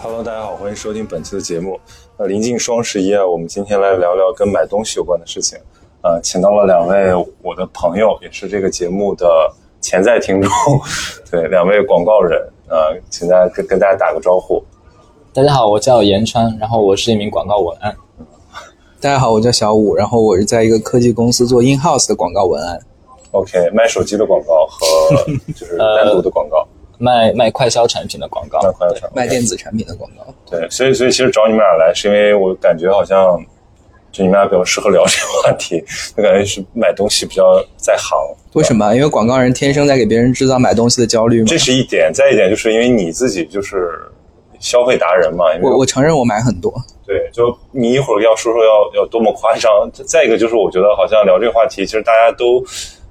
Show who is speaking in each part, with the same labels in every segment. Speaker 1: Hello，大家好，欢迎收听本期的节目。呃，临近双十一啊，我们今天来聊聊跟买东西有关的事情。呃，请到了两位我的朋友，也是这个节目的潜在听众， 对，两位广告人。呃，请大家跟跟大家打个招呼。
Speaker 2: 大家好，我叫岩川，然后我是一名广告文案。
Speaker 3: 大家好，我叫小五，然后我是在一个科技公司做 in house 的广告文案。
Speaker 1: OK，卖手机的广告和就是单独的广告，
Speaker 2: 卖卖快消产品的广告
Speaker 1: 那。快要成
Speaker 3: 卖电子产品的广告。
Speaker 1: 对，所以所以其实找你们俩来，是因为我感觉好像就你们俩比较适合聊这个话题，就感觉是买东西比较在行。
Speaker 3: 为什么？因为广告人天生在给别人制造买东西的焦虑嘛
Speaker 1: 这。是一点，再一点就是因为你自己就是消费达人嘛，因为
Speaker 3: 我我承认我买很多，
Speaker 1: 对，就你一会儿要说说要要多么夸张。再一个就是我觉得好像聊这个话题，其实大家都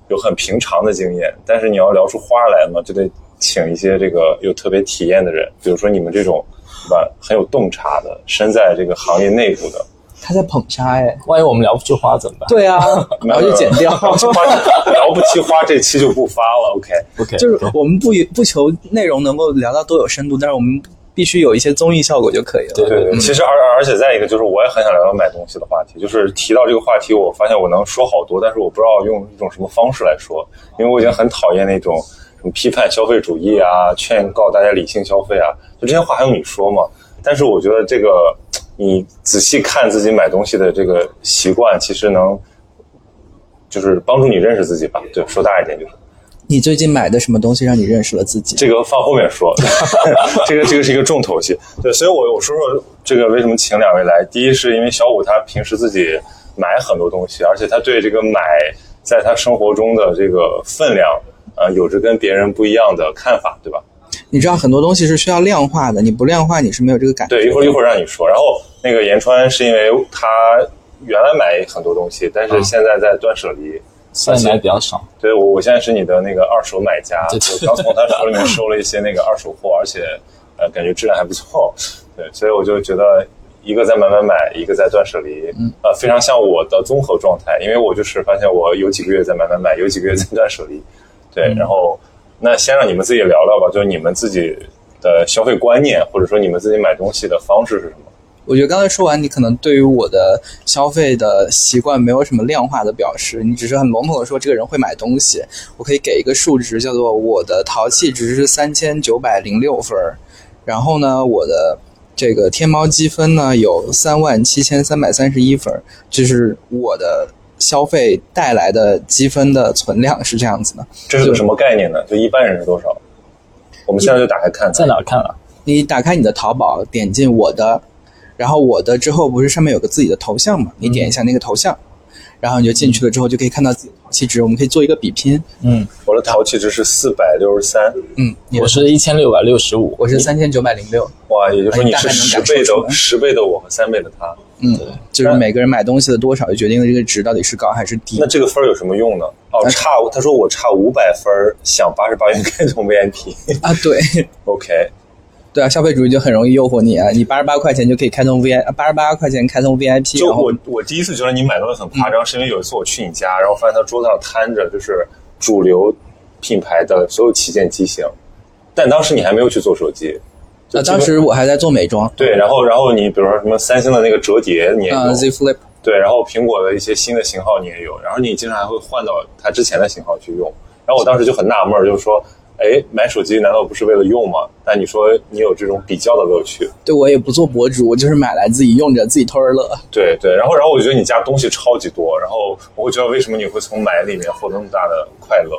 Speaker 1: 有很平常的经验，但是你要聊出花来嘛，就得请一些这个有特别体验的人，比如说你们这种对吧，很有洞察的，身在这个行业内部的。
Speaker 3: 他在捧杀哎。
Speaker 2: 万一我们聊不出花怎么办？
Speaker 3: 对啊， 然后就剪 掉。
Speaker 1: 聊不起花，聊不起花这期就不发了。OK，
Speaker 2: ，OK，
Speaker 3: 就是我们不不求内容能够聊到多有深度，但是我们必须有一些综艺效果就可以了。
Speaker 2: 对
Speaker 1: 对对，其实而而且再一个就是，我也很想聊聊买东西的话题。就是提到这个话题，我发现我能说好多，但是我不知道用一种什么方式来说，因为我已经很讨厌那种什么批判消费主义啊，劝告大家理性消费啊，就这些话还用你说吗？但是我觉得这个，你仔细看自己买东西的这个习惯，其实能就是帮助你认识自己吧。对，说大一点就是。
Speaker 3: 你最近买的什么东西让你认识了自己？
Speaker 1: 这个放后面说， 这个这个是一个重头戏。对，所以我我说说这个为什么请两位来，第一是因为小五他平时自己买很多东西，而且他对这个买在他生活中的这个分量，呃，有着跟别人不一样的看法，对吧？
Speaker 3: 你知道很多东西是需要量化的，你不量化你是没有这个感觉。
Speaker 1: 对，一会儿一会儿让你说。然后那个言川是因为他原来买很多东西，但是现在在断舍离。
Speaker 2: 现在买比较少。
Speaker 1: 对我，我现在是你的那个二手买家，
Speaker 2: 对
Speaker 1: 我刚从他手里面收了一些那个二手货，而且呃感觉质量还不 错，对，所以我就觉得一个在买买买，一个在断舍离，
Speaker 2: 嗯
Speaker 1: 呃，非常像我的综合状态，因为我就是发现我有几个月在买买买，有几个月在断舍离，
Speaker 2: 嗯
Speaker 1: 对，然后那先让你们自己聊聊吧，就是你们自己的消费观念，或者说你们自己买东西的方式是什么？
Speaker 3: 我觉得刚才说完，你可能对于我的消费的习惯没有什么量化的表示，你只是很笼统的说这个人会买东西。我可以给一个数值，叫做我的淘气值是三千九百零六分儿，然后呢，我的这个天猫积分呢有三万七千三百三十一分儿，就是我的消费带来的积分的存量是这样子的。
Speaker 1: 这是个什么概念呢？就一般人是多少？我们现在就打开看
Speaker 2: 在
Speaker 1: 看，
Speaker 2: 哪儿看啊？
Speaker 3: 你打开你的淘宝，点进我的，然后我的之后不是上面有个自己的头像嘛？你点一下那个头像，然后你就进去了之后就可以看到自己的淘气值，我们可以做一个比拼。
Speaker 2: 嗯，
Speaker 1: 我的淘气值是四百六十三。
Speaker 3: 嗯，你的
Speaker 2: 我是一千六百六十五，
Speaker 3: 我是三千九百零六，
Speaker 1: 哇，也就是说你是
Speaker 3: 哎你大
Speaker 1: 十
Speaker 3: 概能
Speaker 1: 倍
Speaker 3: 感受出
Speaker 1: 的
Speaker 3: 来
Speaker 1: 十倍的我和三倍的他，
Speaker 3: 嗯，就是每个人买东西的多少就决定了这个值到底是高还是低
Speaker 1: 那。这个分儿有什么用呢？哦，差他说我差五百分儿，想八十八元开通 VIP。
Speaker 3: 啊，对
Speaker 1: OK，
Speaker 3: 对啊，消费主义就很容易诱惑你啊！你八十八块钱就可以开通 V I，八十八块钱开通 V I P，
Speaker 1: 就
Speaker 3: 然后
Speaker 1: 我我第一次觉得你买东西很夸
Speaker 3: 嗯
Speaker 1: 张，是因为有一次我去你家，然后发现他桌子上摊着就是主流品牌的所有旗舰机型，但当时你还没有去做手机，就
Speaker 3: 啊，
Speaker 1: 基本
Speaker 3: 当时我还在做美妆，
Speaker 1: 对，然后然后你比如说什么三星的那个折叠你也
Speaker 3: 嗯啊
Speaker 1: 用，
Speaker 3: ，Z Flip，
Speaker 1: 对，然后苹果的一些新的型号你也有，然后你经常还会换到它之前的型号去用。然后我当时就很纳闷儿，就是说，哎，买手机难道不是为了用吗？但你说你有这种比较的乐趣，
Speaker 3: 对我也不做博主，我就是买来自己用着自己偷着乐。
Speaker 1: 对对。然后然后我觉得你家东西超级多，然后我会觉得为什么你会从买里面获得那么大的快乐？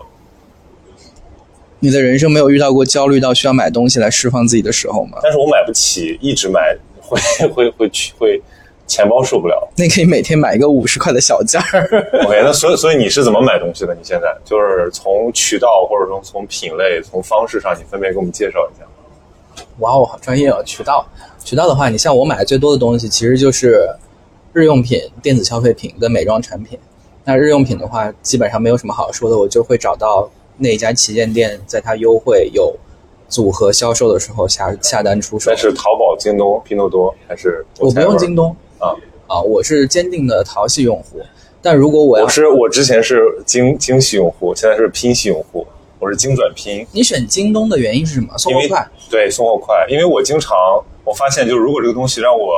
Speaker 3: 你的人生没有遇到过焦虑到需要买东西来释放自己的时候吗？
Speaker 1: 但是我买不起，一直买会会会去会钱包受不了。
Speaker 3: 那可以每天买一个五十块的小件儿。
Speaker 1: OK，那所以所以你是怎么买东西的？你现在就是从渠道或者说从品类、从方式上，你分别给我们介绍一下。
Speaker 3: 哇哦，好专业哦！渠道，渠道的话，你像我买的最多的东西其实就是日用品、电子消费品跟美妆产品。那日用品的话，基本上没有什么好说的，我就会找到那一家旗舰店，在它优惠有组合销售的时候 下下单出手
Speaker 1: 但。是淘宝、京东、拼多多还是
Speaker 3: 我不用京东
Speaker 1: 啊，
Speaker 3: 啊，我是坚定的淘系用户。但如果我要
Speaker 1: 我是我之前是京京系用户，现在是拼夕用户。我是精准拼，
Speaker 3: 你选京东的原因是什么？送
Speaker 1: 因
Speaker 3: 货
Speaker 1: 为
Speaker 3: 快，
Speaker 1: 对送货快，因为我经常我发现，就是如果这个东西让我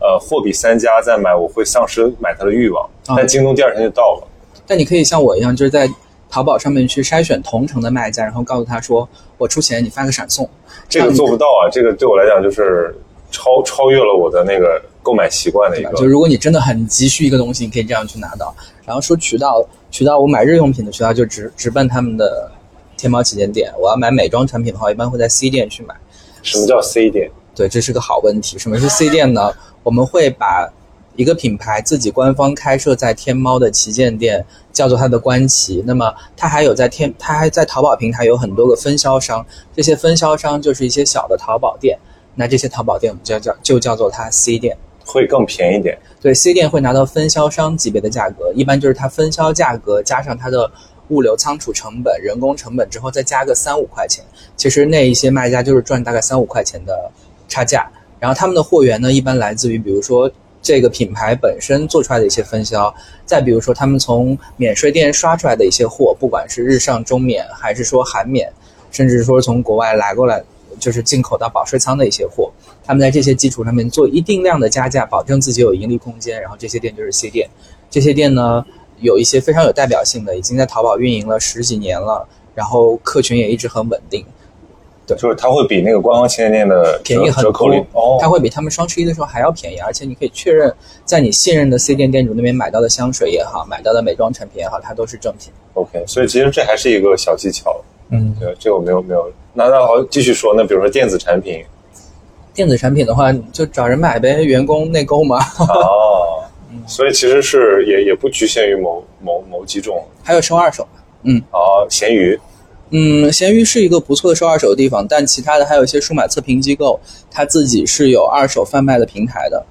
Speaker 1: 呃货比三家再买，我会丧失买它的欲望。
Speaker 3: 啊
Speaker 1: 但京东第二天就到了，
Speaker 3: 但你可以像我一样，就是在淘宝上面去筛选同城的卖家，然后告诉他说我出钱，你发个闪送。
Speaker 1: 这个
Speaker 3: 样
Speaker 1: 做不到啊，这个对我来讲就是超超越了我的那个购买习惯的一
Speaker 3: 对吧
Speaker 1: 个。
Speaker 3: 啊就如果你真的很急需一个东西，你可以这样去拿到。然后说渠道，渠道我买日用品的渠道就直直奔他们的天猫旗舰店。我要买美妆产品的话，我一般会在 C 店去买。
Speaker 1: 什么叫 C 店？
Speaker 3: 对，这是个好问题。什么是 C 店呢？我们会把一个品牌自己官方开设在天猫的旗舰店，叫做它的官旗。那么它还有在天，它还在淘宝平台有很多个分销商，这些分销商就是一些小的淘宝店。那这些淘宝店我们就叫就叫做它 C 店。
Speaker 1: 会更便宜点。
Speaker 3: 对，C 店会拿到分销商级别的价格，一般就是它分销价格加上它的物流仓储成本、人工成本之后再加个三五块钱。其实那一些卖家就是赚大概三五块钱的差价。然后他们的货源呢，一般来自于比如说这个品牌本身做出来的一些分销，再比如说他们从免税店刷出来的一些货，不管是日上、中免还是说韩免，甚至说从国外来过来就是进口到保税仓的一些货，他们在这些基础上面做一定量的加价，保证自己有盈利空间。然后这些店就是 C 店，这些店呢有一些非常有代表性的，已经在淘宝运营了十几年了，然后客群也一直很稳定，
Speaker 1: 就是它会比那个官方旗舰店的
Speaker 3: 便宜
Speaker 1: 折折
Speaker 3: 很多
Speaker 1: 扣率哦，
Speaker 3: 它会比他们双十一的时候还要便宜，而且你可以确认，在你信任的 C 店店主那边买到的香水也好，买到的美妆产品也好，它都是正品。
Speaker 1: OK，所以其实这还是一个小技巧。
Speaker 2: 嗯，
Speaker 1: 对，这我没有没有。那那好，继续说。那比如说电子产 品
Speaker 3: 电子产品的话，你就找人买呗，员工内购嘛。
Speaker 1: 哦，所以其实是也也不局限于某某某几种
Speaker 3: 还有收二手，
Speaker 1: 啊，闲鱼
Speaker 3: 嗯，闲鱼是一个不错的收二手的地方，但其他的还有一些数码测评机构，它自己是有二手贩卖的平台的。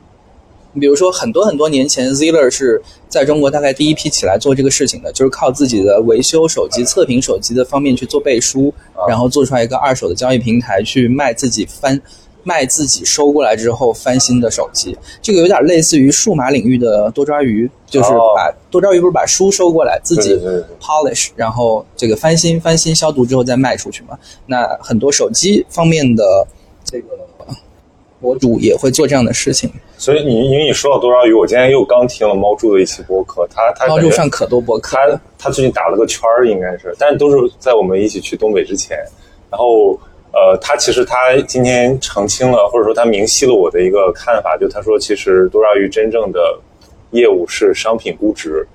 Speaker 3: 比如说，很多很多年前，Ziller 是在中国大概第一批起来做这个事情的，就是靠自己的维修手机、测评手机的方面去做背书，然后做出来一个二手的交易平台去卖自己翻。卖自己收过来之后翻新的手机，这个有点类似于数码领域的多抓鱼，就是
Speaker 1: 哦
Speaker 3: 把、多抓鱼不是把书收过来自己
Speaker 1: 对对对对
Speaker 3: polish，然后这个翻新、翻新消毒之后再卖出去嘛。那很多手机方面的这个博主也会做这样的事情。
Speaker 1: 所以你因为你说到多抓鱼，我今天又刚听了猫柱的一期播客，他他
Speaker 3: 猫
Speaker 1: 感
Speaker 3: 柱
Speaker 1: 觉
Speaker 3: 上可多博客
Speaker 1: 他，他最近打了个圈儿，应该是，但是都是在我们一起去东北之前。然后，呃，他其实他今天澄清了，或者说他明晰了我的一个看法，就他说，其实多抓鱼真正的业务是商品估值，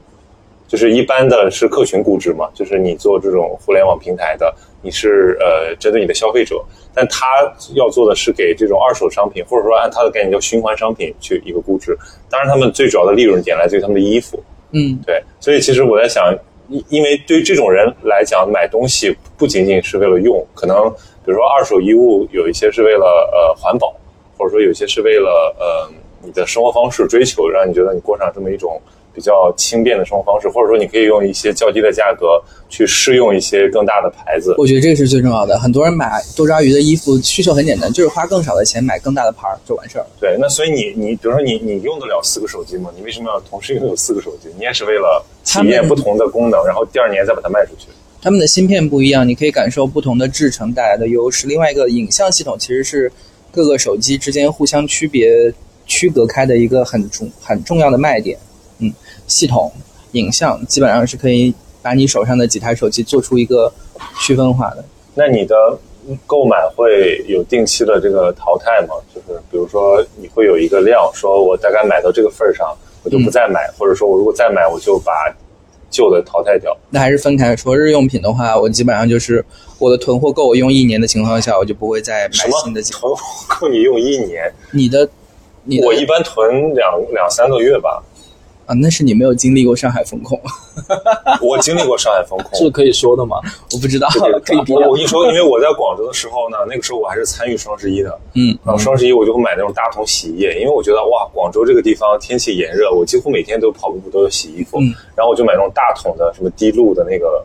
Speaker 1: 就是一般的是客群估值嘛，就是你做这种互联网平台的，你是呃针对你的消费者，但他要做的是给这种二手商品，或者说按他的概念叫循环商品去一个估值。当然，他们最主要的利润点来自于他们的衣服。
Speaker 3: 嗯，
Speaker 1: 对，所以其实我在想，因因为对于这种人来讲，买东西不仅仅是为了用，可能比如说二手衣物有一些是为了呃环保，或者说有些是为了呃你的生活方式追求，让你觉得你过上这么一种比较轻便的生活方式，或者说你可以用一些较低的价格去试用一些更大的牌子。
Speaker 3: 我觉得这个是最重要的。很多人买多抓鱼的衣服需求很简单，就是花更少的钱买更大的牌儿就完事儿了。
Speaker 1: 对，那所以你你比如说你你用得了四个手机吗？你为什么要同时拥有四个手机？你也是为了体验
Speaker 3: 他们
Speaker 1: 不同的功能，然后第二年再把它卖出去。
Speaker 3: 他们的芯片不一样，你可以感受不同的制成带来的优势。另外一个影像系统其实是各个手机之间互相区别区隔开的一个很重很重要的卖点。嗯，系统影像基本上是可以把你手上的几台手机做出一个区分化的。嗯
Speaker 1: 那你的购买会有定期的这个淘汰吗？就是比如说你会有一个量，说我大概买到这个份儿上，我就不再买，
Speaker 3: 嗯
Speaker 1: 或者说我如果再买，我就把旧的淘汰掉。
Speaker 3: 那还是分开说，日用品的话，我基本上就是我的囤货够我用一年的情况下，我就不会再买
Speaker 1: 什么
Speaker 3: 新的进口。
Speaker 1: 囤够你用一年？
Speaker 3: 你的，你的
Speaker 1: 我一般囤两两三个月 吧。
Speaker 3: 啊，那是你没有经历过上海风控，
Speaker 1: 我经历过上海风控，
Speaker 2: 是可以说的吗？
Speaker 3: 我不知道，可以比
Speaker 1: 我我跟你说，因为我在广州的时候呢，那个时候我还是参与双十一的，
Speaker 3: 嗯，
Speaker 1: 然后双十一我就会买那种大桶洗衣液，因为我觉得哇，广州这个地方天气炎热，我几乎每天都跑步都要洗衣服，
Speaker 3: 嗯
Speaker 1: 然后我就买那种大桶的什么滴露的那个，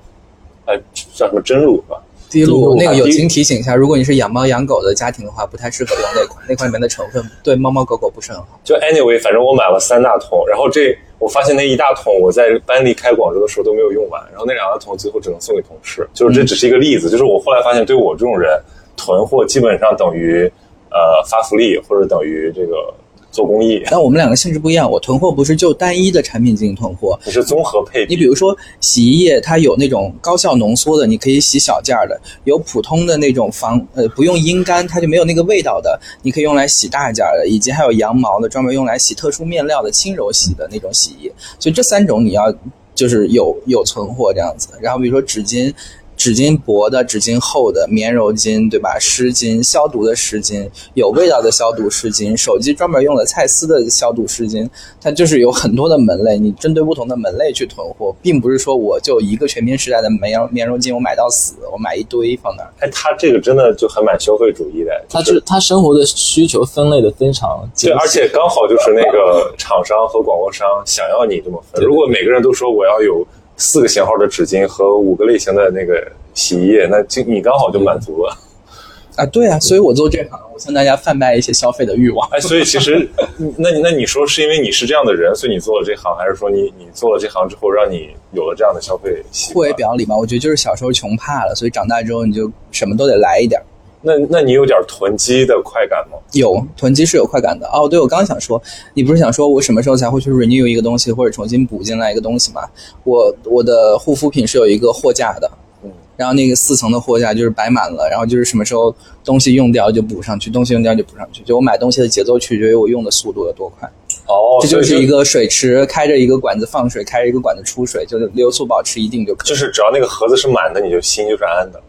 Speaker 1: 呃，叫什么真露是吧？
Speaker 3: 滴
Speaker 2: 露
Speaker 3: 露那个
Speaker 2: 啊
Speaker 3: 友
Speaker 2: 滴
Speaker 3: 情提醒一下，如果你是养猫养狗的家庭的话，不太适合用那款，那款里面的成分对猫猫狗狗不是很好。
Speaker 1: 就 anyway，反正我买了三大桶，然后这我发现那一大桶我在搬离开广州的时候都没有用完，然后那两大桶最后只能送给同事。就是这只是一个例子，就是我后来发现，对我这种人，囤货基本上等于呃发福利或者等于这个做公益，
Speaker 3: 但我们两个性质不一样，我囤货不是就单一的产品进行囤货，
Speaker 1: 你是综合配
Speaker 3: 你
Speaker 1: 比。
Speaker 3: 比如说洗衣液，它有那种高效浓缩的，你可以洗小件儿的；有普通的那种防呃不用阴干，它就没有那个味道的，你可以用来洗大件儿的；以及还有羊毛的，专门用来洗特殊面料的轻柔洗的那种洗衣液。所以这三种你要就是有有存货这样子。然后比如说纸巾。纸巾薄的、纸巾厚的、棉柔巾，对吧？湿巾、消毒的湿巾、有味道的消毒湿巾，手机专门用了蔡司的消毒湿巾，它就是有很多的门类，你针对不同的门类去囤货，并不是说我就一个全棉时代的棉棉柔巾我买到死，我买一堆放那儿。
Speaker 1: 哎，他这个真的就很蛮消费主义的，
Speaker 2: 他
Speaker 1: 就是
Speaker 2: 他生活的需求分类的非常精
Speaker 1: 对，
Speaker 2: 细
Speaker 1: 而且刚好就是那个厂商和广告商想要你这么分。如果每个人都说我要有四个型号的纸巾和五个类型的那个洗衣液，那就你刚好就满足了。
Speaker 3: 啊，对啊，所以我做这行，我向大家贩卖一些消费的欲望。
Speaker 1: 哎，所以其实，那你那你说是因为你是这样的人，所以你做了这行，还是说你你做了这行之后，让你有了这样的消费习
Speaker 3: 互
Speaker 1: 惯
Speaker 3: 为？表里嘛，我觉得就是小时候穷怕了，所以长大之后你就什么都得来一点儿。
Speaker 1: 那那你有点囤积的快感吗？
Speaker 3: 有囤积是有快感的哦。对，我刚想说，你不是想说我什么时候才会去 renew 一个东西，或者重新补进来一个东西吗？我我的护肤品是有一个货架的，
Speaker 1: 嗯，
Speaker 3: 然后那个四层的货架就是摆满了，然后就是什么时候东西用掉就补上去，东西用掉就补上去。就我买东西的节奏取决于我用的速度有多快。
Speaker 1: 哦
Speaker 3: 这就是一个水池开着一个管子放水，开着一个管子出水，就流速保持一定就可以，
Speaker 1: 就是只要那个盒子是满的，你就心就是安的。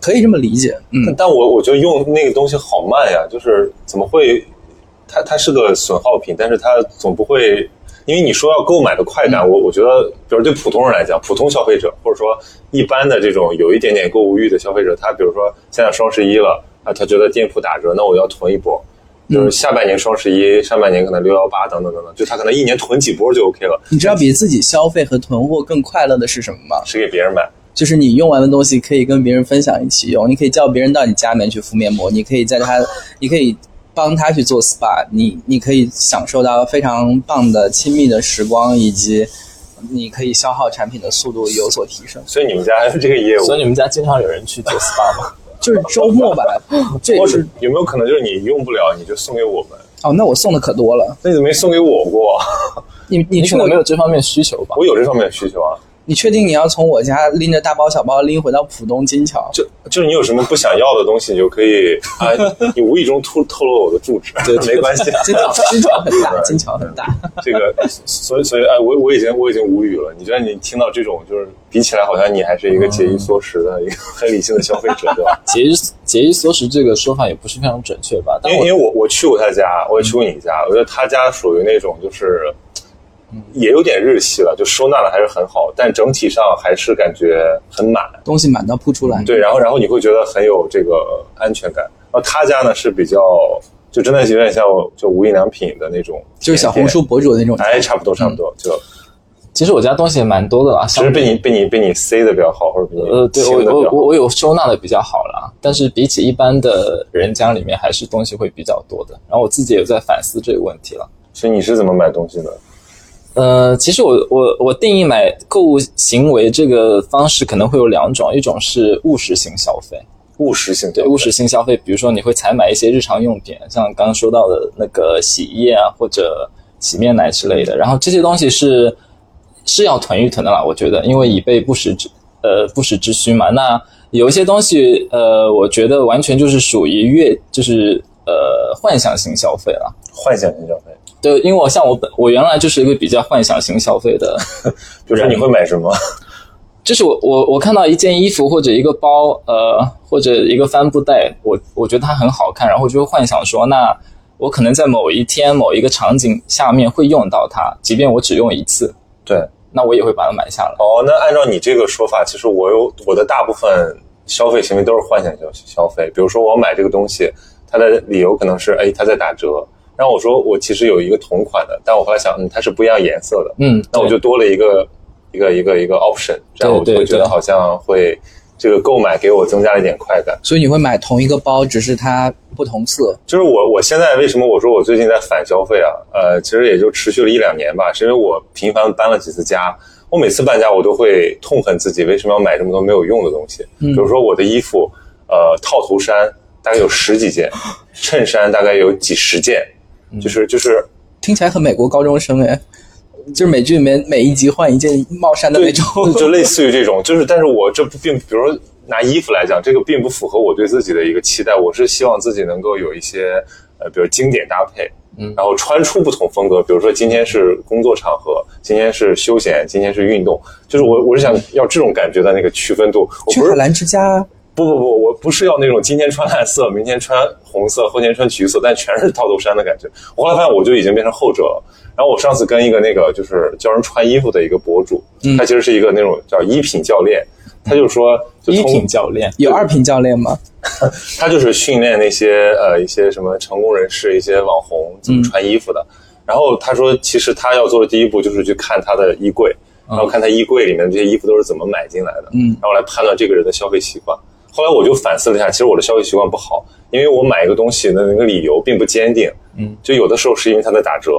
Speaker 3: 可以这么理解。嗯，
Speaker 1: 但我我觉得用那个东西好慢呀，就是怎么会，它它是个损耗品，但是它总不会，因为你说要购买的快
Speaker 3: 嗯
Speaker 1: 感，我我觉得，比如对普通人来讲，普通消费者或者说一般的这种有一点点购物欲的消费者，他比如说现在双十一了啊，他觉得店铺打折，那我要囤一波。
Speaker 3: 嗯
Speaker 1: 就是下半年双十一，上半年可能六幺八等等等等，就他可能一年囤几波就 OK 了，
Speaker 3: 你知道比自己消费和囤货更快乐的是什么吗？
Speaker 1: 是给别人买。
Speaker 3: 就是你用完的东西可以跟别人分享一起用，你可以叫别人到你家里面去敷面膜，你可以在他，你可以帮他去做 SPA，你你可以享受到非常棒的亲密的时光，以及你可以消耗产品的速度有所提升。
Speaker 1: 所以你们家还有这个业务，
Speaker 2: 所以你们家经常有 人去做 SPA 吗？
Speaker 3: 就是周末 吧，这
Speaker 1: 或
Speaker 3: 也
Speaker 1: 者
Speaker 3: 是
Speaker 1: 有没有可能就是你用不了，你就送给我们？
Speaker 3: 哦，那我送的可多了。
Speaker 1: 那你怎么没送给我过？
Speaker 3: 你你
Speaker 2: 你
Speaker 3: 去
Speaker 2: 可
Speaker 3: 过
Speaker 2: 能没有这方面需求吧？
Speaker 1: 我有这方面的需求啊。
Speaker 3: 你确定你要从我家拎着大包小包拎回到浦东金 桥？
Speaker 1: 就就是你有什么不想要的东西，你就可以啊，你无意中透透露了我的住址，对， 没关系。
Speaker 3: 金桥金桥很大，金桥很大。
Speaker 1: 这个，所以所以哎，我我已经我已经无语了。你觉得你听到这种，就是比起来，好像你还是一个节衣缩食的、一个很理性的消费者，对吧？
Speaker 2: 节衣节衣缩食这个说法也不是非常准确吧？但
Speaker 1: 因为
Speaker 2: 我
Speaker 1: 因为我我去过他家，我也去过你家，我觉得他家属于那种就是。也有点日系了，就收纳的还是很好，但整体上还是感觉很满。
Speaker 3: 东西满到铺出来。
Speaker 1: 对，然后然后你会觉得很有这个安全感。然后他家呢是比较，就真的有点像就无印良品的那种，
Speaker 3: 就是小红，书博主的那种，
Speaker 1: 哎，差不多差不多，就
Speaker 2: 其实我家东西也蛮多的啦，
Speaker 1: 只
Speaker 2: 像
Speaker 1: 是被你被你被你塞的比较好，或者被你
Speaker 2: 呃，对我
Speaker 1: 清的比
Speaker 2: 我
Speaker 1: 较好。
Speaker 2: 我我有收纳的比较好啦，但是比起一般的人家里面，还是东西会比较多的。然后我自己也在反思这个问题了。
Speaker 1: 所以你是怎么买东西的？
Speaker 2: 呃，其实我我我定义买购物行为这个方式可能会有两种，一种是务实型消费，
Speaker 1: 务实性
Speaker 2: 对务实性消费，比如说你会采买一些日常用品，像刚刚说到的那个洗衣液啊或者洗面奶之类的，然后这些东西是是要囤一囤的啦，我觉得，因为以备不时之呃不时之需嘛。那有一些东西，呃，我觉得完全就是属于越就是呃幻想型消费了。
Speaker 1: 幻想型消费，
Speaker 2: 对，因为我像我本我原来就是一个比较幻想型消费的
Speaker 1: 比如说你会买什么？
Speaker 2: 就是我我我看到一件衣服或者一个包，呃，或者一个帆布袋，我我觉得它很好看，然后就会幻想说，那我可能在某一天某一个场景下面会用到它，即便我只用一次，
Speaker 1: 对，
Speaker 2: 那我也会把它买下来。
Speaker 1: 哦，那按照你这个说法，其实我有我的大部分消费行为都是幻想消消费。比如说，我买这个东西，它的理由可能是，哎，它在打折。然后我说我其实有一个同款的，但我后来想，嗯，它是不一样颜色的，
Speaker 2: 嗯，
Speaker 1: 那我就多了一个一个一个一个 option，这样我就
Speaker 2: 对
Speaker 1: 会觉
Speaker 2: 对
Speaker 1: 得好像会这个购买给我增加了一点快感。
Speaker 3: 所以你会买同一个包，只是它不同色。
Speaker 1: 就是我我现在为什么我说我最近在反消费啊？呃，其实也就持续了一两年吧，是因为我频繁搬了几次家。我每次搬家，我都会痛恨自己为什么要买这么多没有用的东西。比如说我的衣服，呃，套头衫大概有十几件，衬衫大概有几十件，就是就是
Speaker 3: 听起来很美国高中生哎，就是美剧里面每一集换一件帽衫的那种。
Speaker 1: 就类似于这种，就是，但是我这不并，比如说拿衣服来讲，这个并不符合我对自己的一个期待。我是希望自己能够有一些，呃，比如经典搭配，嗯，然后穿出不同风格。比如说今天是工作场合，今天是休闲，今天是运动，就是我我是想要这种感觉的那个区分度。我
Speaker 3: 去
Speaker 1: 不是
Speaker 3: 海澜之家，
Speaker 1: 不不不，我不是要那种今天穿蓝色，明天穿红色，后天穿橘色，但全是套头衫的感觉。我后来发现我就已经变成后者了。然后我上次跟一个那个就是教人穿衣服的一个博主，他其实是一个那种叫衣品教练，他就说就
Speaker 2: 一
Speaker 1: 通
Speaker 2: 品教练，
Speaker 3: 有二品教练吗？
Speaker 1: 他就是训练那些呃一些什么成功人士、一些网红怎么穿衣服的。然后他说，其实他要做的第一步就是去看他的衣柜，然后看他衣柜里面这些衣服都是怎么买进来的，
Speaker 3: 嗯，
Speaker 1: 然后来判断这个人的消费习惯。后来我就反思了一下，其实我的消费习惯不好，因为我买一个东西的那个理由并不坚定，嗯，就有的时候是因为它在打折，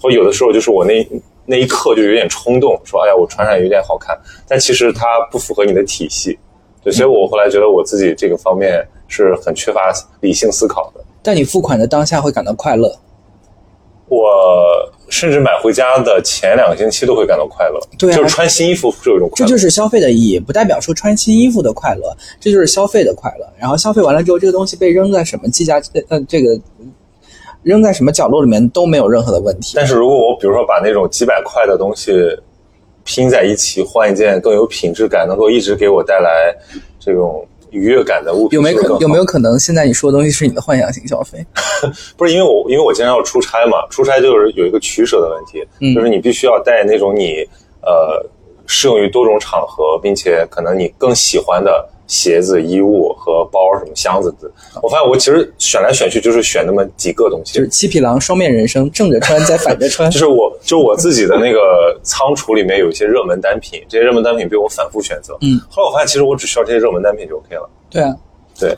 Speaker 1: 或者有的时候就是我那那一刻就有点冲动，说哎呀我穿上有点好看，但其实它不符合你的体系，对，所以我后来觉得我自己这个方面是很缺乏理性思考的。
Speaker 3: 但你付款的当下会感到快乐。
Speaker 1: 嗯我甚至买回家的前两个星期都会感到快乐，
Speaker 3: 对啊
Speaker 1: 就是穿新衣服是有一种快
Speaker 3: 这
Speaker 1: 乐，
Speaker 3: 就是消费的意义，不代表说穿新衣服的快乐，这就是消费的快乐。然后消费完了之后，这个东西被扔在什么计价，呃，这个扔在什么角落里面都没有任何的问题。
Speaker 1: 但是如果我比如说把那种几百块的东西拼在一起，换一件更有品质感、能够一直给我带来这种愉悦感的物品，
Speaker 3: 有没有
Speaker 1: 是不
Speaker 3: 可
Speaker 1: 是更好
Speaker 3: 有没有可能现在你说的东西是你的幻想型消费？
Speaker 1: 不是因为我，因为我经常要出差嘛，出差就是有一个取舍的问题，
Speaker 3: 嗯
Speaker 1: 就是你必须要带那种你呃适用于多种场合，并且可能你更喜欢的鞋子、衣物和包什么箱子的。我发现我其实选来选去就是选那么几个东西
Speaker 3: 就，是七匹狼双面人生，正着穿再反着穿
Speaker 1: 就。是我，就是我自己的那个仓储里面有一些热门单品，这些热门单品被我反复选择。
Speaker 3: 嗯，
Speaker 1: 后来我发现其实我只需要这些热门单品就 OK 了。
Speaker 3: 对啊，
Speaker 1: 对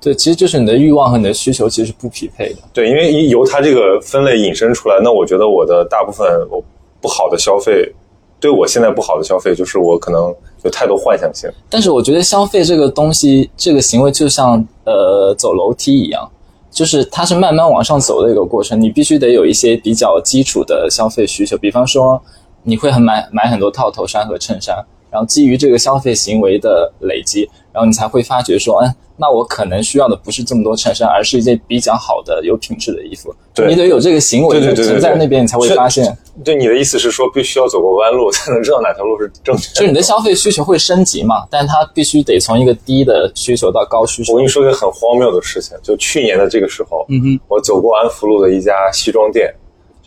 Speaker 2: 对，其实就是你的欲望和你的需求其实是不匹配的。
Speaker 1: 对，因为一由它这个分类引申出来，那我觉得我的大部分我不好的消费，对我现在不好的消费，就是我可能有太多幻想性。
Speaker 2: 但是我觉得消费这个东西，这个行为就像呃走楼梯一样，就是它是慢慢往上走的一个过程。你必须得有一些比较基础的消费需求，比方说你会很买买很多套头衫和衬衫，然后基于这个消费行为的累积，然后你才会发觉说，嗯，那我可能需要的不是这么多衬衫，而是一件比较好的、有品质的衣服。
Speaker 1: 对
Speaker 2: 你得有这个行
Speaker 1: 对
Speaker 2: 为
Speaker 1: 对对对
Speaker 2: 存在
Speaker 1: 对
Speaker 2: 那边，你才会
Speaker 1: 是
Speaker 2: 发现。
Speaker 1: 对你的意思是说，必须要走过弯路 才能知道哪条路是正确的？
Speaker 2: 就是你的消费需求会升级嘛，但它必须得从一个低的需求到高需求。
Speaker 1: 我跟你说个很荒谬的事情，就去年的这个时候，嗯
Speaker 3: 哼，
Speaker 1: 我走过安福路的一家西装店，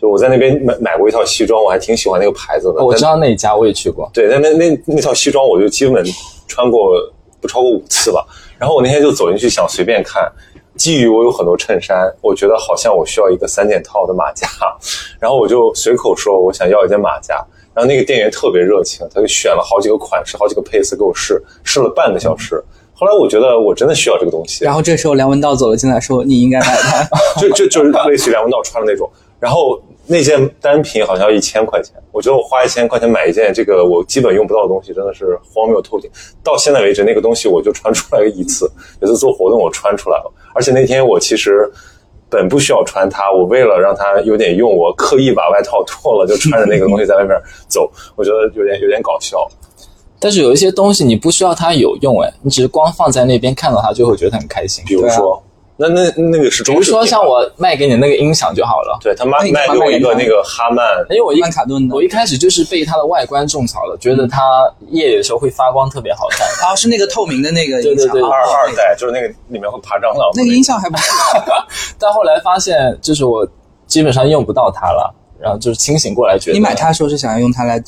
Speaker 1: 就我在那边买买过一套西装，我还挺喜欢那个牌子的。
Speaker 2: 哦我
Speaker 1: 但
Speaker 2: 知道那一家，我也去过。
Speaker 1: 对，那那那那套西装我就基本穿过不超过五次吧。然后我那天就走进去想随便看，基于我有很多衬衫，我觉得好像我需要一个三件套的马甲， 然后我就随口说我想要一件马甲。然后那个店员特别热情，他就选了好几个款式、好几个配色给我试，试了半个小时。后来我觉得我真的需要这个东西，
Speaker 3: 然后这时候梁文道走了进来，说：“你应该买它。
Speaker 1: 就 就就是类似于梁文道穿的那种。然后那件单品好像要一千块钱，我觉得我花一千块钱买一件这个我基本用不到的东西，真的是荒谬透顶。到现在为止，那个东西我就穿出来一次，有一次做活动我穿出来了，而且那天我其实。本不需要穿它，我为了让它有点用，我刻意把外套脱了，就穿着那个东西在外面走，我觉得有点有点搞笑。
Speaker 2: 但是有一些东西你不需要它有用，哎，你只是光放在那边看到它就会觉得很开心。
Speaker 1: 比
Speaker 3: 啊
Speaker 1: 如说，那那那个是
Speaker 2: 比
Speaker 1: 中
Speaker 2: 如
Speaker 1: 式品
Speaker 2: 说
Speaker 1: 牌，
Speaker 2: 像我卖给你那个音响就好了，
Speaker 1: 对他妈
Speaker 3: 那你
Speaker 1: 卖
Speaker 3: 干嘛
Speaker 1: 给我
Speaker 3: 卖给
Speaker 1: 一个那
Speaker 3: 他哎
Speaker 1: 个哈曼
Speaker 2: 因为我一
Speaker 3: 曼卡顿的
Speaker 2: 我一开始就是被它的外观种草了，觉得
Speaker 3: 嗯
Speaker 2: 它夜里的时候会发光，特别 好看。”
Speaker 3: 啊，是那个透明的那个
Speaker 2: 对
Speaker 3: 音
Speaker 2: 对
Speaker 3: 响，
Speaker 2: 对
Speaker 3: 哦
Speaker 1: 二二代，就是那个里面会爬蟑螂的
Speaker 3: 那个音响还不错。
Speaker 2: 但后来发现，就是我基本上用不到它了，然后就是清醒过来觉得
Speaker 3: 你买它的时候是想要用它来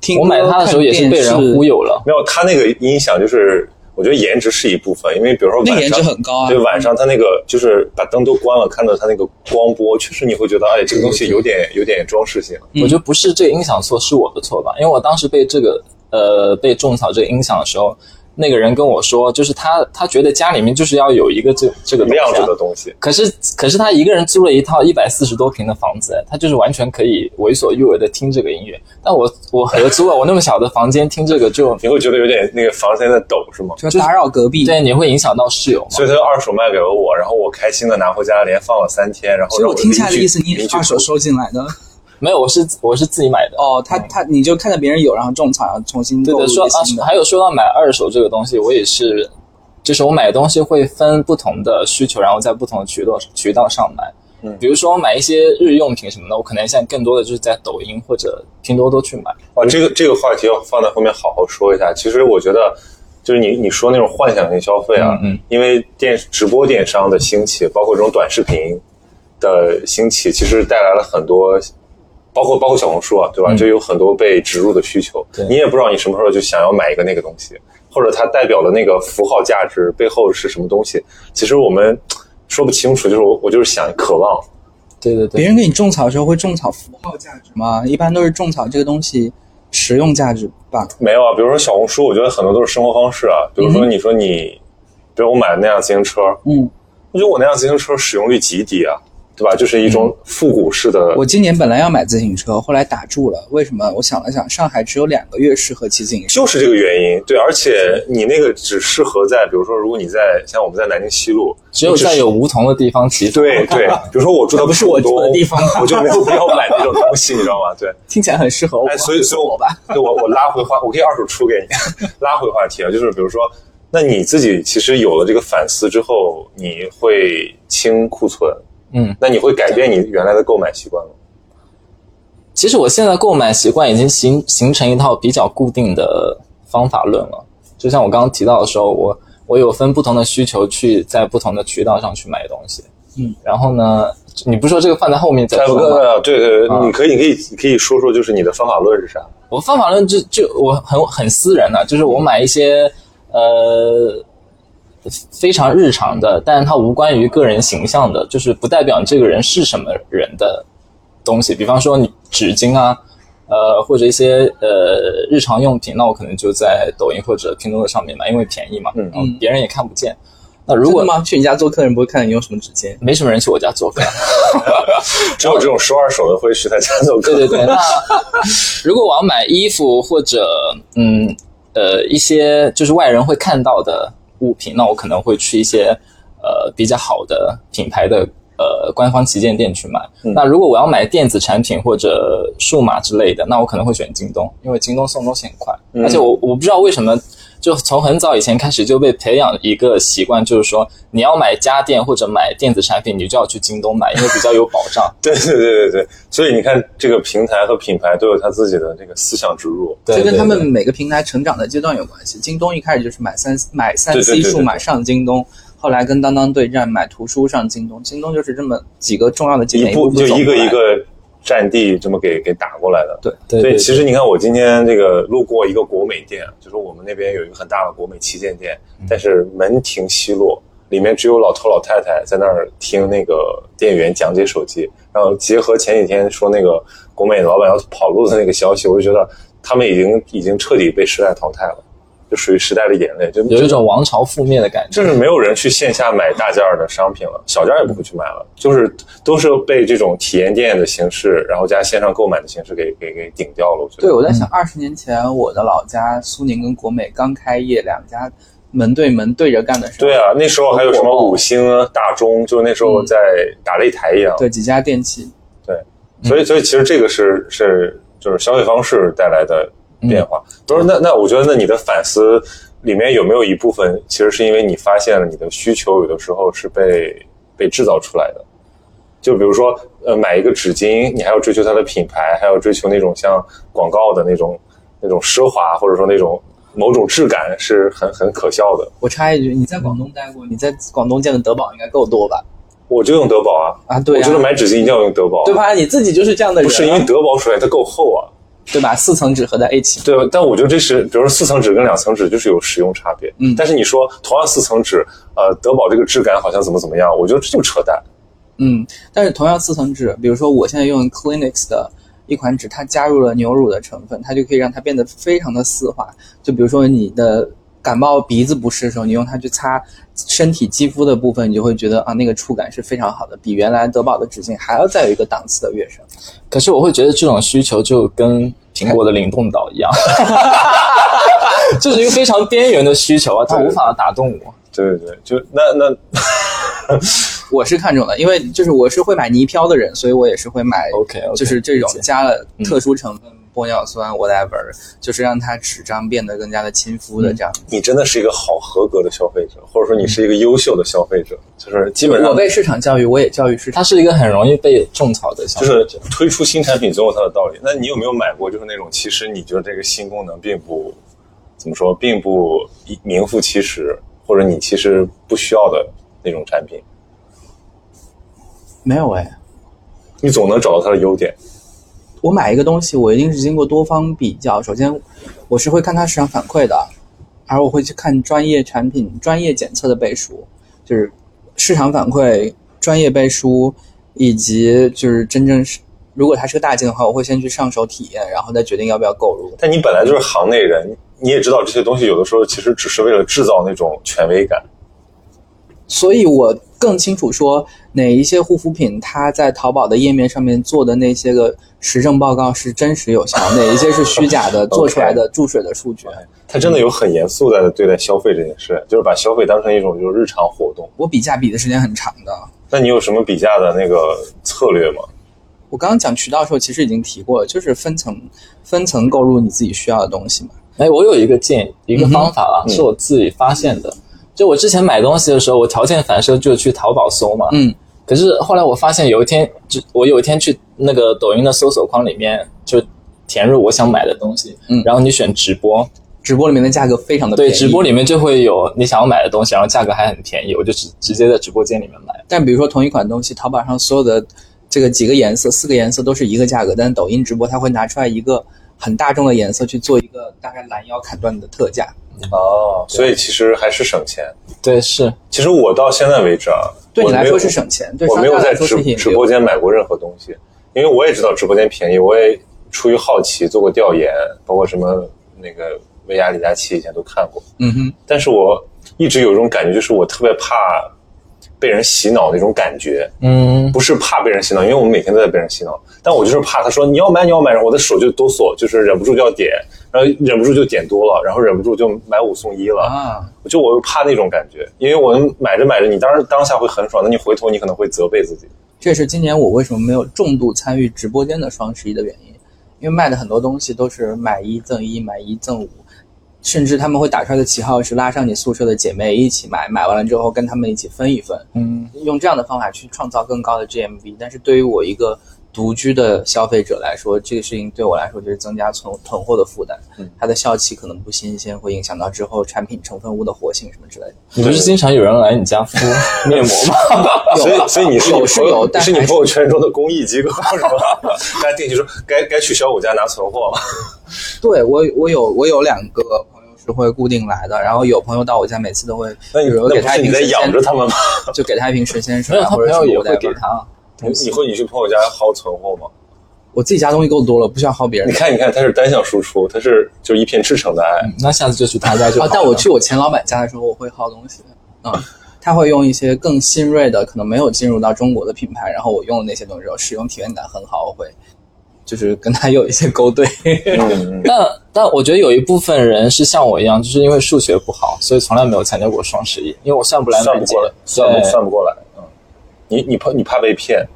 Speaker 3: 听歌，
Speaker 2: 我买它的时候也是
Speaker 3: 看
Speaker 2: 被
Speaker 3: 电
Speaker 2: 人
Speaker 3: 视
Speaker 2: 忽。悠了。
Speaker 1: 没有，他那个音响就是，我觉得颜值是一部分，因为比如说晚
Speaker 3: 那
Speaker 1: 上，
Speaker 3: 个颜值很高啊
Speaker 1: 对，晚上他那个就是把灯都关了，看到他那个光波，确实你会觉得，哎，这个东西有点
Speaker 3: 嗯
Speaker 1: 有点装饰性。
Speaker 2: 我觉得不是这个音响错，是我的错吧？因为我当时被这个呃被种草这个音响的时候，那个人跟我说，就是他他觉得家里面就是要有一个这这个东西
Speaker 1: 量
Speaker 2: 啊
Speaker 1: 子的东西，
Speaker 2: 可是可是他一个人租了一套一百四十多平的房子，他就是完全可以为所欲为的听这个音乐。但我我合租了，我那么小的房间听这个 就
Speaker 1: 你会觉得有点那个房间在抖是吗？
Speaker 3: 就打扰隔壁。
Speaker 2: 对你会影响到室友嘛？
Speaker 1: 所以他就二手卖给了我，然后我开心的拿回家，连放了三天，然后
Speaker 3: 所以
Speaker 1: 让
Speaker 3: 我听下来的意思，你
Speaker 1: 邻居
Speaker 3: 二手收进来的
Speaker 2: 没有，我是我是自己买的。
Speaker 3: 哦，他他你就看着别人有，然后种草，然后重新
Speaker 2: 对
Speaker 3: 购入
Speaker 2: 的，
Speaker 3: 一
Speaker 2: 说
Speaker 3: 个
Speaker 2: 啊
Speaker 3: 新，的。
Speaker 2: 还有说到买二手这个东西，我也是，就是我买东西会分不同的需求，然后在不同的渠道渠道上买。
Speaker 1: 嗯
Speaker 2: 比如说我买一些日用品什么的，我可能现在更多的就是在抖音或者拼多多去买。
Speaker 1: 啊，这个这个话题要放在后面好好说一下。其实我觉得，就是你你说那种幻想型消费啊，
Speaker 2: 嗯嗯
Speaker 1: 因为电直播电商的兴起，包括这种短视频的兴起，其实带来了很多，包括包括小红书啊，对吧？
Speaker 2: 嗯
Speaker 1: 就有很多被植入的需求，
Speaker 2: 对
Speaker 1: 你也不知道你什么时候就想要买一个那个东西，或者它代表的那个符号价值背后是什么东西，其实我们说不清楚。就是我我就是想渴望，
Speaker 2: 对对
Speaker 3: 别
Speaker 2: 对，
Speaker 3: 人给你种草的时候会种草符号价值吗？一般都是种草这个东西实用价值吧。
Speaker 1: 没有啊，比如说小红书，我觉得很多都是生活方式啊。比如说，你说你，比如我买的那辆自行车，
Speaker 3: 嗯，
Speaker 1: 我觉得我那辆自行车使用率极低啊，对吧？就是一种复古式的。
Speaker 3: 我今年本来要买自行车，后来打住了。为什么？我想了想，上海只有两个月适合骑自行车。
Speaker 1: 就是这个原因，对，而且你那个只适合在，比如说，如果你在像我们在南京西路，
Speaker 2: 只有在有梧桐的地方骑。
Speaker 1: 对对，比如说我住的
Speaker 3: 那不是我住的地方
Speaker 1: 我就没有必要买那种东西，你知道吗？对，
Speaker 3: 听起来很 适合我，
Speaker 1: 哎，所以所以
Speaker 3: 我
Speaker 1: 我
Speaker 3: 吧，
Speaker 1: 对我我拉回话，我可以二手出给你， 拉回话题啊，就是比如说，那你自己其实有了这个反思之后，你会清库存，
Speaker 2: 嗯，
Speaker 1: 那你会改变你原来的购买习惯吗？
Speaker 2: 其实我现在购买习惯已经形形成一套比较固定的方法论了。就像我刚刚提到的时候，我我有分不同的需求去在不同的渠道上去买东西。
Speaker 3: 嗯，
Speaker 2: 然后呢，你不说这个放在后面再
Speaker 1: 哎，不
Speaker 2: 说
Speaker 1: 不
Speaker 2: 吗？
Speaker 1: 不，对对，
Speaker 2: 啊
Speaker 1: 对，你可以，你可以，你可以说说，就是你的方法论是啥？
Speaker 2: 我方法论就就我很很私人的、就是我买一些呃非常日常的，但是它无关于个人形象的，就是不代表你这个人是什么人的东西。比方说你纸巾啊，呃或者一些呃日常用品，那我可能就在抖音或者拼多多上面买，因为便宜嘛，
Speaker 1: 嗯
Speaker 2: 然后别人也看不见。那如
Speaker 3: 真
Speaker 2: 果
Speaker 3: 的吗？去你家做客人不会看你用什么纸巾？
Speaker 2: 没什么人去我家做客，
Speaker 1: 只有这种收二手的会去他家做客。
Speaker 2: 对对对， 那如果我要买衣服或者嗯呃一些就是外人会看到的物品，那我可能会去一些呃比较好的品牌的呃官方旗舰店去买。
Speaker 3: 嗯
Speaker 2: 那如果我要买电子产品或者数码之类的，那我可能会选京东，因为京东送东西很快，
Speaker 3: 嗯
Speaker 2: 而且我我不知道为什么。就从很早以前开始就被培养一个习惯，就是说你要买家电或者买电子产品，你就要去京东买，因为比较有保 障。
Speaker 1: 对对对对对，所以你看，这个平台和品牌都有他自己的这个思想植入。
Speaker 2: 对
Speaker 3: 这跟
Speaker 2: 对
Speaker 3: 他
Speaker 2: 对
Speaker 3: 们每个平台成长的阶段有关系。京东一开始就是买三买三
Speaker 1: 对对对
Speaker 3: C
Speaker 1: 对
Speaker 3: 数码上京东，后来跟当当对战买图书上京东，京东就是这么几个重要的节点
Speaker 1: 一步
Speaker 3: 步
Speaker 1: 就
Speaker 3: 走
Speaker 1: 一
Speaker 3: 过
Speaker 1: 个
Speaker 3: 来
Speaker 1: 一个占地这么给给打过来的。
Speaker 3: 对
Speaker 2: 对
Speaker 1: 所
Speaker 2: 对
Speaker 1: 以其实你看，我今天这个路过一个国美店，就是我们那边有一个很大的国美旗舰店，
Speaker 2: 嗯
Speaker 1: 但是门庭稀落，里面只有老头老太太在那儿听那个店员讲解手机。然后结合前几天说那个国美老板要跑路的那个消息，我就觉得他们已经已经彻底被时代淘汰了，就属于时代的眼泪，就
Speaker 2: 有一种王朝覆灭的感觉。
Speaker 1: 就是没有人去线下买大件儿的商品了，小件儿也不会去买了，就是都是被这种体验店的形式，然后加线上购买的形式给给给顶掉了。我觉得
Speaker 3: 对，我在想，二十年前我的老家苏宁跟国美刚开业，两家门对门对着干的时候，
Speaker 1: 对啊，那时候还有什
Speaker 3: 很火
Speaker 1: 么
Speaker 3: 爆嗯
Speaker 1: 五星啊、大中，就是那时候在打擂台一样。
Speaker 3: 对几嗯家电器，
Speaker 1: 所以所以其实这个是是就是消费方式带来的
Speaker 3: 嗯
Speaker 1: 变化。不是那那我觉得那你的反思里面有没有一部分其实是因为你发现了你的需求有的时候是被被制造出来的？就比如说呃买一个纸巾，你还要追求它的品牌，还要追求那种像广告的那种那种奢华，或者说那种某种质感是很很可笑的。
Speaker 3: 我插一句，你在广东待过，你在广东见的德宝应该够多吧？
Speaker 1: 我就用德宝啊，
Speaker 3: 啊，对
Speaker 1: 我
Speaker 3: 呀、
Speaker 1: 觉得买纸巾一定要用德宝，啊
Speaker 3: 对？吧？你自己就是这样的人
Speaker 1: 不
Speaker 3: 啊，
Speaker 1: 是因为德宝首先它够厚啊，
Speaker 3: 对吧？四层纸合在一起，
Speaker 1: 对，但我觉得这是，比如说四层纸跟两层纸就是有使用差别。
Speaker 3: 嗯
Speaker 1: 但是你说同样四层纸，呃，德宝这个质感好像怎么怎么样，我觉得这就是扯淡。
Speaker 3: 嗯，但是同样四层纸，比如说我现在用 Clinics 的一款纸，它加入了牛乳的成分，它就可以让它变得非常的丝滑。就比如说你的感冒鼻子不适的时候，你用它去擦身体肌肤的部分，你就会觉得啊，那个触感是非常好的，比原来德宝的纸巾还要再有一个档次的跃升。
Speaker 2: 可是我会觉得这种需求就跟苹果的灵动岛一样， 就是一个非常边缘的需求啊，它无法打动我。
Speaker 1: 对对对，就那那
Speaker 3: 我是看中了，因为就是我是会买泥漂的人，所以我也是会买
Speaker 2: OK，OK，
Speaker 3: 就是这种
Speaker 2: 理解嗯
Speaker 3: 加了特殊成分。玻尿酸 whatever，就是让它纸张变得更加的亲肤
Speaker 2: 嗯
Speaker 3: 的这样。
Speaker 1: 你真的是一个好合格的消费者，或者说你是一个优秀的消费者，就是基本上
Speaker 3: 我被市场教育，我也教育市场。
Speaker 2: 它是一个很容易被种草的消
Speaker 1: 就
Speaker 2: 费
Speaker 1: 是
Speaker 2: 者，
Speaker 1: 推出新产品总有它的道理。那你有没有买过就是那种其实你觉得这个新功能并不怎么说，并不名副其实，或者你其实不需要的那种产品？
Speaker 3: 没有哎，
Speaker 1: 你总能找到它的优点。
Speaker 3: 我买一个东西，我一定是经过多方比较。首先，我是会看它市场反馈的，而我会去看专业产品、专业检测的背书，就是市场反馈、专业背书，以及就是真正是，如果它是个大件的话，我会先去上手体验，然后再决定要不要购入。
Speaker 1: 但你本来就是行内人，你也知道这些东西有的时候其实只是为了制造那种权威感。
Speaker 3: 所以我更清楚说哪一些护肤品它在淘宝的页面上面做的那些个实证报告是真实有效，哪一些是虚假的做出来的注水的数据。
Speaker 1: 他真的有很严肃在对待消费这件事，就是把消费当成一种就是日常活动。
Speaker 3: 我比价比的时间很长的。
Speaker 1: 那你有什么比价的那个策略吗？
Speaker 3: 我刚刚讲渠道的时候，其实已经提过了，就是分层分层购入你自己需要的东西嘛。
Speaker 2: 哎，我有一个建议，一个方法啊，
Speaker 3: 嗯
Speaker 2: 是我自己发现的。就我之前买东西的时候，我条件反射就去淘宝搜嘛。
Speaker 3: 嗯。
Speaker 2: 可是后来我发现有一天，就我有一天去那个抖音的搜索框里面，就填入我想买的东西，
Speaker 3: 嗯
Speaker 2: 然后你选直播，
Speaker 3: 直播里面的价格非常的便
Speaker 2: 对，
Speaker 3: 宜，
Speaker 2: 直播。里面就会有你想要买的东西，然后价格还很便宜，我就直直接在直播间里面买。
Speaker 3: 但比如说同一款东西，淘宝上所有的这个几个颜色、四个颜色都是一个价格，但是抖音直播它会拿出来一个很大众的颜色去做一个大概拦腰砍断的特价。
Speaker 1: 哦，所以其实还是省钱。
Speaker 2: 对，是
Speaker 1: 其实我到现在为止啊，
Speaker 3: 对你
Speaker 1: 我没有
Speaker 3: 来说是省钱，对
Speaker 1: 我
Speaker 3: 商
Speaker 1: 没
Speaker 3: 家
Speaker 1: 有在
Speaker 3: 来说
Speaker 1: 直
Speaker 3: 是引
Speaker 1: 直
Speaker 3: 流
Speaker 1: 播。间买过任何东西，因为我也知道直播间便宜，我也出于好奇做过调研，包括什么那个薇娅、李佳琦以前都看过。
Speaker 3: 嗯哼，
Speaker 1: 但是我一直有一种感觉，就是我特别怕被人洗脑那种感觉，
Speaker 2: 嗯，
Speaker 1: 不是怕被人洗脑，因为我们每天都在被人洗脑，但我就是怕他说你要买你要买，然后我的手就哆嗦，就是忍不住就要点，然后忍不住就点多了，然后忍不住就买五送一了。
Speaker 3: 啊，
Speaker 1: 就我又怕那种感觉，因为我买着买着，你当然当下会很爽，那你回头你可能会责备自己。
Speaker 3: 这也是今年我为什么没有重度参与直播间的双十一的原因，因为卖的很多东西都是买一赠一、买一赠五，甚至他们会打出来的旗号是拉上你宿舍的姐妹一起买，买完了之后跟他们一起分一分，
Speaker 2: 嗯，
Speaker 3: 用这样的方法去创造更高的 GMV。但是对于我一个独居的消费者来说，这个事情对我来说就是增加存囤货的负担，它的效期可能不新鲜，会影响到之后产品成分物的活性什么之类的。
Speaker 2: 你不是经常有人来你家敷 面膜吗？
Speaker 1: 所以，所以你是你
Speaker 3: 有是
Speaker 1: 朋
Speaker 3: 有啊
Speaker 1: 友，
Speaker 3: 但
Speaker 1: 是你
Speaker 3: 还是
Speaker 1: 朋友圈中的公益机构是吧？ 大家定期说该该去小五家拿存货了。
Speaker 3: 对我，我有我有两个朋友是会固定来的，然后有朋友到我家，每次都会，
Speaker 1: 那你
Speaker 3: 比如
Speaker 1: 那
Speaker 3: 给
Speaker 1: 不
Speaker 3: 他
Speaker 1: 是
Speaker 3: 一
Speaker 1: 你
Speaker 3: 瓶
Speaker 1: 在
Speaker 3: 神
Speaker 1: 养
Speaker 3: 仙
Speaker 1: 着，他们吗？
Speaker 3: 就给他一瓶神仙
Speaker 2: 没
Speaker 3: 水
Speaker 2: 有，
Speaker 3: 啊，
Speaker 2: 他
Speaker 3: 或者
Speaker 2: 朋
Speaker 3: 什
Speaker 2: 友也
Speaker 3: 么
Speaker 2: 会给
Speaker 3: whatever。
Speaker 2: 他。
Speaker 1: 以后你去朋友家薅存货吗？
Speaker 3: 啊我自己家东西够多了，不需要薅别人
Speaker 1: 你
Speaker 3: 的。
Speaker 1: 看，你看，他是单向输出，他是就是一片赤诚的爱。
Speaker 2: 那下次就去他家就
Speaker 3: 啊
Speaker 2: 好了。，
Speaker 3: 但我去我前老板家的时候，我会薅东西的，嗯，他会用一些更新锐的，可能没有进入到中国的品牌，然后我用的那些东西，我使用体验感很好，我会就是跟他有一些勾兑。
Speaker 1: 嗯，嗯
Speaker 2: 但但我觉得有一部分人是像我一样，就是因为数学不好，所以从来没有参加过双十一，因为我算不来
Speaker 1: 算
Speaker 2: 满
Speaker 1: 不
Speaker 2: 减
Speaker 1: 过来，。算不算不过来？嗯，你你怕你怕被骗？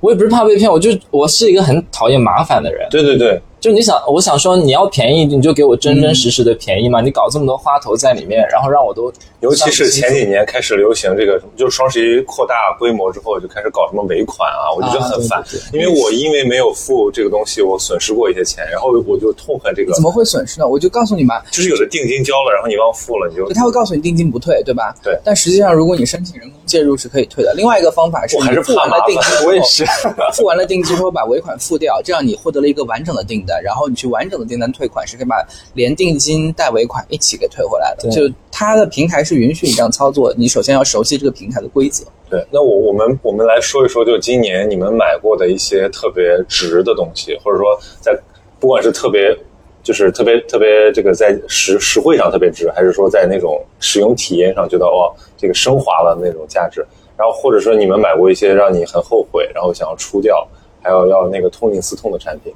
Speaker 2: 我也不是怕被骗，我就我是一个很讨厌麻烦的人。
Speaker 1: 对对对，
Speaker 2: 就你想，我想说你要便宜，你就给我真真实实的便宜嘛，你搞这么多花头在里面，然后让我都
Speaker 1: 尤其是
Speaker 2: 算
Speaker 1: 前
Speaker 2: 不清楚
Speaker 1: 几年开始流行这个什么，就是双十一扩大规模之后，就开始搞什么尾款啊，我就觉得很烦。
Speaker 2: 啊对
Speaker 1: 因为我因为没有付这个东西，我损失过一些钱，然后我就痛恨这个
Speaker 3: 怎。么会损失呢？我就告诉你吧，
Speaker 1: 就是有的定金交了，然后你忘付了，你就
Speaker 3: 就他会告诉你定金不退，对吧？
Speaker 1: 对
Speaker 3: 但实际上，如果你申请人工介入是可以退的。另外一个方法是，
Speaker 1: 我还是
Speaker 3: 你付
Speaker 1: 怕
Speaker 3: 完
Speaker 1: 麻
Speaker 3: 了
Speaker 1: 烦
Speaker 3: 定金之后，
Speaker 2: 我也是
Speaker 3: 付完了定金之后把尾款付掉，这样你获得了一个完整的订单，然后你去完整的订单退款，是可以把连定金带尾款一起给退回来的。
Speaker 2: 对
Speaker 3: 就它的平台是允许你这样操作，你首先要熟悉这个平台的规则。
Speaker 1: 对。那我我们我们来说一说，就今年你们买过的一些特别值的东西，或者说在不管是特别就是特别特别这个在实实惠上特别值，还是说在那种使用体验上觉得哦这个升华了那种价值？然后或者说你们买过一些让你很后悔，然后想要出掉，还有要那个痛定思痛的产品？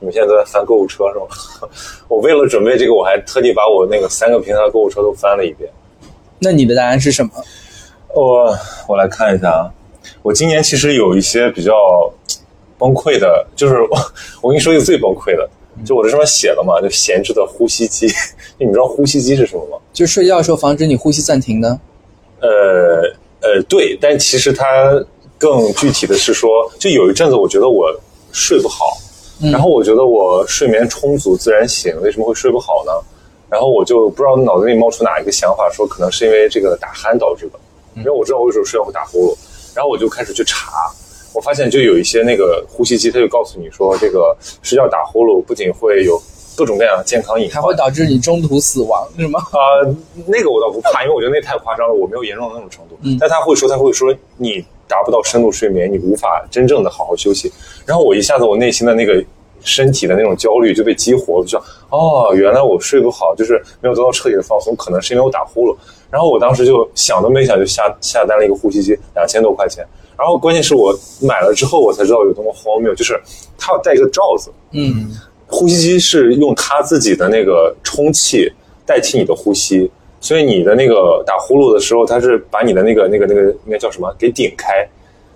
Speaker 1: 你们现在都在翻购物车是吗？ 我为了准备这个，我还特地把我那个三个平台的购物车都翻了一遍。
Speaker 3: 那你的答案是什么？
Speaker 1: 我我来看一下啊，我今年其实有一些比较崩溃的，就是我我跟你说一个最崩溃的，就我这上面写了嘛，就闲置的呼吸机。 你们知道呼吸机是什么吗？
Speaker 3: 就睡觉的时候防止你呼吸暂停的。
Speaker 1: 呃呃，对，但其实它更具体的是说，就有一阵子我觉得我睡不好，然后我觉得我睡眠充足自然醒，为什么会睡不好呢？然后我就不知道脑子里冒出哪一个想法，说可能是因为这个打鼾导致的，因为我知道我有时候睡觉会打呼噜，然后我就开始去查，我发现就有一些那个呼吸机，它就告诉你说，这个睡觉打呼噜不仅会有各种各样的健康隐
Speaker 3: 还
Speaker 1: 患，
Speaker 3: 会导致你中途死亡，是吗？
Speaker 1: 啊、那个我倒不怕，因为我觉得那太夸张了，我没有严重到那种程度。
Speaker 3: 嗯
Speaker 1: 但他会说，他会说你达不到深度睡眠，你无法真正的好好休息。然后我一下子我内心的那个身体的那种焦虑就被激活了，就想哦，原来我睡不好，就是没有得到彻底的放松，可能是因为我打呼噜。然后我当时就想都没想就下下单了一个呼吸机，两千多块钱。然后关键是我买了之后，我才知道有多么荒谬，就是它要带一个罩子，
Speaker 3: 嗯，
Speaker 1: 呼吸机是用它自己的那个充气代替你的呼吸，所以你的那个打呼噜的时候，它是把你的那个那个那个应该叫什么给顶开，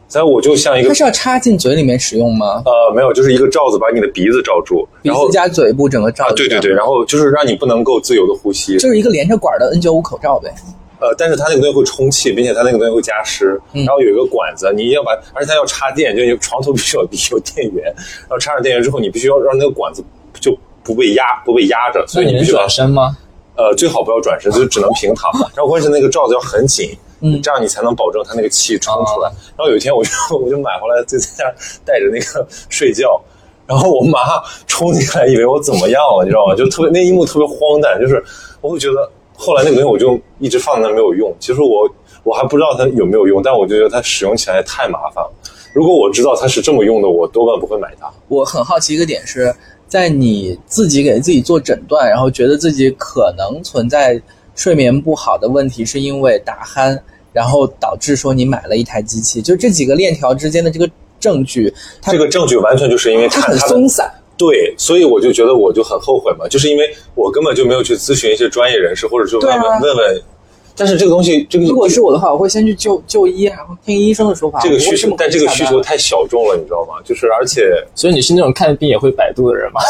Speaker 1: 所以我就像一个
Speaker 3: 它是要插进嘴里面使用吗？
Speaker 1: 呃没有，就是一个罩子把你的鼻子罩住，
Speaker 3: 鼻
Speaker 1: 然后
Speaker 3: 子加嘴部整个罩
Speaker 1: 啊
Speaker 3: 子。
Speaker 1: 对对对，，然后就是让你不能够自由的呼吸，
Speaker 3: 就是一个连着管儿的 N95 口罩呗。
Speaker 1: 呃，但是它那个东西会充气，并且它那个东西会加湿，
Speaker 3: 嗯
Speaker 1: 然后有一个管子，你要把，而且它要插电，就你床头必须有有电源，然后插上电源之后，你必须要让那个管子就不被压不被压着，所
Speaker 2: 那
Speaker 1: 以
Speaker 2: 你
Speaker 1: 你必
Speaker 2: 能
Speaker 1: 须把它
Speaker 2: 转身吗？
Speaker 1: 呃，最好不要转身，就只能平躺。然后关键是那个罩子要很紧，这样你才能保证它那个气冲出来。然后有一天我就 我就买回来，就在家带着那个睡觉。然后我妈冲进来，以为我怎么样了，你知道吗？就特别那一幕特别荒诞，就是我会觉得后来那个东西我就一直放在那没有用。其实我我还不知道它有没有用，但我就觉得它使用起来太麻烦了。如果我知道它是这么用的，我多半不会买它。
Speaker 3: 我很好奇一个点是在你自己给自己做诊断，然后觉得自己可能存在睡眠不好的问题，是因为打鼾，然后导致说你买了一台机器，就这几个链条之间的这个证据，它
Speaker 1: 这个证据完全就是因为
Speaker 3: 它
Speaker 1: 看
Speaker 3: 很
Speaker 1: 它的
Speaker 3: 松散。
Speaker 1: 对，所以我就觉得我就很后悔嘛，就是因为我根本就没有去咨询一些专业人士，或者说
Speaker 3: 对
Speaker 1: 问
Speaker 3: 啊
Speaker 1: 问、问问。但是这个东西，这个
Speaker 3: 如果是我的话，我会先去就就医，然后听医生的说法。
Speaker 1: 这个
Speaker 3: 我不
Speaker 1: 需
Speaker 3: 会
Speaker 1: 求
Speaker 3: 么，
Speaker 1: 但这个需求
Speaker 3: 快下单，
Speaker 1: 太小众了，你知道吗？就是而且
Speaker 2: 所以你是那种看病也会百度的人吗？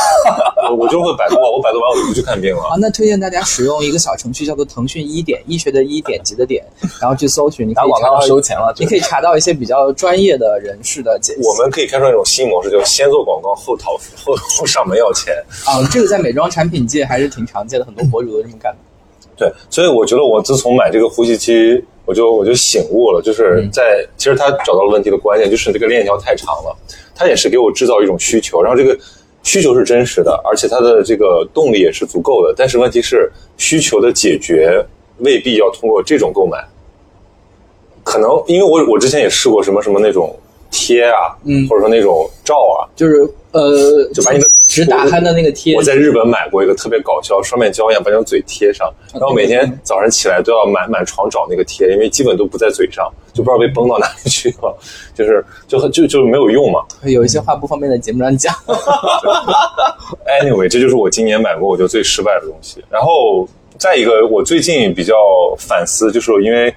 Speaker 1: 我我就会百度啊，我百度完我就不去看病了。
Speaker 3: 啊，那推荐大家使用一个小程序，叫做腾讯医典，医学的医典籍的典，然后去搜寻，你可
Speaker 2: 打
Speaker 3: 以
Speaker 2: 广
Speaker 3: 查
Speaker 2: 告
Speaker 3: 到，
Speaker 2: 收钱了，
Speaker 3: 你可以查到一些比较专业的人士的解析。
Speaker 1: 我们可以开创一种新模式，叫先做广告后讨后后上门要钱。
Speaker 3: 啊，这个在美妆产品界还是挺常见的，很多博主都这么干的。
Speaker 1: 对，所以我觉得我自从买这个呼吸机，我就我就醒悟了，就是在、其实他找到了问题的关键，就是这个链条太长了，它也是给我制造一种需求，然后这个需求是真实的，而且它的这个动力也是足够的，但是问题是需求的解决未必要通过这种购买，可能因为我我之前也试过什么什么那种贴啊，
Speaker 3: 嗯
Speaker 1: 或者说那种罩啊，
Speaker 3: 就是呃，
Speaker 1: 就把你的
Speaker 3: 只打鼾的那个贴
Speaker 1: 我，在日本买过一个特别搞笑，双面胶一样把你的嘴贴上，然后每天早上起来都要满满床找那个贴，因为基本都不在嘴上，就不知道被崩到哪里去了，就是就很就就没有用嘛。
Speaker 3: 有一些话不方便在节目 上讲。
Speaker 1: 哦 Anyway，这就是我今年买过我觉得最失败的东西。然后再一个，我最近比较反思，就是因为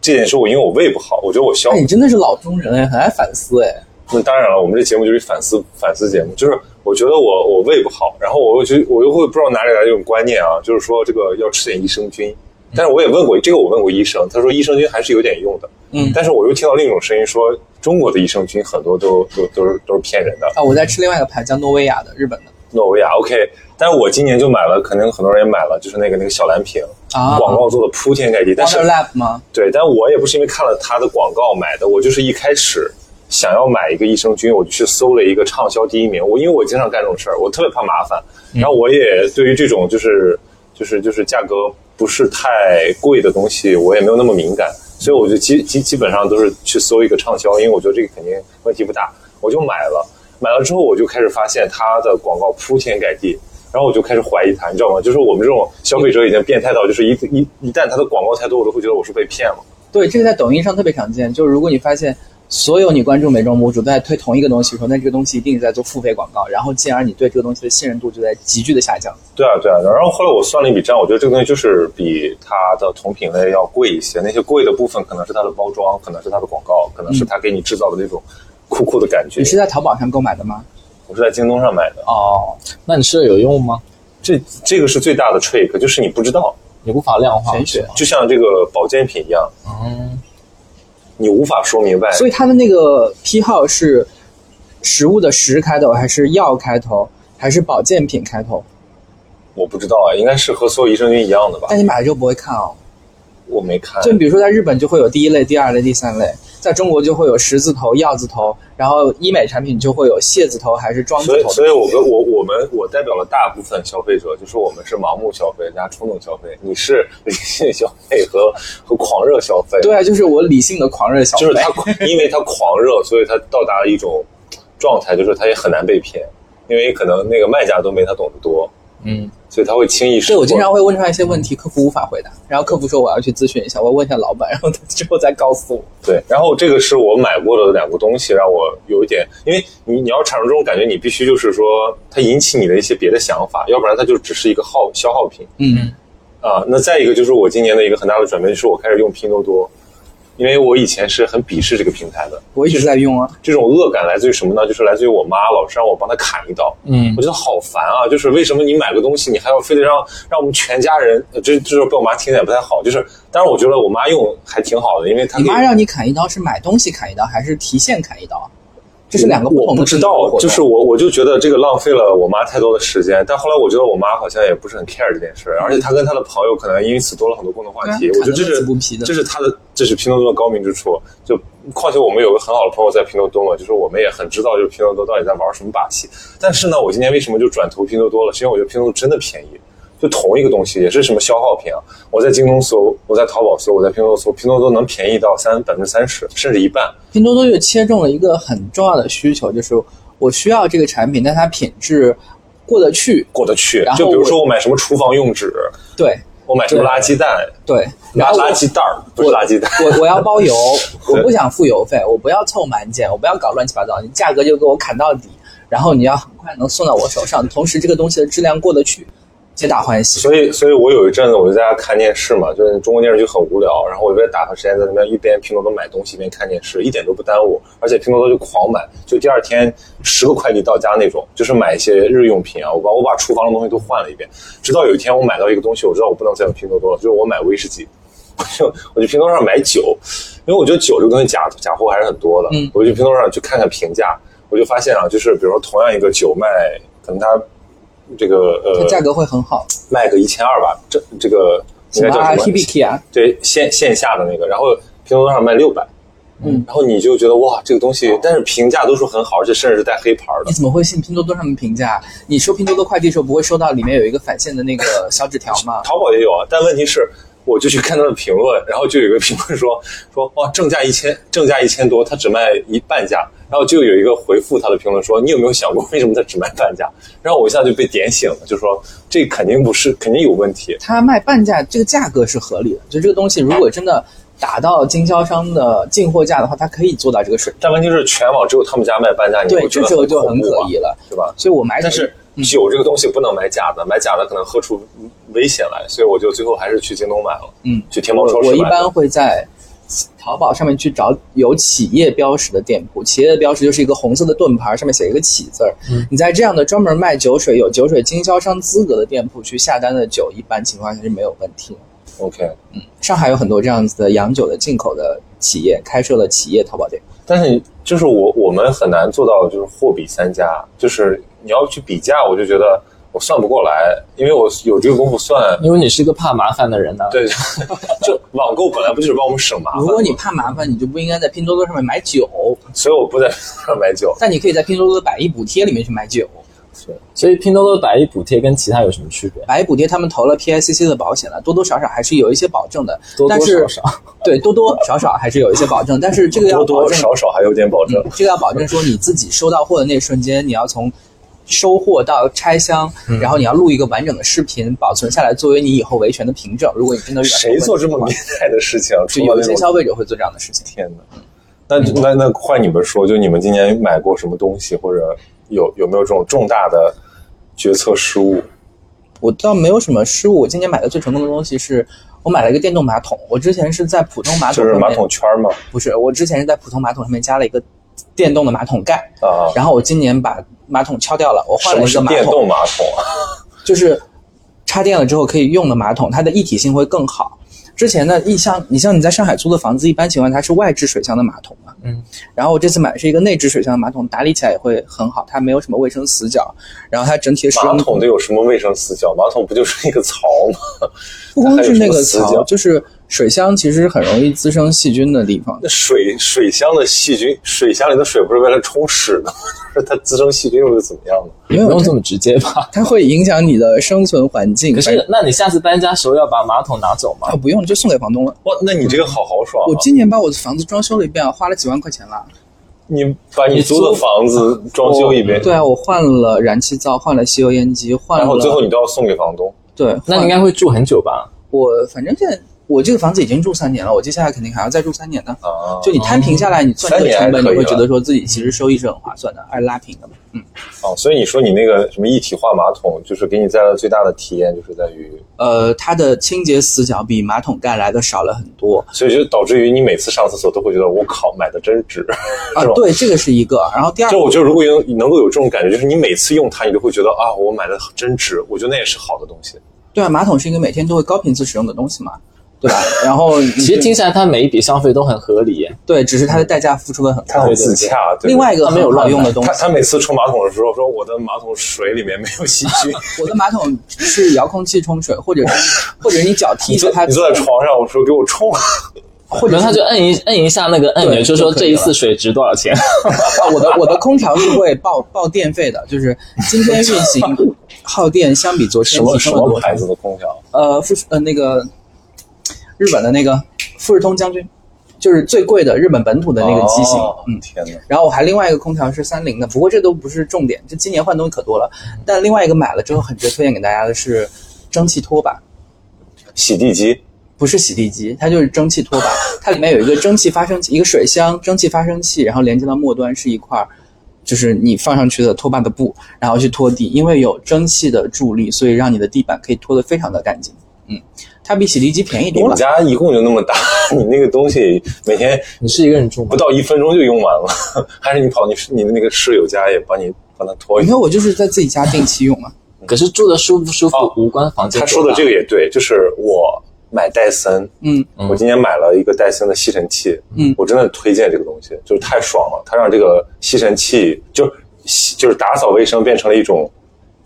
Speaker 1: 这件事，我因为我胃不好，我觉得我消
Speaker 3: 哎，你真的是老中人哎，很爱反思哎。
Speaker 1: 那当然了，我们这节目就是反思反思节目，就是我觉得我我胃不好，然后我又去我又会不知道哪里来这种观念啊，就是说这个要吃点益生菌。
Speaker 3: 嗯
Speaker 1: 但是我也问过这个，我问过医生，他说益生菌还是有点用的。
Speaker 3: 嗯
Speaker 1: 但是我又听到另一种声音说，中国的益生菌很多都都都是都是骗人的。
Speaker 3: 啊，我在吃另外一个牌，叫诺维亚的，日本的
Speaker 1: 诺维亚 OK，但是我今年就买了，肯定很多人也买了，就是那个那个小蓝瓶，
Speaker 3: 啊哦
Speaker 1: 广告做的铺天盖地。但是
Speaker 3: ，Water Lab 吗？
Speaker 1: 对，但我也不是因为看了他的广告买的，我就是一开始想要买一个益生菌，我就去搜了一个畅销第一名。我因为我经常干这种事儿，我特别怕麻烦，然后我也对于这种就是就是就是价格不是太贵的东西，我也没有那么敏感，所以我就基基基本上都是去搜一个畅销，因为我觉得这个肯定问题不大，我就买了。买了之后，我就开始发现它的广告铺天盖地，然后我就开始怀疑他，你知道吗？就是我们这种消费者已经变态到，就是一一一旦他的广告太多，我都会觉得我是被骗了。
Speaker 3: 对，这个在抖音上特别常见。就是如果你发现所有你关注美妆博主都在推同一个东西的时候，那这个东西一定是在做付费广告，然后进而你对这个东西的信任度就在急剧的下降。
Speaker 1: 对啊，对啊。然后后来我算了一笔账，我觉得这个东西就是比它的同品类要贵一些。那些贵的部分可能是它的包装，可能是它的广告，可能是它给你制造的那种酷酷的感觉。
Speaker 3: 嗯你是在淘宝上购买的吗？
Speaker 1: 我是在京东上买的，
Speaker 3: 哦，
Speaker 2: 那你吃了有用吗？
Speaker 1: 这这个是最大的 trick，就是你不知道，
Speaker 2: 你无法量化
Speaker 3: 玄学
Speaker 2: 是吗
Speaker 1: 就像这个保健品一样，
Speaker 2: 嗯，
Speaker 1: 你无法说明白。
Speaker 3: 所以他的那个批号是食物的食开头，还是药开头，还是保健品开头？
Speaker 1: 我不知道啊，应该是和所有益生菌一样的吧？
Speaker 3: 但你买了之后不会看哦。
Speaker 1: 我没看。
Speaker 3: 就比如说，在日本就会有第一类、第二类、第三类，在中国就会有十字头、药字头，然后医美产品就会有蟹字头还是庄字
Speaker 1: 所以，
Speaker 3: 头。
Speaker 1: 所以我跟我我们我代表了大部分消费者，就是我们是盲目消费加冲动消费，你是理性消费和和狂热消费。
Speaker 3: 对，啊，就是我理性的狂热消费。
Speaker 1: 就是他，因为他狂热，所以他到达了一种状态，就是他也很难被骗，因为可能那个卖家都没他懂得多，
Speaker 2: 嗯，
Speaker 1: 所以他会轻易识
Speaker 3: 对，
Speaker 1: 破。
Speaker 3: 我经常会问出来一些问题，客服无法回答，然后客服说我要去咨询一下，我要问一下老板，然后他之后再告诉我。
Speaker 1: 对，然后这个是我买过的两个东西，让我有一点，因为你你要产生这种感觉，你必须就是说它引起你的一些别的想法，要不然它就只是一个耗消耗品。
Speaker 3: 嗯，
Speaker 1: 啊，那再一个就是我今年的一个很大的转变，就是我开始用拼多多，因为我以前是很鄙视这个平台的，
Speaker 3: 我一直在用啊。
Speaker 1: 这种恶感来自于什么呢？就是来自于我妈老是让我帮她砍一刀，
Speaker 2: 嗯
Speaker 1: 我觉得好烦啊！就是为什么你买个东西，你还要非得让让我们全家人，呃这这被我妈听见也不太好。就是，当然我觉得我妈用还挺好的，因为她
Speaker 3: 你
Speaker 1: 可以
Speaker 3: 妈让你砍一刀是买东西砍一刀还是提现砍一刀？啊这是两个不
Speaker 1: 我
Speaker 3: 同的
Speaker 1: 不知
Speaker 3: 拼多多
Speaker 1: 道
Speaker 3: 活，动
Speaker 1: 就是我我就觉得这个浪费了我妈太多的时间，但后来我觉得我妈好像也不是很 care 这件事，而且她跟她的朋友可能因此多了很多共同话题，
Speaker 3: 对啊
Speaker 1: 我觉得这
Speaker 3: 砍得乐
Speaker 1: 是
Speaker 3: 此不疲的
Speaker 1: 这是她的这是拼多多的高明之处。就况且我们有个很好的朋友在拼多多嘛，就是我们也很知道就是拼多多到底在玩什么把戏。但是呢，我今年为什么就转投拼多多了？是因为我觉得拼多多真的便宜。就同一个东西，也是什么消耗品啊！我在京东搜，我在淘宝搜，我在拼多多搜，拼多多能便宜到三百分之三十，甚至一半。
Speaker 3: 拼多多就切中了一个很重要的需求，就是我需要这个产品，但它品质过得去。
Speaker 1: 过得去
Speaker 3: 然。后
Speaker 1: 就比如
Speaker 3: 我
Speaker 1: 说我买什么厨房用纸，
Speaker 3: 对
Speaker 1: 我买什么垃圾袋，
Speaker 3: 对，
Speaker 1: 拿
Speaker 3: 然后我
Speaker 1: 垃圾袋儿不是垃圾袋。
Speaker 3: 我我要 包邮，我不想付邮费，我不要凑满减，我不要搞乱七八糟，你价格就给我砍到底，然后你要很快能送到我手上，同时这个东西的质量过得去，皆大欢喜。
Speaker 1: 所以，所以我有一阵子我就在家看电视嘛，就是中国电视剧很无聊，然后我就打发时间在那边一边拼多多买东西一边看电视，一点都不耽误，而且拼多多就狂买，就第二天十个快递到家那种，就是买一些日用品啊，我把我把厨房的东西都换了一遍，直到有一天我买到一个东西，我知道我不能再用拼多多了，就是我买威士忌， 我就我去拼多多上买酒，因为我觉得酒这个东西假假货还是很多的，
Speaker 3: 嗯
Speaker 1: 我就去拼多多上去看看评价，我就发现啊，就是比如说同样一个酒卖，可能它这个呃
Speaker 3: 它价格会很好，
Speaker 1: 卖个一千二吧，这这个应
Speaker 3: 什
Speaker 1: 该
Speaker 3: 么
Speaker 1: 叫什么
Speaker 3: P P T 啊，
Speaker 1: 对线线下的那个，然后拼多多上卖六百，
Speaker 3: 嗯，
Speaker 1: 然后你就觉得哇，这个东西，但是评价都说很好，而且甚至是带黑牌的
Speaker 3: 你，怎么会信拼多多上面评价？你收拼多多快递的时候不会收到里面有一个返现的那个小纸条吗？
Speaker 1: 淘宝也有啊，但问题是。我就去看他的评论，然后就有一个评论说 说哇正价一千正价一千多，他只卖一半价，然后就有一个回复他的评论说你有没有想过为什么他只卖半价？然后我一下就被点醒了，就说这肯定不是肯定有问题，
Speaker 3: 它卖半价，这个价格是合理的。就这个东西，如果真的打到经销商的进货价的话，它可以做到这个水平。
Speaker 1: 但问题是全网只有他们家卖半价，你
Speaker 3: 对，
Speaker 1: 会觉
Speaker 3: 这
Speaker 1: 得
Speaker 3: 时候就
Speaker 1: 恐
Speaker 3: 很
Speaker 1: 怖
Speaker 3: 可
Speaker 1: 啊
Speaker 3: 疑了。
Speaker 1: 对吧？
Speaker 3: 所以我买，
Speaker 1: 但是
Speaker 3: 嗯
Speaker 1: 酒这个东西不能买假的，买假的可能喝出危险来，所以我就最后还是去京东买了，
Speaker 3: 嗯，
Speaker 1: 去天猫
Speaker 3: 我
Speaker 1: 超市
Speaker 3: 我一
Speaker 1: 买
Speaker 3: 般
Speaker 1: 的。
Speaker 3: 会在淘宝上面去找有企业标识的店铺，企业的标识就是一个红色的盾牌，上面写一个“企”字儿。
Speaker 1: 嗯
Speaker 3: 你在这样的专门卖酒水、有酒水经销商资格的店铺去下单的酒，一般情况下是没有问题的。
Speaker 1: OK，
Speaker 3: 上海有很多这样子的洋酒的进口的企业开设了企业淘宝店。
Speaker 1: 但是你就是我我们很难做到就是货比三家，就是你要去比价，我就觉得我算不过来，因为我有这个功夫 算。
Speaker 2: 因为你是个怕麻烦的人呢、
Speaker 1: 对， 就就网购本来不就是帮我们省麻烦吗？
Speaker 3: 如果你怕麻烦，你就不应该在拼多多上面买酒，
Speaker 1: 所以我不在上买酒，
Speaker 3: 但你可以在拼多多的百亿补贴里面去买酒。
Speaker 2: 所以拼多多的百亿补贴跟其他有什么区别？
Speaker 3: 百亿补贴他们投了 PICC 的保险了，多多少少还是有一些保证的，
Speaker 2: 多
Speaker 3: 但
Speaker 2: 多
Speaker 3: 是
Speaker 2: 少少，
Speaker 3: 对多多少少还是有一些保证，但是这个要
Speaker 1: 多
Speaker 3: 啊保
Speaker 1: 多
Speaker 3: 证，嗯
Speaker 1: 少少还有点保证。
Speaker 3: 这个要保证说你自己收到货的那瞬间，你要从收获到拆箱，
Speaker 1: 嗯
Speaker 3: 然后你要录一个完整的视频，保存下来作为你以后维权的凭证。如果你真的遇到
Speaker 1: 谁
Speaker 3: 问题
Speaker 1: 做这
Speaker 3: 的
Speaker 1: 么
Speaker 3: 话
Speaker 1: 变态的事情啊？除
Speaker 3: 就
Speaker 1: 了
Speaker 3: 有一
Speaker 1: 那
Speaker 3: 些
Speaker 1: 种
Speaker 3: 消费者会做这样的事情。
Speaker 1: 天哪！那那那换你们说，就你们今年买过什么东西，或者有有没有这种重大的决策失误？
Speaker 3: 我倒没有什么失误。我今年买的最成功的东西是我买了一个电动马桶。我之前是在普通马桶
Speaker 1: 就是
Speaker 3: 上面，
Speaker 1: 马桶圈嘛，
Speaker 3: 不是，我之前是在普通马桶上面加了一个电动的马桶盖，
Speaker 1: 啊，
Speaker 3: 然后我今年把马桶敲掉了，我换
Speaker 1: 什
Speaker 3: 了
Speaker 1: 么
Speaker 3: 一个
Speaker 1: 是
Speaker 3: 马
Speaker 1: 电
Speaker 3: 桶，
Speaker 1: 动马桶 啊？
Speaker 3: 就是插电了之后可以用的马桶，它的一体性会更好。之前呢，你像你像你在上海租的房子，一般情况下它是外置水箱的马桶嘛，
Speaker 2: 嗯，
Speaker 3: 然后我这次买的是一个内置水箱的马桶，打理起来也会很好，它没有什么卫生死角，然后它整体的使
Speaker 1: 马
Speaker 3: 用
Speaker 1: 桶得有什么卫生死角？马桶不就是一个槽吗？
Speaker 3: 不光
Speaker 1: 还
Speaker 3: 是那
Speaker 1: 有什么
Speaker 3: 个
Speaker 1: 死角
Speaker 3: 槽，就是水箱其实很容易滋生细菌的地方。
Speaker 1: 那水水箱的细菌，水箱里的水不是为了冲屎的吗？是它滋生细菌又是怎么样的？
Speaker 2: 也不用这么直接 吧？
Speaker 3: 它会影响你的生存环境，
Speaker 2: 可
Speaker 3: 反
Speaker 2: 是
Speaker 3: 正，
Speaker 2: 那你下次搬家时候要把马桶拿走吗
Speaker 3: 啊？不用就送给房东了。
Speaker 1: 哇，那你这个好豪爽、啊！
Speaker 3: 我今年把我的房子装修了一遍，啊花了几万块钱了。
Speaker 1: 你把你租哦的房子装修一遍，
Speaker 3: 对啊，我换了燃气灶，换了吸油烟机，换了
Speaker 1: 然后最后你都要送给房东。
Speaker 3: 对，
Speaker 2: 那你
Speaker 3: 换
Speaker 2: 应该会住很久吧？
Speaker 3: 我反正现在我这个房子已经住三年了，我接下来肯定还要再住三年呢。
Speaker 1: 啊，
Speaker 3: 就你摊平下来，你算这个成
Speaker 1: 三年还
Speaker 3: 本，
Speaker 1: 可以
Speaker 3: 你
Speaker 1: 了
Speaker 3: 会觉得说自己其实收益是很划算的，还是拉平的嘛。嗯，
Speaker 1: 哦，所以你说你那个什么一体化马桶，就是给你带来最大的体验，就是在于，
Speaker 3: 呃，它的清洁死角比马桶盖来的少了很多。
Speaker 1: 所以就导致于你每次上厕所都会觉得我靠，买的真值。
Speaker 3: 啊
Speaker 1: 是吧，
Speaker 3: 对，这个是一个。然后第二
Speaker 1: 就
Speaker 3: 个，
Speaker 1: 我觉得如果有能够有这种感觉，就是你每次用它，你都会觉得啊，我买的真值。我觉得那也是好的东西。
Speaker 3: 对啊，马桶是一个每天都会高频次使用的东西嘛，对吧？然后你
Speaker 2: 其实听起来，它每一笔消费都很合理耶。
Speaker 3: 对，只是它的代价付出的很
Speaker 1: 它
Speaker 3: 高。
Speaker 1: 很自洽。对
Speaker 3: 另外一个
Speaker 2: 它没有
Speaker 3: 很好
Speaker 2: 乱
Speaker 3: 用的
Speaker 2: 买
Speaker 3: 东西
Speaker 1: 他，他每次冲马桶的时候说，我的马桶水里面没有细 菌。
Speaker 3: 我的马桶是遥控器冲水，或者 是或者你脚踢
Speaker 1: 你
Speaker 3: 一下
Speaker 1: 坐
Speaker 3: 它
Speaker 1: 你，坐在床上，我说给我冲。啊
Speaker 3: 或者
Speaker 2: 然后
Speaker 3: 是
Speaker 2: 他就摁一摁一下那个按钮，
Speaker 3: 对
Speaker 2: 就说
Speaker 3: 就可以
Speaker 2: 这一次水值多少 钱。
Speaker 3: 啊我的我的空调是会报报电费的，就是今天运 行耗电相比昨
Speaker 1: 什
Speaker 3: 天
Speaker 1: 么
Speaker 3: 提
Speaker 1: 什
Speaker 3: 升了
Speaker 1: 么
Speaker 3: 多少
Speaker 1: 牌？子的空调？
Speaker 3: 呃，富士呃那个日本的那个富士通将军，就是最贵的日本本土的那个机型，
Speaker 1: 哦
Speaker 3: 嗯。
Speaker 1: 天哪！
Speaker 3: 然后我还另外一个空调是三菱的，不过这都不是重点，就今年换东西可多了。但另外一个买了之后很值得推荐给大家的是蒸汽拖把，
Speaker 1: 洗地机。
Speaker 3: 不是洗地机，它就是蒸汽 拖把，它里面有一个蒸汽发生器，一个水箱，蒸汽发生器，然后连接到末端是一块儿，就是你放上去的拖把的布，然后去拖地，因为有蒸汽的助力，所以让你的地板可以拖得非常的干净。嗯，它比洗地机便宜
Speaker 1: 你
Speaker 3: 多
Speaker 1: 们
Speaker 3: 了。
Speaker 1: 家一共就那么大，你那个东西每天
Speaker 2: 你是一个人住吗
Speaker 1: 不？到一分钟就用完了， 还是你跑你你的那个室友家也帮你帮他拖一
Speaker 3: 你
Speaker 1: 下？
Speaker 3: 看我就是在自己家定期用嘛，
Speaker 2: 可是住的舒不舒服
Speaker 1: 哦
Speaker 2: 无关房间。
Speaker 1: 他说的这个，也对，就是我买戴森，
Speaker 3: 嗯，
Speaker 1: 我今年买了一个戴森的吸尘器，
Speaker 3: 嗯
Speaker 1: 我真的推荐这个东西，就是太爽了，它让这个吸尘器就吸就是打扫卫生变成了一种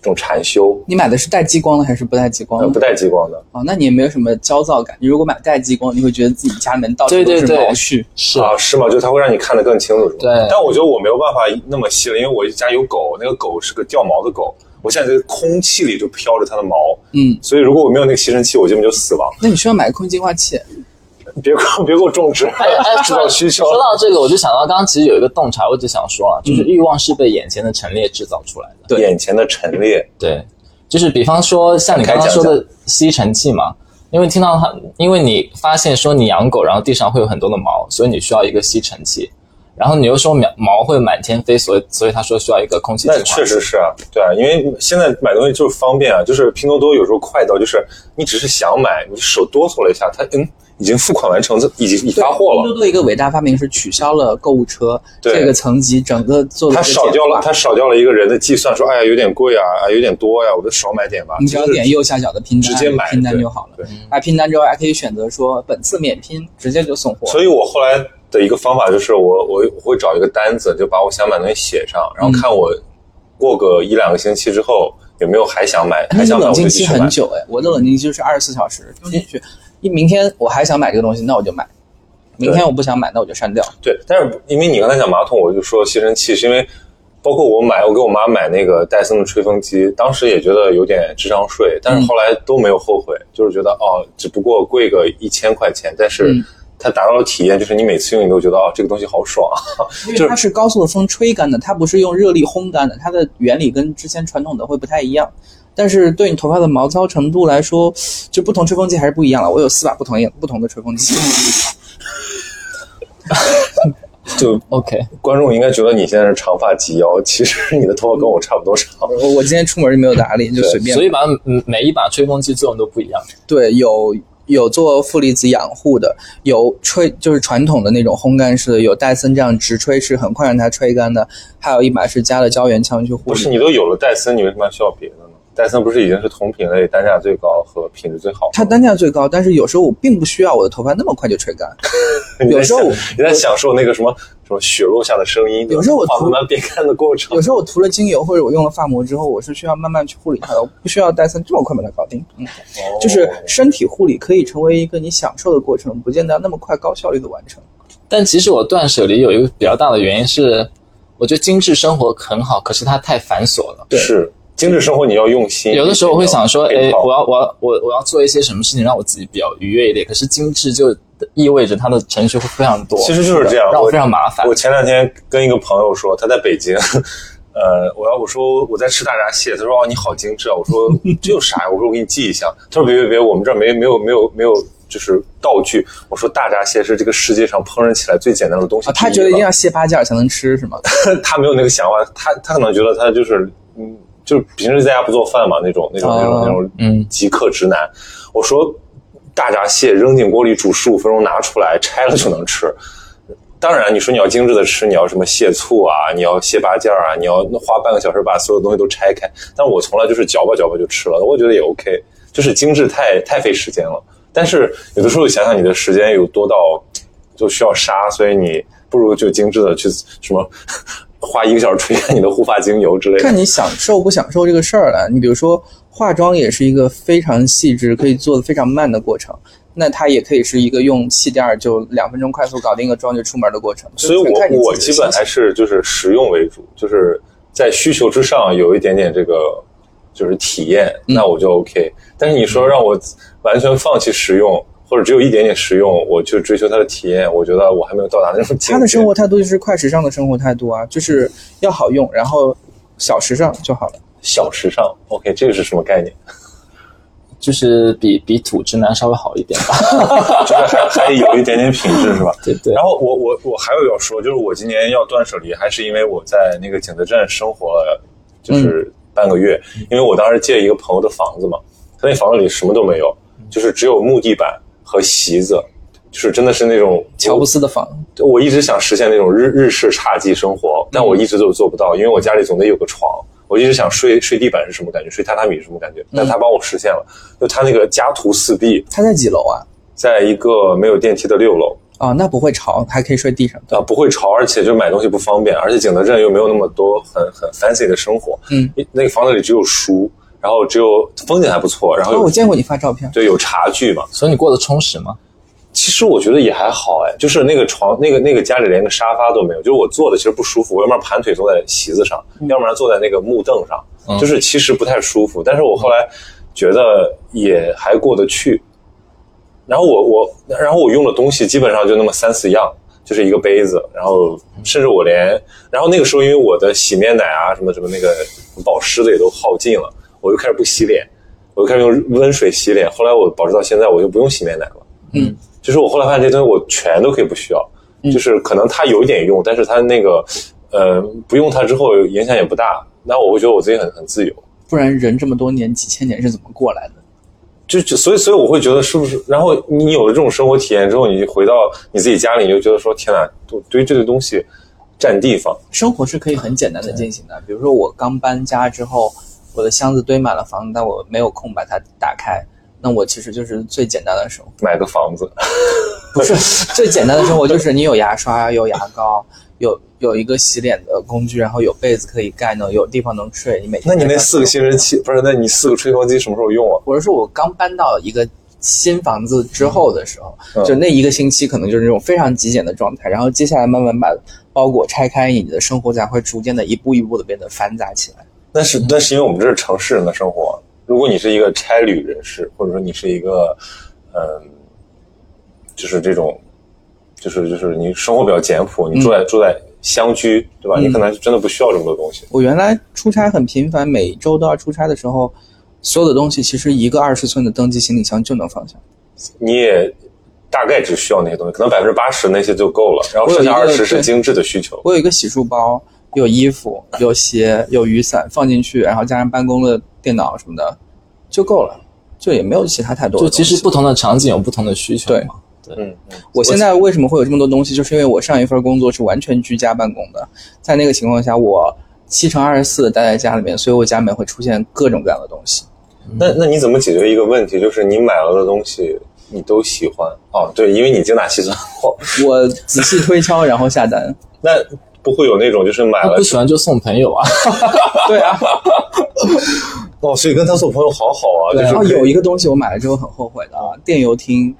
Speaker 1: 一种禅修，
Speaker 3: 你买的是带激光的还是不带激
Speaker 1: 呃
Speaker 3: 光
Speaker 1: 不
Speaker 3: 的？
Speaker 1: 带激光的
Speaker 3: 哦，那你也没有什么焦躁感。你如果买带激光，你会觉得自己家里面到处
Speaker 2: 对
Speaker 3: 都
Speaker 2: 对
Speaker 3: 是
Speaker 2: 对
Speaker 3: 毛絮。哦
Speaker 2: 是
Speaker 1: 啊，是吗？就它会让你看得更清楚，是吗？
Speaker 2: 对
Speaker 1: 但我觉得我没有办法那么细了，因为我家有狗，那个狗是个掉毛的狗，我现在这个空气里就飘着它的毛，
Speaker 3: 嗯，
Speaker 1: 所以如果我没有那个吸尘器，我基本就死亡。
Speaker 3: 那你需要买个空气净化器。
Speaker 1: 别给我别给我种植，
Speaker 2: 哎哎，
Speaker 1: 制
Speaker 2: 说
Speaker 1: 造需求。
Speaker 2: 说到这个，我就想到刚刚其实有一个洞察，我只想说啊，就是欲望是被眼前的陈列制造出来的。
Speaker 3: 对
Speaker 1: 眼前的陈列，
Speaker 2: 对，就是比方说像你刚刚说的吸尘器嘛，因为听到它，因为你发现说你养狗，然后地上会有很多的毛，所以你需要一个吸尘器。然后你又说毛毛会满天飞，所以所以他说需要一个空气净
Speaker 1: 那
Speaker 2: 化器。
Speaker 1: 确实是啊，对啊，因为现在买东西就是方便啊，就是拼多多有时候快到就是你只是想买，你手哆嗦了一下，它嗯已经付款完成，已经已
Speaker 3: 对
Speaker 1: 发货
Speaker 3: 拼多
Speaker 1: 了，
Speaker 3: 多一个伟大发明是取消了购物车
Speaker 1: 对
Speaker 3: 这个层级，整个做了
Speaker 1: 它
Speaker 3: 一个
Speaker 1: 少掉
Speaker 3: 简
Speaker 1: 了
Speaker 3: 化
Speaker 1: 它少掉了一个人的计算，说哎呀有点贵啊，啊有点多呀、我就少买点吧。
Speaker 3: 你只要
Speaker 1: 就是
Speaker 3: 点右下角的拼单，
Speaker 1: 直接买
Speaker 3: 拼单
Speaker 1: 对
Speaker 3: 就好了
Speaker 1: 对。
Speaker 3: 买拼单之后还可以选择说本次免拼，直接就送货。
Speaker 1: 所以我后来的一个方法就是我，我我会找一个单子，就把我想买的东西写上，然后
Speaker 3: 嗯
Speaker 1: 看我过个一两个星期之后有没有还想买，
Speaker 3: 哎那
Speaker 1: 还
Speaker 3: 你
Speaker 1: 想买
Speaker 3: 嗯冷
Speaker 1: 我就
Speaker 3: 静
Speaker 1: 继
Speaker 3: 期
Speaker 1: 续买嗯
Speaker 3: 很。久哎，我的冷静期就是二十四小时丢进去，一明天我还想买这个东西，那我就买；明天我不想买，那我就删掉。
Speaker 1: 对，但是因为你刚才讲马桶，我就说吸尘器，是因为包括我买，我给我妈买那个戴森的吹风机，当时也觉得有点智商
Speaker 3: 嗯
Speaker 1: 税，但是后来都没有后悔，就是觉得哦，只不过贵个一千块钱，但是
Speaker 3: 嗯
Speaker 1: 它达到的体验就是你每次用你都觉得啊、 这个东西好爽，
Speaker 3: 因为它是高速的风吹干的，它不是用热力烘干的，它的原理跟之前传统的会不太一样。但是对你头发的毛糙程度来说，就不同吹风机还是不一样了。我有四把不同样不同的吹风机，
Speaker 1: 就
Speaker 2: OK，
Speaker 1: 观众应该觉得你现在是长发及腰，其实你的头发跟我差不多长。
Speaker 3: 我我今天出门就没有打理，就随便。
Speaker 2: 所以把嗯每一把吹风机作用都不一样。
Speaker 3: 对，有有做负离子养护的，有吹就是传统的那种烘干式的，有戴森这样直吹是很快让它吹干的，还有一把是加了胶原枪去护
Speaker 1: 不是
Speaker 3: 理。
Speaker 1: 你都有了戴森，你为什么要需要别的呢？戴森不是已经是同品类单价最高和品质最好的
Speaker 3: 它
Speaker 1: 吗？
Speaker 3: 单价最高，但是有时候我并不需要我的头发那么快就吹干。
Speaker 1: 你在
Speaker 3: 有时候
Speaker 1: 享
Speaker 3: 我
Speaker 1: 你在享受那个什么什么血肉下的声音，
Speaker 3: 有时候我
Speaker 1: 慢慢变干的过程
Speaker 3: 有。时候我涂了精油或者我用了发膜之后，我是需要慢慢去护理它的，我不需要戴森这么快把它搞定。嗯， 就是
Speaker 1: 哦
Speaker 3: 身体护理可以成为一个你享受的过程，不见得要那么快高效率的完成。
Speaker 2: 但其实我断舍离有一个比较大的原因是，我觉得精致生活很好，可是它太繁琐了。
Speaker 3: 对
Speaker 1: 是精致生活，你要用心。
Speaker 2: 有的时候我会想说，
Speaker 1: 你要
Speaker 2: 哎
Speaker 1: 配，套
Speaker 2: 我要我要我我要做一些什么事情让我自己比较愉悦一点。可是精致就意味着它的程序会非常多，
Speaker 1: 其实就是这样，
Speaker 2: 让我
Speaker 1: 我
Speaker 2: 非常麻烦
Speaker 1: 我。前两天跟一个朋友说，他在北京， 呃，我要我说我在吃大闸蟹，他说哦你好精致啊，我说 这有啥呀？我说我给你寄一箱，他说别别别，我们这儿没没有没有没有就是道具。我说大闸蟹是这个世界上烹饪起来最简单的东西之
Speaker 3: 啊，
Speaker 1: 了。
Speaker 3: 他觉得一定要卸八件儿才能吃是吗？
Speaker 1: 他没有那个想法，他他可能觉得他就是嗯，就是平时在家不做饭嘛那种那种那种
Speaker 3: 哦
Speaker 1: 那种
Speaker 2: 嗯
Speaker 1: 极客直男。我说大闸蟹扔进锅里煮十五分钟拿出来拆了就能吃。当然，你说你要精致的吃，你要什么蟹醋啊，你要蟹八件儿啊，你要花半个小时把所有东西都拆开。但我从来就是嚼吧嚼吧就吃了，我觉得也 OK。就是精致太太费时间了，但是有的时候想想你的时间有多到就需要杀，所以你不如就精致的去什么花一个小时吹干你的护发精油之类
Speaker 3: 看
Speaker 1: 的。
Speaker 3: 你享受不享受这个事儿了。你比如说化妆也是一个非常细致，可以做的非常慢的过程。那它也可以是一个用气垫儿就两分钟快速搞定一个妆就出门的过程。
Speaker 1: 所以
Speaker 3: 就是看你
Speaker 1: 我我
Speaker 3: 自己
Speaker 1: 基
Speaker 3: 的
Speaker 1: 本
Speaker 3: 心情
Speaker 1: 还是就是实用为主，就是在需求之上有一点点这个就是体验，
Speaker 3: 嗯
Speaker 1: 那我就 OK。但是你说让我完全放弃实用，或者只有一点点实用，我去追求它的体验，我觉得我还没有到达那种境界。
Speaker 3: 他的生活态度就是快时尚的生活态度啊，就是要好用，然后小时尚就好了。
Speaker 1: 小时尚，OK，这个是什么概念？
Speaker 2: 就是比比土直男稍微好一点吧。
Speaker 1: 就是还还有一点点品质是吧？
Speaker 2: 对对
Speaker 1: 然。后我我我还有要说，就是我今年要断舍离，还是因为我在那个景德镇生活了，就是半个月，因为我当时借一个朋友的房子嘛，他那房子里什么都没有，就是只有木地板和席子，就是真的是那种
Speaker 3: 乔布斯的房，
Speaker 1: 我我一直想实现那种日日式侘寂生活，但我一直都做不到，因为我家里总得有个床。我一直想睡睡地板是什么感觉，睡榻榻米是什么感觉，但他帮我实现了。就他那个家徒四壁，
Speaker 3: 他在几楼啊？
Speaker 1: 在一个没有电梯的六楼，
Speaker 3: 哦，那不会潮，还可以睡地上。
Speaker 1: 啊，不会潮，而且就买东西不方便，而且景德镇又没有那么多很很 fancy 的生活。
Speaker 3: 嗯，
Speaker 1: 那个房子里只有书，然后只有风景还不错，然后
Speaker 3: 哦，
Speaker 1: 有、
Speaker 3: 我见过你发照片，
Speaker 1: 对有茶具嘛。
Speaker 2: 所以你过得充实吗？
Speaker 1: 其实我觉得也还好哎，就是那个床，那个那个家里连个沙发都没有，就是我坐的其实不舒服，我要不然盘腿坐在席子上，要不然坐在那个木凳上，
Speaker 2: 嗯
Speaker 1: 就是其实不太舒服。但是我后来觉得也还过得去。然后我我然后我用的东西基本上就那么三四样，就是一个杯子，然后甚至我连然后那个时候因为我的洗面奶啊什么什么那个保湿的也都耗尽了，我就开始不洗脸，我就开始用温水洗脸。后来我保持到现在，我就不用洗面奶了。就是我后来发现这些东西我全都可以不需要，就是可能它有一点用，但是它那个呃不用它之后影响也不大，那我会觉得我自己很很自由。
Speaker 3: 不然人这么多年几千年是怎么过来的？
Speaker 1: 就就所以所以我会觉得是不是？然后你有了这种生活体验之后，你回到你自己家里，你就觉得说天哪，我对于这个东西占地方。
Speaker 3: 生活是可以很简单的进行的。比如说我刚搬家之后，我的箱子堆满了房子，但我没有空把它打开。那我其实就是最简单的生活，
Speaker 1: 买个房子，
Speaker 3: 不是最简单的生活，就是你有牙刷，有牙膏，有有一个洗脸的工具，然后有被子可以盖呢，有地方能睡。你每天
Speaker 1: 那你
Speaker 3: 在
Speaker 1: 那
Speaker 3: 家
Speaker 1: 四个
Speaker 3: 睡
Speaker 1: 吸尘器不是？那你四个吹风机什么时候用啊？
Speaker 3: 我是说我刚搬到一个新房子之后的时候，
Speaker 1: 嗯
Speaker 3: 就那一个星期可能就是那种非常极简的状态，然后接下来慢慢把包裹拆开，你的生活才会逐渐的一步一步的变得繁杂起来。
Speaker 1: 那是那是因为我们这是城市人的生活。如果你是一个差旅人士，或者说你是一个，嗯，就是这种就是就是你生活比较简朴，你住
Speaker 3: 嗯
Speaker 1: 在、住在乡居，对吧？你可能真的不需要这么多东西。
Speaker 3: 我原来出差很频繁，每周都要出差的时候，所有的东西其实一个二十寸的登机行李箱就能放下。
Speaker 1: 你也大概只需要那些东西，可能百分之八十那些就够了，然后剩下
Speaker 3: 我有
Speaker 1: 二
Speaker 3: 一个
Speaker 1: 十是
Speaker 3: 对
Speaker 1: 精致的需求。
Speaker 3: 我有一个洗漱包，有衣服、有鞋、有雨伞，放进去，然后加上办公的电脑什么的，就够了，就也没有其他太多的
Speaker 2: 就
Speaker 3: 东西。
Speaker 2: 其实不同的场景有不同的需求
Speaker 3: 对
Speaker 2: 嘛。
Speaker 1: 嗯，嗯
Speaker 3: 我现在为什么会有这么多东西，就是因为我上一份工作是完全居家办公的，在那个情况下，我七乘二十四待在家里面，所以我家里面会出现各种各样的东西。
Speaker 1: 那那你怎么解决一个问题？就是你买了的东西你都喜欢哦，对，因为你精打细算过，
Speaker 3: 我仔细推敲，然后 下单。
Speaker 1: 那不会有那种就是买
Speaker 2: 他
Speaker 3: 啊
Speaker 1: 了
Speaker 2: 不喜欢就送朋友啊，
Speaker 3: 对啊，
Speaker 1: 哦，所以跟他做朋友好好啊，
Speaker 3: 然后
Speaker 1: 就是
Speaker 3: 有一个东西我买了之后很后悔的啊，电邮厅，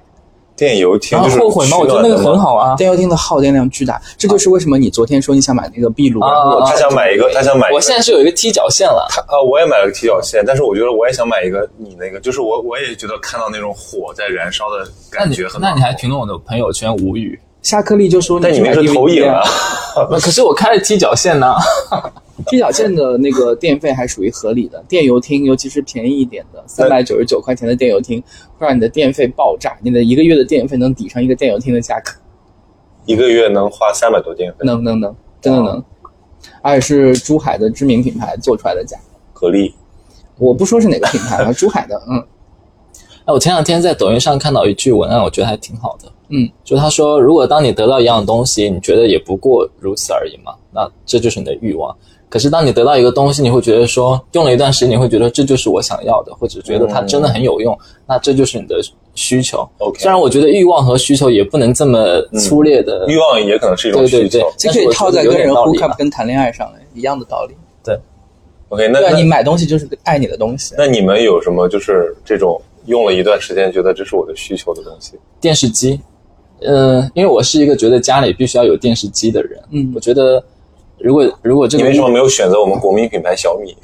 Speaker 1: 电邮贴，
Speaker 2: 然后
Speaker 1: 就是
Speaker 2: 啊后悔吗？我觉得那个很。好啊。
Speaker 3: 电邮厅的耗电量巨大，这就是为什么你昨天说你想买那个壁炉，
Speaker 2: 啊
Speaker 3: 然后我
Speaker 1: 他想买一个，他想买一个。
Speaker 2: 我现在是有一个踢脚线了，
Speaker 1: 他啊，我也买了个踢脚线，但是我觉得我也想买一个你那个，就是我我也觉得看到那种火在燃烧的
Speaker 2: 那
Speaker 1: 感
Speaker 2: 你
Speaker 1: 觉很
Speaker 2: 那你还
Speaker 1: 挺，
Speaker 2: 评论我的朋友圈无语？
Speaker 3: 夏克立就说
Speaker 1: 但你
Speaker 3: 去
Speaker 1: 那
Speaker 3: 买
Speaker 1: 是
Speaker 3: DVD
Speaker 1: 投影啊
Speaker 3: 啊，，
Speaker 2: 那可是我开了踢脚线呢。
Speaker 3: 踢脚线的那个电费还属于合理的，电邮厅尤其是便宜一点的，三百九十九块钱的电邮厅会让你的电费爆炸，你的一个月的电费能抵上一个电邮厅的价格，
Speaker 1: 一个月能花三百多电费，
Speaker 3: 能能能，真的能，而且是珠海的知名品牌做出来的价，
Speaker 1: 格力
Speaker 3: 我不说是哪个品牌了，珠海的，嗯，
Speaker 2: 哎，我前两天在抖音上看到一句文案，我觉得还挺好的。
Speaker 3: 嗯，
Speaker 2: 就他说，如果当你得到一样东西，你觉得也不过如此而已嘛，那这就是你的欲望。可是当你得到一个东西，你会觉得说，用了一段时间，你会觉得这就是我想要的，或者觉得它真的很有用，那这就是你的需求。
Speaker 1: OK 嗯
Speaker 2: 虽然我觉得欲望和需求也不能这么粗略的，
Speaker 1: 欲望也可能是一种
Speaker 2: 对
Speaker 1: 需
Speaker 2: 对
Speaker 1: 求
Speaker 2: 对。
Speaker 3: 这
Speaker 2: 但
Speaker 3: 可
Speaker 2: 是
Speaker 3: 以
Speaker 2: 我觉
Speaker 3: 套
Speaker 2: 得
Speaker 3: 在
Speaker 2: 有
Speaker 3: 跟
Speaker 2: 点
Speaker 3: 人
Speaker 2: 道理
Speaker 3: hook
Speaker 2: 啊
Speaker 3: up 跟谈恋爱上了一样的道理，
Speaker 1: OK，那
Speaker 3: 对啊，
Speaker 1: 那
Speaker 3: 你买东西就是爱你的东西，
Speaker 1: 那你们有什么就是这种用了一段时间觉得这是我的需求的东西？
Speaker 2: 电视机，嗯、因为我是一个觉得家里必须要有电视机的人。
Speaker 3: 嗯
Speaker 2: 我觉得如果如果这
Speaker 1: 你
Speaker 2: 个
Speaker 1: 为什
Speaker 2: 物
Speaker 1: 么没有选择我们国民品牌小米？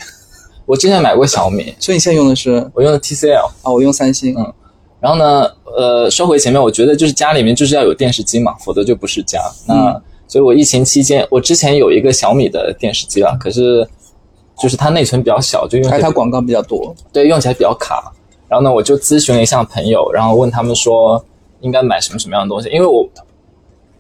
Speaker 2: 我之前买过小米，
Speaker 3: 所以你现在用的是
Speaker 2: 我用的 TCL。
Speaker 3: 啊，我用三星，
Speaker 2: 嗯然后呢，呃，说回前面，我觉得就是家里面就是要有电视机嘛，否则就不是家。那、所以，我疫情期间，我之前有一个小米的电视机了，可是就是它内存比较小，就用起
Speaker 3: 而
Speaker 2: 来
Speaker 3: 哎且它广告比较多，
Speaker 2: 对用起来比较卡。然后呢，我就咨询了一下朋友，然后问他们说应该买什么什么样的东西，因为我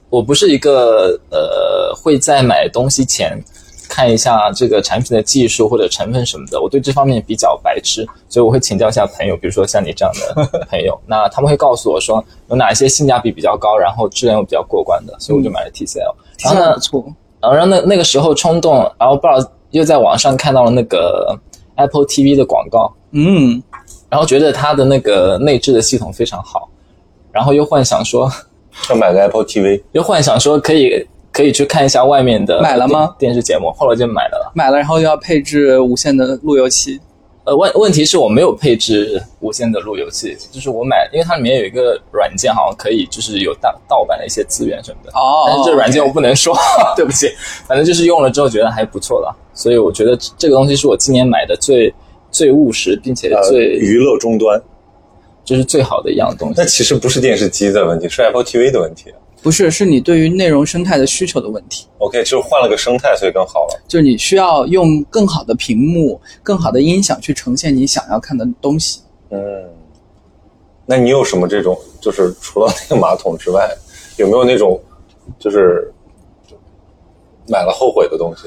Speaker 2: 我不是一个呃会在买东西前看一下这个产品的技术或者成分什么的，我对这方面比较白痴，所以我会请教一下朋友，比如说像你这样的朋友，那他们会告诉我说有哪一些性价比比较高，然后质量又比较过关的，所以我就买了 TCL。
Speaker 3: 听起
Speaker 2: 然后
Speaker 3: 来
Speaker 2: 呢
Speaker 3: 不，错，
Speaker 2: 然后那那个时候冲动，然后不知道又在网上看到了那个 Apple TV 的广告，
Speaker 3: 嗯，
Speaker 2: 然后觉得它的那个内置的系统非常好，然后又幻想说，
Speaker 1: 要买个 Apple TV，
Speaker 2: 又幻想说可以可以去看一下外面的
Speaker 3: 买了吗
Speaker 2: 电电视节目，后来就买了。
Speaker 3: 买了然后又要配置无线的路由器，
Speaker 2: 呃，问问题是我没有配置无线的路由器，就是我买，因为它里面有一个软件，好像可以就是有盗盗版的一些资源什么的。
Speaker 3: 哦
Speaker 2: 但是这软件我不能说， 对不起，反正就是用了之后觉得还不错了，所以我觉得这这个东西是我今年买的最最务实，并且
Speaker 1: 呃，
Speaker 2: 最、
Speaker 1: 娱乐终端。
Speaker 2: 就是最好的一样东西
Speaker 1: 那。其实不是电视机的问题，是 Apple TV 的问题。啊
Speaker 3: 不是，是你对于内容生态的需求的问题。
Speaker 1: OK，就是换了个生态，所以更好了。
Speaker 3: 就是你需要用更好的屏幕、更好的音响去呈现你想要看的东西。
Speaker 1: 嗯，那你有什么这种，就是除了那个马桶之外，有没有那种就是买了后悔的东西？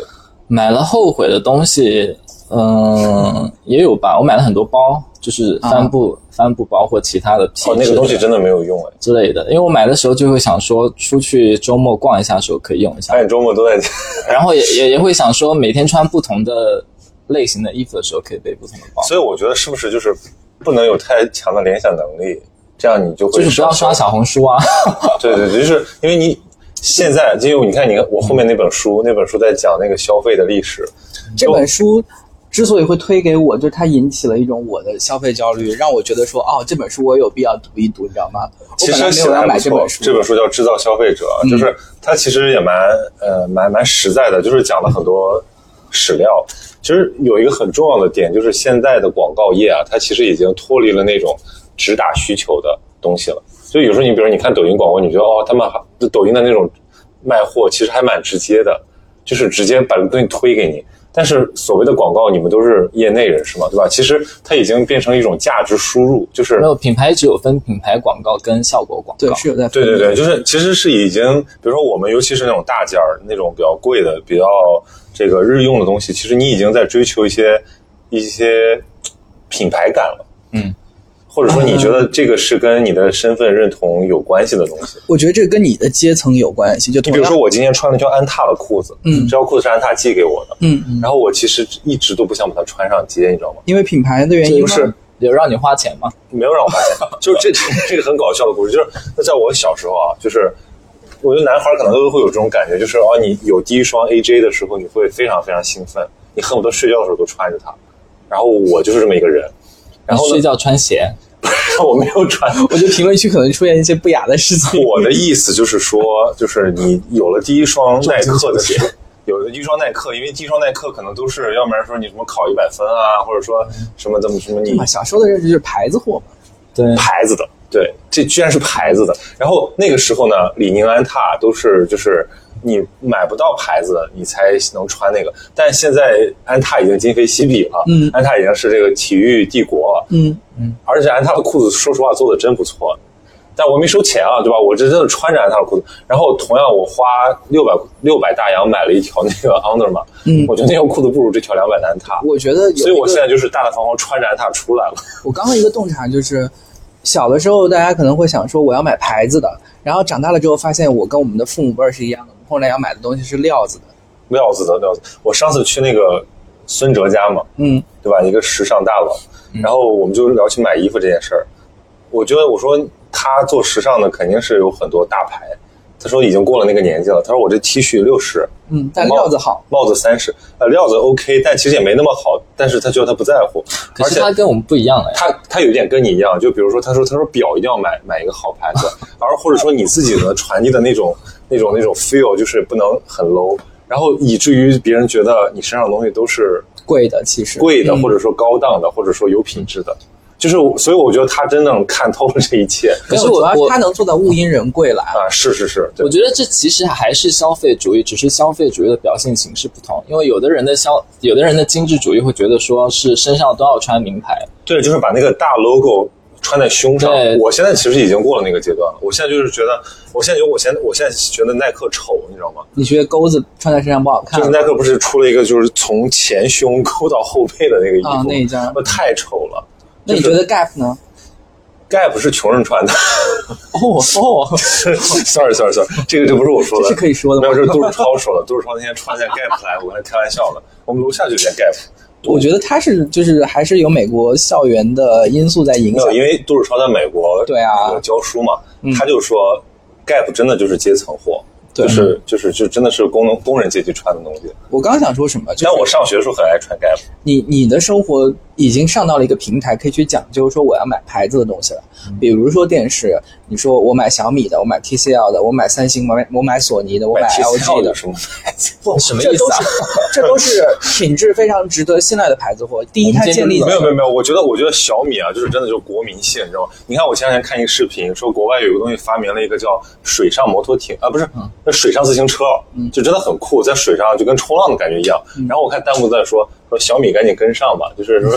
Speaker 2: 买了后悔的东西，嗯、也有吧。我买了很多包，就是帆布、帆布包或其他的皮质
Speaker 1: 啊哦，
Speaker 2: 的、
Speaker 1: 那个东西真的没有用哎，
Speaker 2: 之类的。因为我买的时候就会想说，出去周末逛一下的时候可以用一下
Speaker 1: 发，现周末都在家。
Speaker 2: 然后也也也会想说，每天穿不同的类型的衣服的时候可以背不同的包，
Speaker 1: 所以我觉得是不是就是不能有太强的联想能力，这样你就会
Speaker 2: 就是不要刷小红书啊。
Speaker 1: 对对，对就是因为你现在，因为你看，你看我后面那本书，那本书在讲那个消费的历史，
Speaker 3: 这本书之所以会推给我，就是它引起了一种我的消费焦虑，让我觉得说，哦，这本书我有必要读一读，你知道吗？我
Speaker 1: 其
Speaker 3: 本
Speaker 1: 实
Speaker 3: 来没
Speaker 1: 写
Speaker 3: 有
Speaker 1: 的
Speaker 3: 要
Speaker 1: 还
Speaker 3: 买
Speaker 1: 不
Speaker 3: 这
Speaker 1: 错
Speaker 3: 本。书，嗯
Speaker 1: 这本书叫《制造消费者》，就是它其实也蛮呃蛮蛮实在的，就是讲了很多史料。其实有一个很重要的点，就是现在的广告业啊，它其实已经脱离了那种直达需求的东西了。就有时候你比如你看抖音广告，你觉得哦，他们还抖音的那种卖货其实还蛮直接的，就是直接把东西推给你。但是所谓的广告，你们都是业内人士嘛，对吧？其实它已经变成一种价值输入，就是
Speaker 2: 没有品牌只有分品牌广告跟效果广告。
Speaker 3: 对，是有在
Speaker 1: 对对对，就是其实是已经，比如说我们尤其是那种大件儿、那种比较贵的、比较这个日用的东西，其实你已经在追求一些一些品牌感了。
Speaker 2: 嗯，
Speaker 1: 或者说你觉得这个是跟你的身份认同有关系的东西？
Speaker 3: 我觉得这跟你的阶层有关系，就
Speaker 1: 你
Speaker 3: 同
Speaker 1: 比如
Speaker 3: 样
Speaker 1: 说，我今天穿了一条安踏的裤子，
Speaker 3: 嗯
Speaker 1: 这条裤子是安踏寄给我的，
Speaker 3: 嗯，嗯
Speaker 1: 然后我其实一直都不想把它穿上街，你知道吗？
Speaker 3: 因为品牌的原因
Speaker 2: 就
Speaker 3: 吗
Speaker 2: 是有让你花钱吗？
Speaker 1: 没有让我发现，就是这这 个很搞笑的故事，就是那在我小时候啊，就是我觉得男孩可能都会有这种感觉，就是哦，你有第一双 AJ 的时候，你会非常非常兴奋，你恨不得睡觉的时候都穿着它。然后我就是这么一个人，然后
Speaker 2: 你
Speaker 1: 呢
Speaker 2: 睡，觉穿鞋，
Speaker 1: 我没有穿。
Speaker 3: 我觉得评论区可能出现一些不雅的事 情。
Speaker 1: 我的意思就是说，就是你有了第一双耐克的鞋，有了第一双耐克，因为第一双耐克可能都是，要不然说你什么考一百分啊，或者说什么怎么什么你
Speaker 3: 啊，小时候的认识就是牌子货嘛，
Speaker 2: 对，
Speaker 1: 牌子的，对，这居然是牌子的。然后那个时候呢，李宁、安踏都是就是你买不到牌子的，你才能穿那个。但现在安踏已经今非昔比了，
Speaker 3: 嗯
Speaker 1: 安踏已经是这个体育帝国了，
Speaker 3: 嗯，
Speaker 1: 而且安踏的裤子说实话做的真不错，但我没收钱啊，对吧？我这真的穿着安踏的裤子，然后同样我花六百六百大洋买了一条那个 Under 嘛，
Speaker 3: 嗯
Speaker 1: 我觉得那条裤子不如这条两百的安踏，
Speaker 3: 我觉得有一个，
Speaker 1: 所以我现在就是大大方方穿着安踏出来了。
Speaker 3: 我刚刚一个洞察就是，小的时候大家可能会想说我要买牌子的，然后长大了之后发现我跟我们的父母辈儿是一样的，后来要买的东西是料子的。
Speaker 1: 料子的料子。我上次去那个孙哲家嘛，
Speaker 3: 嗯，
Speaker 1: 对吧？一个时尚大佬，然后我们就聊起买衣服这件事儿。我觉得我说他做时尚的肯定是有很多大牌，他说已经过了那个年纪了。他说我这 T 恤六十，
Speaker 3: 嗯，但料子好，
Speaker 1: 帽子三十，呃，料子 OK，但其实也没那么好。但是他觉得他不在乎，
Speaker 2: 可
Speaker 1: 而
Speaker 2: 是
Speaker 1: 且
Speaker 2: 它跟我们不一样哎。
Speaker 1: 他他有点跟你一样，就比如说，他说他说表一定要买买一个好牌子， 而或者说你自己的传递的那种那种那种 feel 就是不能很 low，然后以至于别人觉得你身上的东西都是
Speaker 3: 贵的其实。
Speaker 1: 贵
Speaker 2: 嗯
Speaker 1: 的，或者说高档的，或者说有品质的，就是我所以我觉得他真正看透了这一切
Speaker 3: 没
Speaker 2: 可
Speaker 3: 有
Speaker 2: 是我
Speaker 3: 主要是
Speaker 2: 我
Speaker 3: 他能做到物因人贵来。
Speaker 1: 啊，是是是，对
Speaker 2: 我觉得这其实还是消费主义，只是消费主义的表现形式不同。因为有的人的消，有的人的精致主义会觉得说是身上都要穿名牌，
Speaker 1: 对，就是把那个大 logo 穿在胸上
Speaker 2: 对。
Speaker 1: 我现在其实已经过了那个阶段了，我现在就是觉得，我现在觉得我现在我现在觉得耐克丑，你知道吗？
Speaker 3: 你觉得钩子穿在身上不好看
Speaker 1: 就是？耐克不是出了一个就是从前胸勾到后背的那个衣服，
Speaker 3: 啊那一家
Speaker 1: 那太丑了。
Speaker 3: 那你觉得 Gap 呢？
Speaker 1: Gap 是穷人穿的
Speaker 3: 哦哦，
Speaker 1: ，sorry sorry sorry，这个这不是我说的，
Speaker 3: 这是可以说的吗
Speaker 1: 没有，这是杜志超说的。杜志超那天穿件 Gap 来，我跟他开玩笑的。我们楼下就有件 Gap，
Speaker 3: 我觉得他是就是还是有美国校园的因素在影
Speaker 1: 没
Speaker 3: 响
Speaker 1: 有，。因为杜志超在美国
Speaker 3: 对啊嗯
Speaker 1: 那个教书嘛，他就说 Gap 真的就是阶层货，
Speaker 3: 对
Speaker 1: 就是就是就真的是工农工人阶级穿的东西。
Speaker 3: 我刚想说什么，就是
Speaker 1: 但我上学的时候很爱穿 Gap，
Speaker 3: 你你的生活已经上到了一个平台，可以去讲究说我要买牌子的东西了，比如说电视，你说我买小米的，我买 TCL 的，我买三星，我买我买索尼的，我
Speaker 1: 买
Speaker 3: LG
Speaker 1: TCL
Speaker 3: 的
Speaker 1: 的，什么？
Speaker 3: 不
Speaker 2: 什么意思啊？
Speaker 3: 这都是这都是品质非常值得信赖的牌子货。第一，
Speaker 2: 我们
Speaker 3: 它
Speaker 2: 今天
Speaker 3: 建立
Speaker 2: 就
Speaker 1: 没
Speaker 3: 在
Speaker 1: 有没有没有，我觉得我觉得小米啊，就是真的就是国民性，你知道吗？你看我前两天看一个视频，说国外有一个东西发明了一个叫水上摩托艇啊，不是，那水上自行车，
Speaker 3: 嗯
Speaker 1: 就真的很酷，在水上就跟冲浪的感觉一样。然后我看弹幕在说说小米赶紧跟上吧，就是说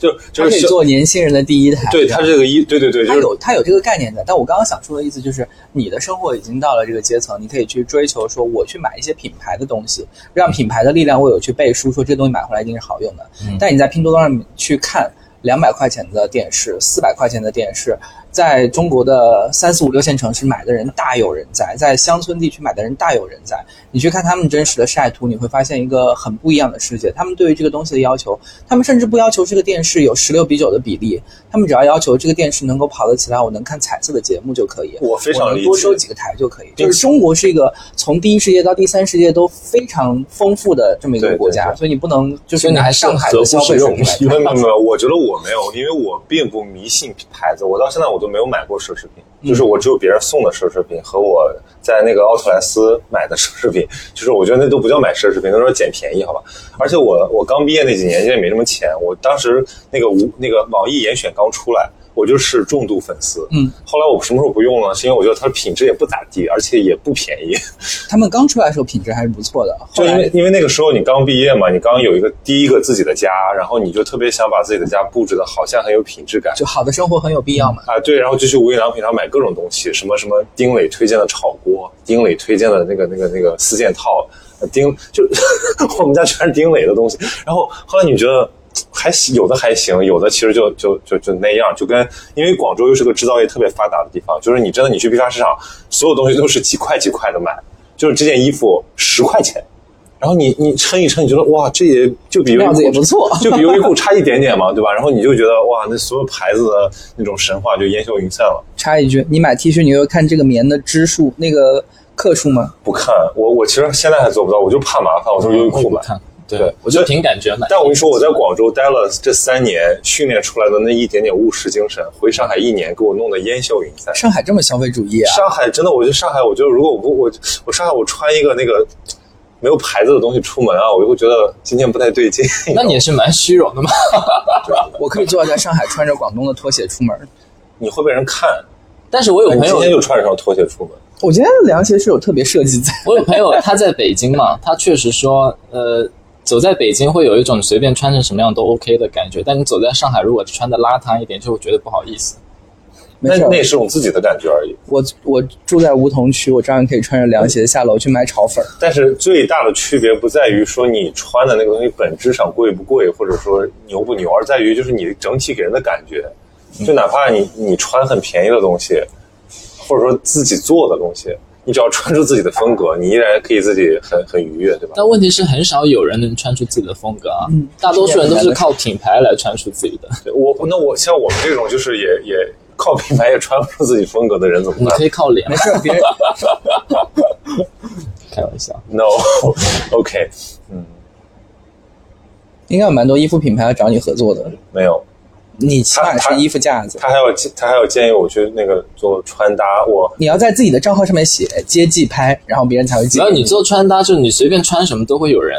Speaker 1: 就
Speaker 3: 它
Speaker 1: 就
Speaker 3: 可以
Speaker 1: 是小
Speaker 3: 做年轻人的第一台。
Speaker 1: 对它这个一对对对，就
Speaker 3: 它
Speaker 1: 是
Speaker 3: 有它有这个概念在，但我刚刚想说的意思就是，你的生活已经到了这个阶层，你可以去追求说，我去买一些品牌的东西，
Speaker 1: 嗯
Speaker 3: 让品牌的力量为我去背书，说这东西买回来一定是好用的。
Speaker 1: 嗯
Speaker 3: 但你在拼多多上面去看两百块钱的电视、四百块钱的电视，在中国的三四五六线城市买的人大有人在，在乡村地区买的人大有人在。你去看他们真实的晒图，你会发现一个很不一样的世界。他们对于这个东西的要求，他们甚至不要求这个电视有十六比九的比例，他们只要要求这个电视能够跑得起来，我能看彩色的节目就可以。
Speaker 1: 我非常
Speaker 3: 我
Speaker 1: 理
Speaker 3: 能
Speaker 1: 解
Speaker 3: 多收几个台就可以。
Speaker 1: 并且
Speaker 3: 就是中国是一个从第一世界到第三世界都非常丰富的这么一
Speaker 1: 对
Speaker 3: 个
Speaker 1: 对
Speaker 3: 国家，
Speaker 1: 对
Speaker 3: 所以你不能就是
Speaker 2: 所以你
Speaker 3: 拿
Speaker 2: 还是
Speaker 3: 上海的
Speaker 2: 合乎
Speaker 3: 消费水
Speaker 2: 使用
Speaker 3: 平来
Speaker 1: 没有
Speaker 3: 看
Speaker 1: 没有没有，我觉得我没有，因为我并不迷信牌子，我到现在我都没有买过奢侈品，
Speaker 3: 嗯
Speaker 1: 就是我只有别人送的奢侈品和我在那个奥特莱斯买的奢侈品，就是我觉得那都不叫买奢侈品，那都是捡便宜，好吧？而且我我刚毕业那几年，因为没什么钱，我当时那个无那个网易严选刚出来，我就是重度粉丝。
Speaker 3: 嗯，
Speaker 1: 后来我什么时候不用了？是因为我觉得它的品质也不咋地，而且也不便宜。
Speaker 3: 他们刚出来的时候品质还是不错的，后
Speaker 1: 就因
Speaker 3: 来
Speaker 1: 为因为那个时候你刚毕业嘛，你刚有一个第一个自己的家，然后你就特别想把自己的家布置的好像很有品质感。
Speaker 3: 就好的生活很有必要嘛。
Speaker 1: 啊，对，然后就去无印良品上买各种东西，什么什么丁磊推荐的炒锅，丁磊推荐的那个那个那个四件套，呃丁就 我们家全是丁磊的东西。然后后来你觉得还行有的还行，有的其实就就就就那样，就跟因为广州又是个制造业特别发达的地方，就是你真的你去批发市场，所有东西都是几块几块的买，就是这件衣服十块钱。然后你你称一称，你觉得哇，这也就比优衣
Speaker 3: 料
Speaker 1: 库
Speaker 3: 子也不错
Speaker 1: 就比优衣库差一点点嘛，对吧？然后你就觉得哇，那所有牌子的那种神话就烟消云散了。
Speaker 3: 插一句，你买 T 恤，你会看这个棉的支数、那个克数吗？
Speaker 1: 不看我，我其实现在还做不到，我就怕麻烦，我就优衣库买。
Speaker 2: 看，
Speaker 1: 对
Speaker 2: 对我就凭感觉买。
Speaker 1: 但我跟你说，我在广州待了这三年，训练出来的那一点点务实精神，回上海一年给我弄得烟消云散。
Speaker 3: 上海这么消费主义啊？
Speaker 1: 上海真的，我觉得上海，我觉得如果我不我我上海我穿一个那个没有牌子的东西出门啊，我就会觉得今天不太对劲。
Speaker 2: 那你也是蛮虚荣的 嘛？
Speaker 3: 我可以做到在上海穿着广东的拖鞋出门。
Speaker 1: 你会被人看，
Speaker 2: 但是我有
Speaker 1: 你
Speaker 2: 朋
Speaker 1: 今天
Speaker 2: 友，
Speaker 1: 就穿着双拖鞋出门。
Speaker 3: 我今天的凉鞋是有特别设计在，
Speaker 2: 我有朋 友他在北京嘛，他确实说，呃，走在北京会有一种随便穿成什么样都 OK 的感觉，但你走在上海，如果穿的邋遢一点，就会觉得不好意思。
Speaker 3: 没
Speaker 1: 那
Speaker 3: 事儿。
Speaker 1: 那也是我自己的感觉而已。
Speaker 3: 我我住在梧桐区，我照样可以穿着凉鞋下楼去买炒粉儿。
Speaker 1: 但是最大的区别不在于说你穿的那个东西本质上贵不贵，或者说牛不牛，而在于就是你整体给人的感觉。就哪怕你你穿很便宜的东西，或者说自己做的东西，你只要穿出自己的风格，你依然可以自己很很愉悦，对吧？
Speaker 2: 但问题是，很少有人能穿出自己的风格啊，大多数人都是靠品牌来穿出自己的。
Speaker 1: 我那我像我们这种就是也也靠品牌也穿不出自己风格的人怎么
Speaker 2: 你
Speaker 1: 办
Speaker 2: 可以靠脸
Speaker 3: 没，事儿，别人
Speaker 2: 开玩笑。
Speaker 1: ？No，OK，、
Speaker 3: 应该有蛮多衣服品牌要找你合作的。
Speaker 1: 没有。
Speaker 3: 你起码是衣服架子，
Speaker 1: 他还要他还要建议我去那个做穿搭，我
Speaker 3: 你要在自己的账号上面写接寄拍，然后别人才会寄
Speaker 2: 只
Speaker 3: 给。
Speaker 2: 要你做穿搭，就是你随便穿什么都会有人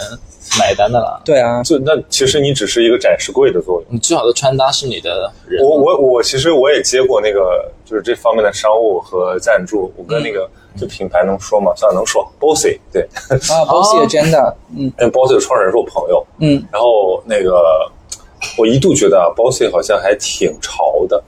Speaker 2: 买单的啦。
Speaker 3: 对啊，
Speaker 1: 就那其实你只是一个展示柜的作用。
Speaker 2: 你最好的穿搭是你的人，
Speaker 1: 我我我其实我也接过那个就是这方面的商务和赞助，我跟那个、这品牌能说吗？算了能说，Bossy 对，
Speaker 3: 啊，Bossy
Speaker 2: 哦
Speaker 3: Agenda，嗯
Speaker 1: 那 Bossy 的创始人是我朋友，
Speaker 3: 嗯，
Speaker 1: 然后那个我一度觉得啊 Bossy 好像还挺潮的，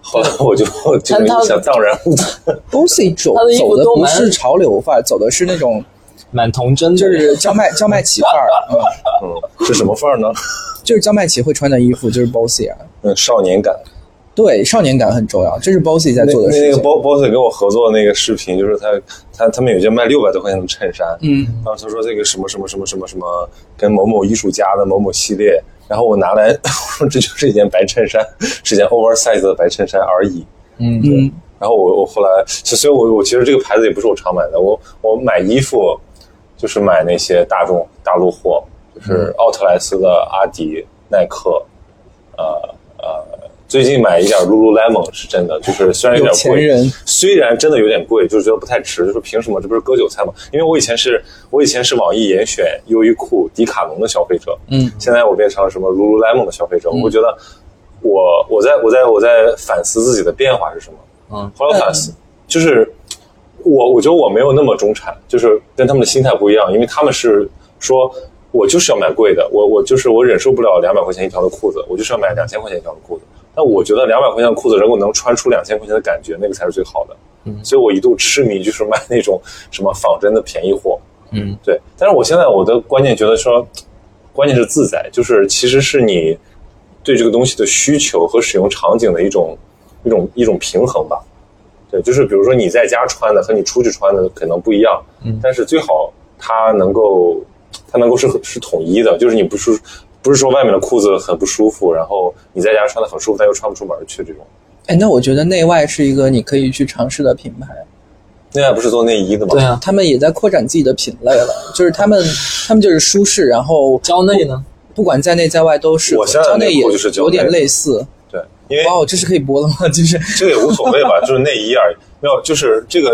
Speaker 1: 后来我就这个
Speaker 2: 但他
Speaker 1: 想荡然无存。
Speaker 3: Bossy 走
Speaker 2: 他的衣服
Speaker 3: 走的
Speaker 2: 都
Speaker 3: 不
Speaker 2: 蛮
Speaker 3: 是潮流范儿，走的是那种
Speaker 2: 蛮童真的，
Speaker 3: 就是叫卖叫卖旗范儿，嗯，
Speaker 1: 嗯，是什么范儿呢？
Speaker 3: 就是叫卖旗会穿的衣服，就是 Bossy 啊。
Speaker 1: 嗯，少年感。
Speaker 3: 对，少年感很重要，这是 Bossy 在
Speaker 1: 那
Speaker 3: 做的
Speaker 1: 那
Speaker 3: 事
Speaker 1: 那个
Speaker 3: 情。
Speaker 1: 包包子跟我合作的那个视频，就是他他他们有件卖六百多块钱的衬衫，
Speaker 3: 嗯，
Speaker 1: 然后啊他说这个什么什么什么什么什么跟某某艺术家的某某系列，然后我拿来 我说这就是一件白衬衫，是一件 oversize 的白衬衫而已。
Speaker 3: 嗯，
Speaker 1: 然后我我后来，其实所以我我其实这个牌子也不是我常买的，我我买衣服就是买那些大众大陆货，
Speaker 3: 嗯
Speaker 1: 就是奥特莱斯的、阿迪、耐克，呃呃，最近买一件 Lululemon 是真的，就是虽然有点
Speaker 3: 有钱
Speaker 1: 贵
Speaker 3: 人，
Speaker 1: 虽然真的有点贵，就是觉得不太值，就是凭什么？这不是割韭菜吗？因为我以前是我以前是网易严选、优衣库、迪卡侬的消费者，
Speaker 3: 嗯，
Speaker 1: 现在我变成了什么 Lululemon 的消费者，我觉得我我在我在我在反思自己的变化是什么。
Speaker 2: 嗯，
Speaker 1: 后来我反思，就是我我觉得我没有那么中产，就是跟他们的心态不一样，因为他们是说我就是要买贵的，我我就是我忍受不了两百块钱一条的裤子，我就是要买两千块钱一条的裤子。但我觉得两百块钱的裤子，如果能穿出两千块钱的感觉，那个才是最好的。
Speaker 2: 嗯
Speaker 1: 所以我一度痴迷就是卖那种什么仿真的便宜货。
Speaker 2: 嗯，
Speaker 1: 对。但是我现在我的观念觉得说，关键是自在，就是其实是你对这个东西的需求和使用场景的一种一种一种平衡吧。对，就是比如说你在家穿的和你出去穿的可能不一样，
Speaker 2: 嗯
Speaker 1: 但是最好它能够它能够是是统一的，就是你不是不是说外面的裤子很不舒服，然后你在家穿的很舒服，但又穿不出门去这种。
Speaker 3: 哎，那我觉得内外是一个你可以去尝试的品牌。
Speaker 1: 现在不是做内衣的吗？
Speaker 2: 对啊，
Speaker 3: 他们也在扩展自己的品类了，就是他们，他们就是舒适，然后
Speaker 2: 蕉内呢？
Speaker 3: 不管在内在外都是。
Speaker 1: 我现在的
Speaker 3: 蕉内
Speaker 1: 内
Speaker 3: 也
Speaker 1: 裤就是蕉内哎
Speaker 3: 有点类似。
Speaker 1: 对，因为
Speaker 3: 哇，这是可以播的吗？ 就是
Speaker 1: 这个也无所谓 吧，就是内衣而已。没有，就是这个，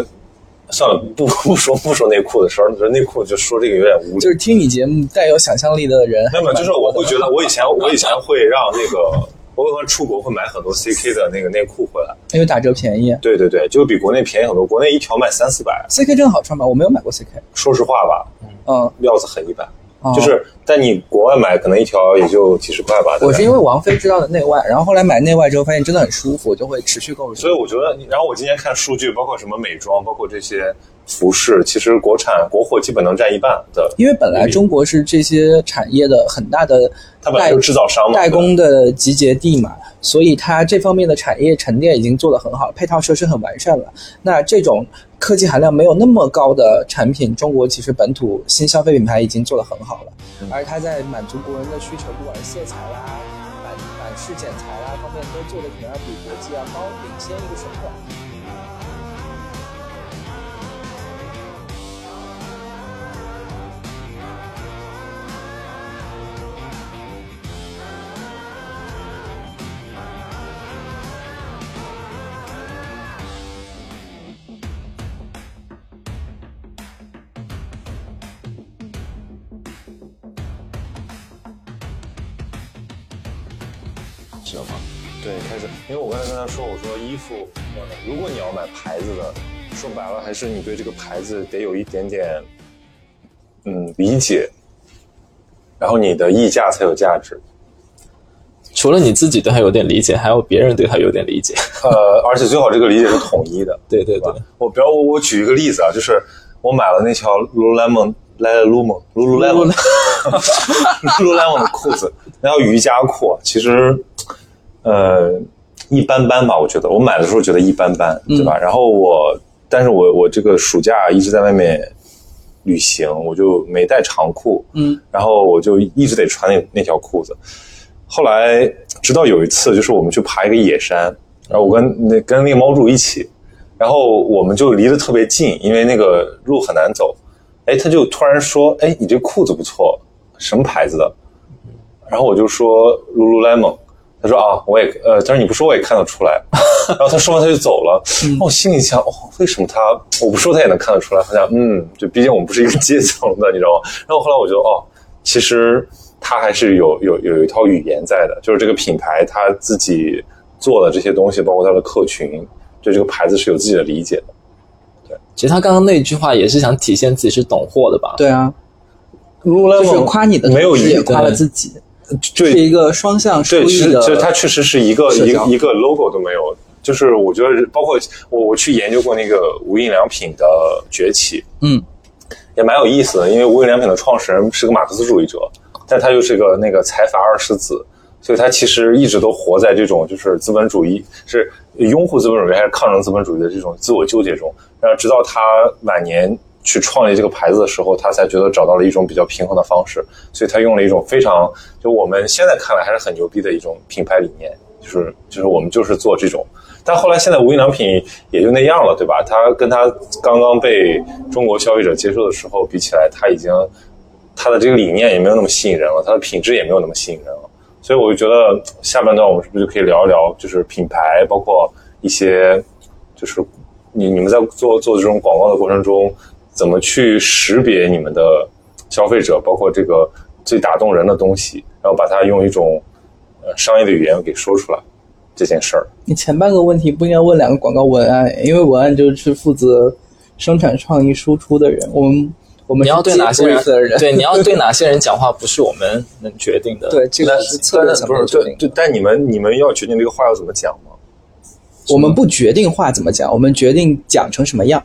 Speaker 1: 算了，不不说不说内裤的事儿，就是内裤就说这个有点无聊。
Speaker 3: 就是听你节目带有想象力的人还
Speaker 1: 没有，
Speaker 3: 蛮多的，
Speaker 1: 就是我会觉得，我以前我以前会让那个我可能出国会买很多 CK 的那个内裤回来。
Speaker 3: 因为打折便宜。
Speaker 1: 对对对，就比国内便宜很多，国内一条卖三四百。
Speaker 3: CK 真好穿吧？我没有买过 CK，
Speaker 1: 说实话吧，
Speaker 3: 嗯，
Speaker 1: 料子很一般，
Speaker 3: 哦
Speaker 1: 就是但你国外买可能一条也就几十块吧。
Speaker 3: 我是因
Speaker 1: 为，
Speaker 3: 为王菲知道的内外，然后后来买内外之后发现真的很舒服，就会持续购入。
Speaker 1: 所以我觉得你，然后我今天看数据，包括什么美妆，包括这些服饰，其实国产国货基本能占一半的，
Speaker 3: 因为本来中国是这些产业的很大的
Speaker 1: 它本来就是制造商嘛，
Speaker 3: 代工的集结地嘛，所以它这方面的产业沉淀已经做得很好，配套设施很完善了。那这种科技含量没有那么高的产品，中国其实本土新消费品牌已经做得很好了，
Speaker 1: 嗯
Speaker 3: 而它在满足国人的需求，不管是色彩啦、版版式剪裁啦方面，都做得可能要比国际要高领先一个水平。
Speaker 2: 知道吗？
Speaker 1: 对，开始，因为我刚才跟他说，我说衣服，呃如果你要买牌子的，说白了还是你对这个牌子得有一点点，嗯，理解，然后你的溢价才有价值。
Speaker 2: 除了你自己对它有点理解，还有别人对它有点理解。
Speaker 1: 呃，而且最好这个理解是统一的。
Speaker 2: 对对对，
Speaker 1: 我比如我我举一个例子啊，就是我买了那条 lululemon lululemon lululemon lululemon 的裤子，那条瑜伽裤，啊其实呃一般般吧，我觉得我买的时候觉得一般般，对吧？然后我，但是我我这个暑假一直在外面旅行，我就没带长裤，
Speaker 3: 嗯，
Speaker 1: 然后我就一直得穿那那条裤子。后来直到有一次，就是我们去爬一个野山，然后我跟那跟那个猫主一起，然后我们就离得特别近，因为那个路很难走。哎，他就突然说：“哎，你这裤子不错，什么牌子的？”然后我就说 Lululemon，他说啊，我也呃，但是你不说我也看得出来。然后他说完他就走了，我心里想，哦，为什么他我不说他也能看得出来？好像嗯，就毕竟我们不是一个阶层的，你知道吗？然后后来我就哦，其实他还是有有有一套语言在的，就是这个品牌他自己做的这些东西，包括他的客群，对这个牌子是有自己的理解的。
Speaker 2: 其实他刚刚那句话也是想体现自己是懂货的吧？
Speaker 3: 对啊，
Speaker 1: Lululemon
Speaker 3: 就是夸你的
Speaker 1: 没有
Speaker 3: 同时也
Speaker 1: 一
Speaker 3: 夸了自己，
Speaker 1: 对
Speaker 3: 是一个双向收
Speaker 1: 对，其
Speaker 3: 益
Speaker 1: 实
Speaker 3: 的。
Speaker 1: 其实它确实是一个
Speaker 3: 社
Speaker 1: 一个
Speaker 3: 交
Speaker 1: 一个 logo 都没有，就是我觉得包括我我去研究过那个无印良品的崛起，
Speaker 3: 嗯，
Speaker 1: 也蛮有意思的，因为无印良品的创始人是个马克思主义者，但他又是个那个财阀二世子，所以他其实一直都活在这种就是资本主义是拥护资本主义还是抗争资本主义的这种自我纠结中，然后直到他晚年。去创立这个牌子的时候，他才觉得找到了一种比较平衡的方式，所以他用了一种非常就我们现在看来还是很牛逼的一种品牌理念，就是就是我们就是做这种。但后来现在无印良品也就那样了，对吧？它跟它刚刚被中国消费者接受的时候比起来，它已经它的这个理念也没有那么吸引人了，它的品质也没有那么吸引人了。所以我就觉得下半段我们是不是就可以聊一聊，就是品牌，包括一些就是你你们在做做这种广告的过程中，怎么去识别你们的消费者，包括这个最打动人的东西，然后把它用一种呃商业的语言给说出来这件事儿。
Speaker 3: 你前半个问题不应该问两个广告文案，因为文案就是负责生产创意输出的人。我们我们
Speaker 2: 你要对
Speaker 3: 是
Speaker 2: 哪些
Speaker 3: brief 的人？
Speaker 2: 人？对，你要对哪些人讲话，不是我们能决定的。
Speaker 3: 对，这
Speaker 1: 那
Speaker 3: 个是策略层
Speaker 1: 不
Speaker 3: 面
Speaker 1: 是
Speaker 3: 决定
Speaker 1: 对
Speaker 3: 的。
Speaker 1: 对，但你们你们要决定这个话要怎么讲吗
Speaker 3: 我们不决定话怎么讲，我们决定讲成什么样。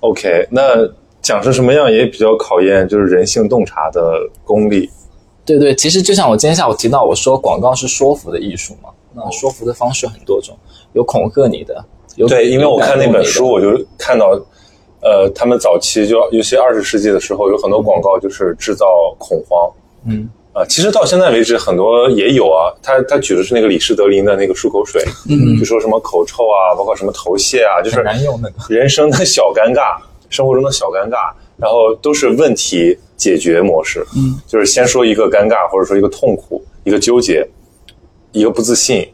Speaker 1: ？OK，那讲成什么样也比较考验就是人性洞察的功力。
Speaker 2: 对对，其实就像我今天下午提到，我说广告是说服的艺术嘛，那说服的方式很多种，有恐吓你的，有
Speaker 1: 对，因为我看那本书，
Speaker 2: 有
Speaker 1: 我就看到，呃，他们早期就尤其二十世纪的时候，有很多广告就是制造恐慌。
Speaker 2: 感动你的，嗯，
Speaker 1: 啊，其实到现在为止，很多也有啊。他他举的是那个李施德林的那个漱口水，嗯，就说什么口臭啊，包括什么头屑啊，就是
Speaker 2: 很难用那个。
Speaker 1: 人生的小尴尬，生活中的小尴尬，然后都是问题解决模式。嗯，就是先说一个尴尬，或者说一个痛苦，一个纠结，一个不自信，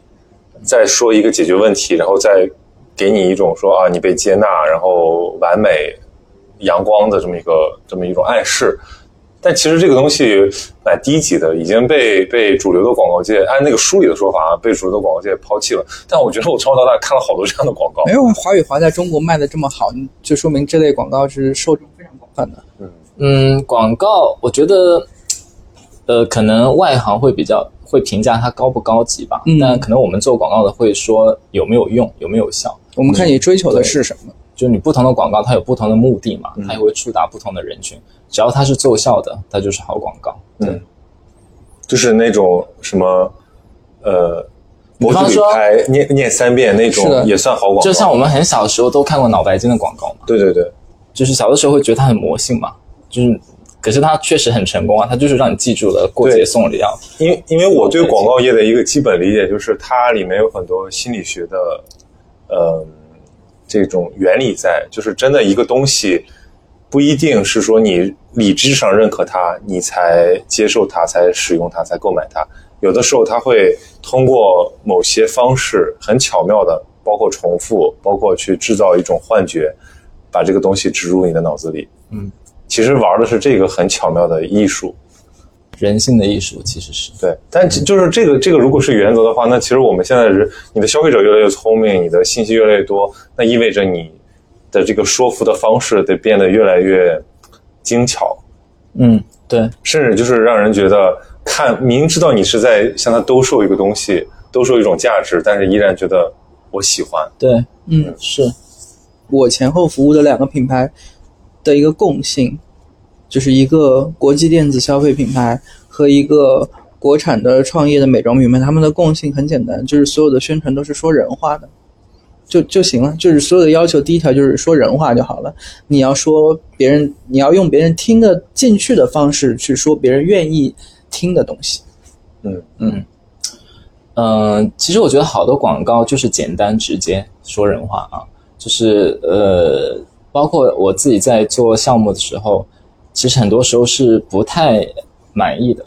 Speaker 1: 再说一个解决问题，然后再给你一种说啊，你被接纳，然后完美、阳光的这么一个这么一种暗示。但其实这个东西买低级的已经被被主流的广告界按那个书里的说法啊，被主流的广告界抛弃了。但我觉得我从小到大看了好多这样的广告
Speaker 3: 没，有啊，华语华在中国卖的这么好，就说明这类广告是受众非常广泛的。
Speaker 2: 嗯，广告我觉得，呃，可能外行会比较会评价它高不高级吧，
Speaker 3: 嗯
Speaker 2: 但可能我们做广告的会说有没有用，有没有效。
Speaker 3: 我们看你追求的是什么。
Speaker 2: 就你不同的广告，它有不同的目的嘛，它也会触达不同的人群。只要它是奏效的，它就是好广告。
Speaker 1: 就是那种什么，呃，
Speaker 2: 比
Speaker 1: 模
Speaker 2: 方
Speaker 1: 具
Speaker 2: 说
Speaker 1: 里拍念念三遍那
Speaker 3: 是
Speaker 1: 种
Speaker 3: 的
Speaker 1: 也算好广告。
Speaker 2: 就像我们很小的时候都看过脑白金的广告嘛，
Speaker 1: 对对对，
Speaker 2: 就是小的时候会觉得它很魔性嘛，就是，可是它确实很成功啊，它就是让你记住了过节
Speaker 1: 对
Speaker 2: 送礼啊，
Speaker 1: 因为因为我对广告业的一个基本理解就是，它里面有很多心理学的，嗯，这种原理在，就是真的一个东西，不一定是说你理智上认可它，你才接受它，才使用它，才购买它。有的时候，它会通过某些方式，很巧妙的，包括重复，包括去制造一种幻觉，把这个东西植入你的脑子里。
Speaker 2: 嗯，
Speaker 1: 其实玩的是这个很巧妙的艺术。
Speaker 2: 人性的艺术其实是。
Speaker 1: 对，但其就是这个这个，如果是原则的话，那其实我们现在是你的消费者越来越聪明，你的信息越来越多，那意味着你的这个说服的方式得变得越来越精巧，
Speaker 2: 嗯，对，
Speaker 1: 甚至就是让人觉得看明知道你是在向他兜售一个东西，兜售一种价值，但是依然觉得我喜欢。
Speaker 2: 对，
Speaker 3: 嗯，
Speaker 2: 是，
Speaker 3: 我前后服务的两个品牌的一个共性，就是一个国际电子消费品牌和一个国产的创业的美妆品牌，他们的共性很简单，就是所有的宣传都是说人话的。就就行了，就是所有的要求，第一条就是说人话就好了。你要说别人，你要用别人听得进去的方式去说别人愿意听的东西。
Speaker 2: 嗯，其实我觉得好的广告就是简单直接说人话啊，就是呃，包括我自己在做项目的时候，其实很多时候是不太满意的，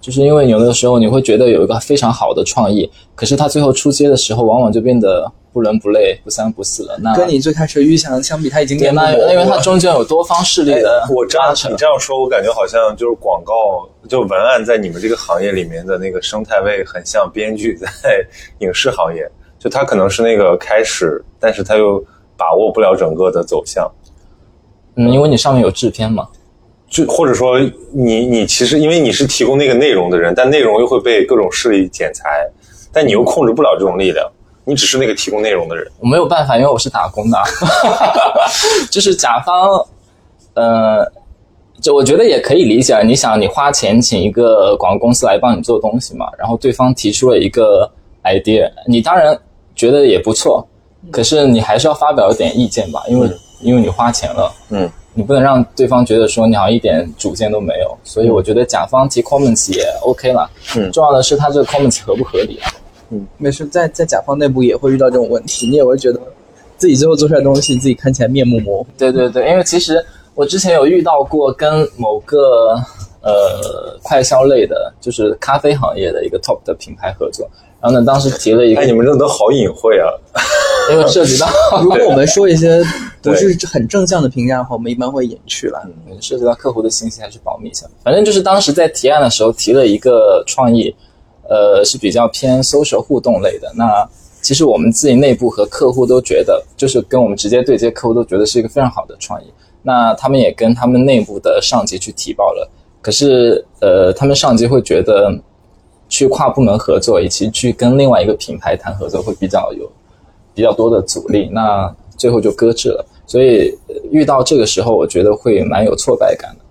Speaker 2: 就是因为有的时候你会觉得有一个非常好的创意，可是它最后出街的时候，往往就变得不伦不类、不三不四了。那
Speaker 3: 跟你最开始预想的相比，它已经
Speaker 2: 啊对，
Speaker 3: 变
Speaker 2: 那
Speaker 3: 得模糊了
Speaker 2: 因为它中间有多方势力的
Speaker 1: 我这样
Speaker 2: 拉扯
Speaker 1: 你这样说，我感觉好像就是广告，就文案在你们这个行业里面的那个生态位，很像编剧在 影视行业，就他可能是那个开始，但是他又把握不了整个的走向。
Speaker 2: 嗯，因为你上面有制片嘛，
Speaker 1: 就或者说你你其实因为你是提供那个内容的人，但内容又会被各种势力剪裁，但你又控制不了这种力量，你只是那个提供内容的人。
Speaker 2: 我没有办法，因为我是打工的 啊，就是甲方，呃，就我觉得也可以理解。你想，你花钱请一个广告公司来帮你做东西嘛，然后对方提出了一个 idea，你当然觉得也不错，
Speaker 1: 嗯
Speaker 2: 可是你还是要发表一点意见吧，因为、因为你花钱了，
Speaker 1: 嗯，
Speaker 2: 你不能让对方觉得说你好像一点主见都没有。所以我觉得甲方提 comments 也 OK 了，
Speaker 1: 嗯
Speaker 2: 重要的是他这个 comments 合不合理啊。
Speaker 3: 没事，在在甲方内部也会遇到这种问题，你也会觉得自己最后做出来的东西自己看起来面目模糊。
Speaker 2: 对对对，因为其实我之前有遇到过跟某个呃快消类的，就是咖啡行业的一个 top 的品牌合作，然后呢，当时提了一个
Speaker 1: 哎，，你们这都好隐晦啊！
Speaker 2: 因为涉及到
Speaker 3: 如果
Speaker 1: 对
Speaker 3: 我们说一些不
Speaker 1: 对
Speaker 3: 是很正向的评价的话，我们一般会隐去了。
Speaker 2: 涉及到客户的信息，还是保密一下。反正就是当时在提案的时候提了一个创意，呃，是比较偏 social 互动类的。那其实我们自己内部和客户都觉得，就是跟我们直接对接客户都觉得是一个非常好的创意。那他们也跟他们内部的上级去提报了，可是呃，他们上级会觉得去跨部门合作，以及去跟另外一个品牌谈合作会比较有比较多的阻力，那最后就搁置了。所以呃遇到这个时候，我觉得会蛮有挫败感的，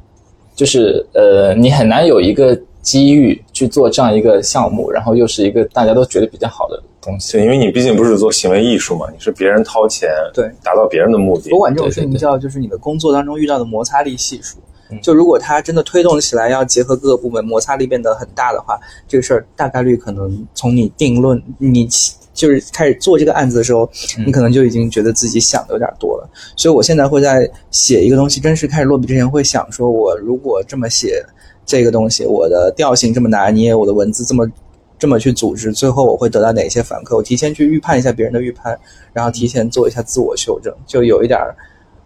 Speaker 2: 就是呃，你很难有一个机遇去做这样一个项目，然后又是一个大家都觉得比较好的东西。
Speaker 1: 对，因为你毕竟不是做行为艺术嘛，你是别人掏钱，
Speaker 3: 对，
Speaker 1: 达到别人的目的。
Speaker 3: 我管这种事情
Speaker 2: 对嗯对对
Speaker 3: 叫就是你的工作当中遇到的摩擦力系数。就如果它真的推动起来，要结合各个部门，摩擦力变得很大的话，这个事儿大概率可能从你定论，你起就是开始做这个案子的时候，
Speaker 2: 嗯
Speaker 3: 你可能就已经觉得自己想的有点多了。所以我现在会在写一个东西真实开始落笔之前，会想说我如果这么写这个东西，我的调性这么拿捏，我的文字这么。这么去组织，最后我会得到哪些反馈？我提前去预判一下别人的预判，然后提前做一下自我修正，就有一点儿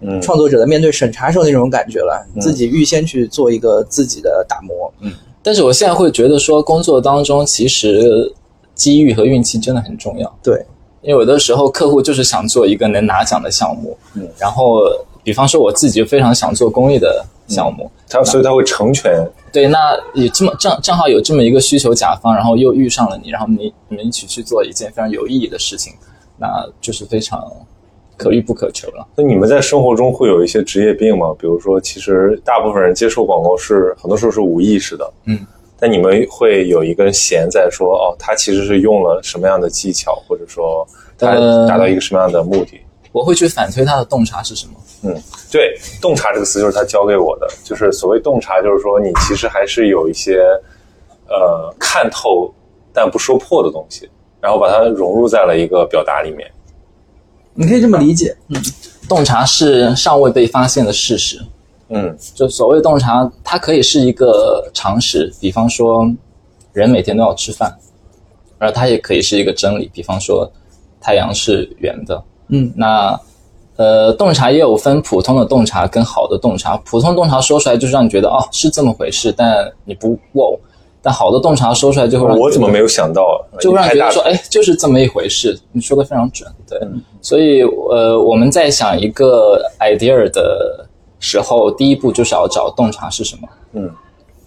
Speaker 1: 嗯
Speaker 3: 创作者的面对审查时候那种感觉了，自己预先去做一个自己的打磨。
Speaker 1: 嗯
Speaker 2: 但是我现在会觉得说，工作当中其实机遇和运气真的很重要。
Speaker 3: 对，
Speaker 2: 因为有的时候客户就是想做一个能拿奖的项目，嗯，然后比方说我自己就非常想做公益的项目，
Speaker 1: 他所以他会成全，
Speaker 2: 对，那也这么正正好有这么一个需求甲方，然后又遇上了你，然后你你们一起去做一件非常有意义的事情，那就是非常可遇不可求了。
Speaker 1: 那你们在生活中会有一些职业病吗？比如说，其实大部分人接触广告是很多时候是无意识的，
Speaker 2: 嗯。
Speaker 1: 但你们会有一根弦在说，哦，他其实是用了什么样的技巧，或者说他
Speaker 2: 呃
Speaker 1: 达到一个什么样的目的？
Speaker 2: 我会去反推他的洞察是什么。
Speaker 1: 对，洞察这个词就是他教给我的，就是所谓洞察，就是说你其实还是有一些呃看透但不说破的东西，然后把它融入在了一个表达里面。
Speaker 3: 你可以这么理解，
Speaker 2: 洞察是尚未被发现的事实，
Speaker 1: 嗯
Speaker 2: 就所谓洞察，它可以是一个常识，比方说人每天都要吃饭，然后它也可以是一个真理，比方说太阳是圆的。
Speaker 3: 嗯，
Speaker 2: 那呃，洞察也有分普通的洞察跟好的洞察，普通洞察说出来就是让你觉得哦是这么回事，但你不哇哦，但好的洞察说出来就会让你
Speaker 1: 我
Speaker 2: 觉
Speaker 1: 怎么
Speaker 2: 得
Speaker 1: 没有想到？啊
Speaker 2: 就让
Speaker 1: 你
Speaker 2: 人觉
Speaker 1: 太
Speaker 2: 得
Speaker 1: 大
Speaker 2: 说，哎，就是这么一回事。你说的非常准，对。所以，呃，我们在想一个 idea 的时候，第一步就是要找洞察是什么。
Speaker 1: 嗯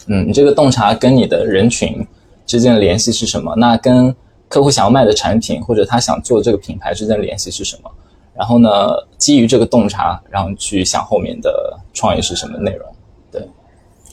Speaker 2: 嗯，你这个洞察跟你的人群之间的联系是什么？那跟客户想要卖的产品或者他想做这个品牌之间的联系是什么？然后呢，基于这个洞察，然后去想后面的创业是什么内容。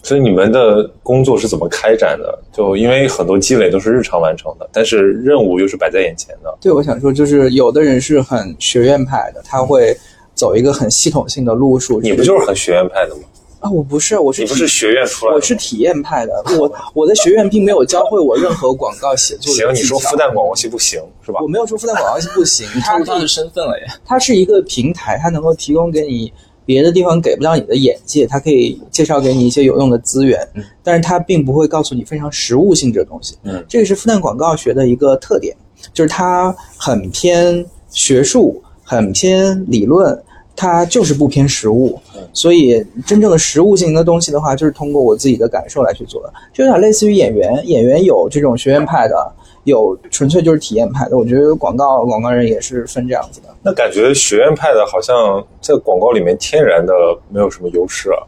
Speaker 1: 所以你们的工作是怎么开展的？就因为很多积累都是日常完成的，但是任务又是摆在眼前的。
Speaker 3: 对，我想说，就是有的人是很学院派的，他会走一个很系统性的路数。
Speaker 1: 你不就是很学院派的吗？
Speaker 3: 啊？我不是，我是
Speaker 1: 你不是
Speaker 3: 体
Speaker 1: 学院出来的吗？
Speaker 3: 我是体验派的。我我的学院并没有教会我任何广告写作的
Speaker 1: 行，你
Speaker 3: 技
Speaker 1: 说
Speaker 3: 巧
Speaker 1: 复旦广告系不行是吧
Speaker 3: 我？没有说复旦广告系不行，它
Speaker 2: 透露他的身份了耶。
Speaker 3: 它是一个平台，它能够提供给你别的地方给不到你的眼界，它可以介绍给你一些有用的资源，但是它并不会告诉你非常实务性质的东西。
Speaker 1: 嗯，
Speaker 3: 这个是复旦广告学的一个特点，就是它很偏学术，很偏理论。它就是不偏实务，所以真正的实务性的东西的话，就是通过我自己的感受来去做的，就有点类似于演员，演员有这种学院派的，有纯粹就是体验派的。我觉得广告广告人也是分这样子的。
Speaker 1: 那感觉学院派的好像在广告里面天然的没有什么优势啊。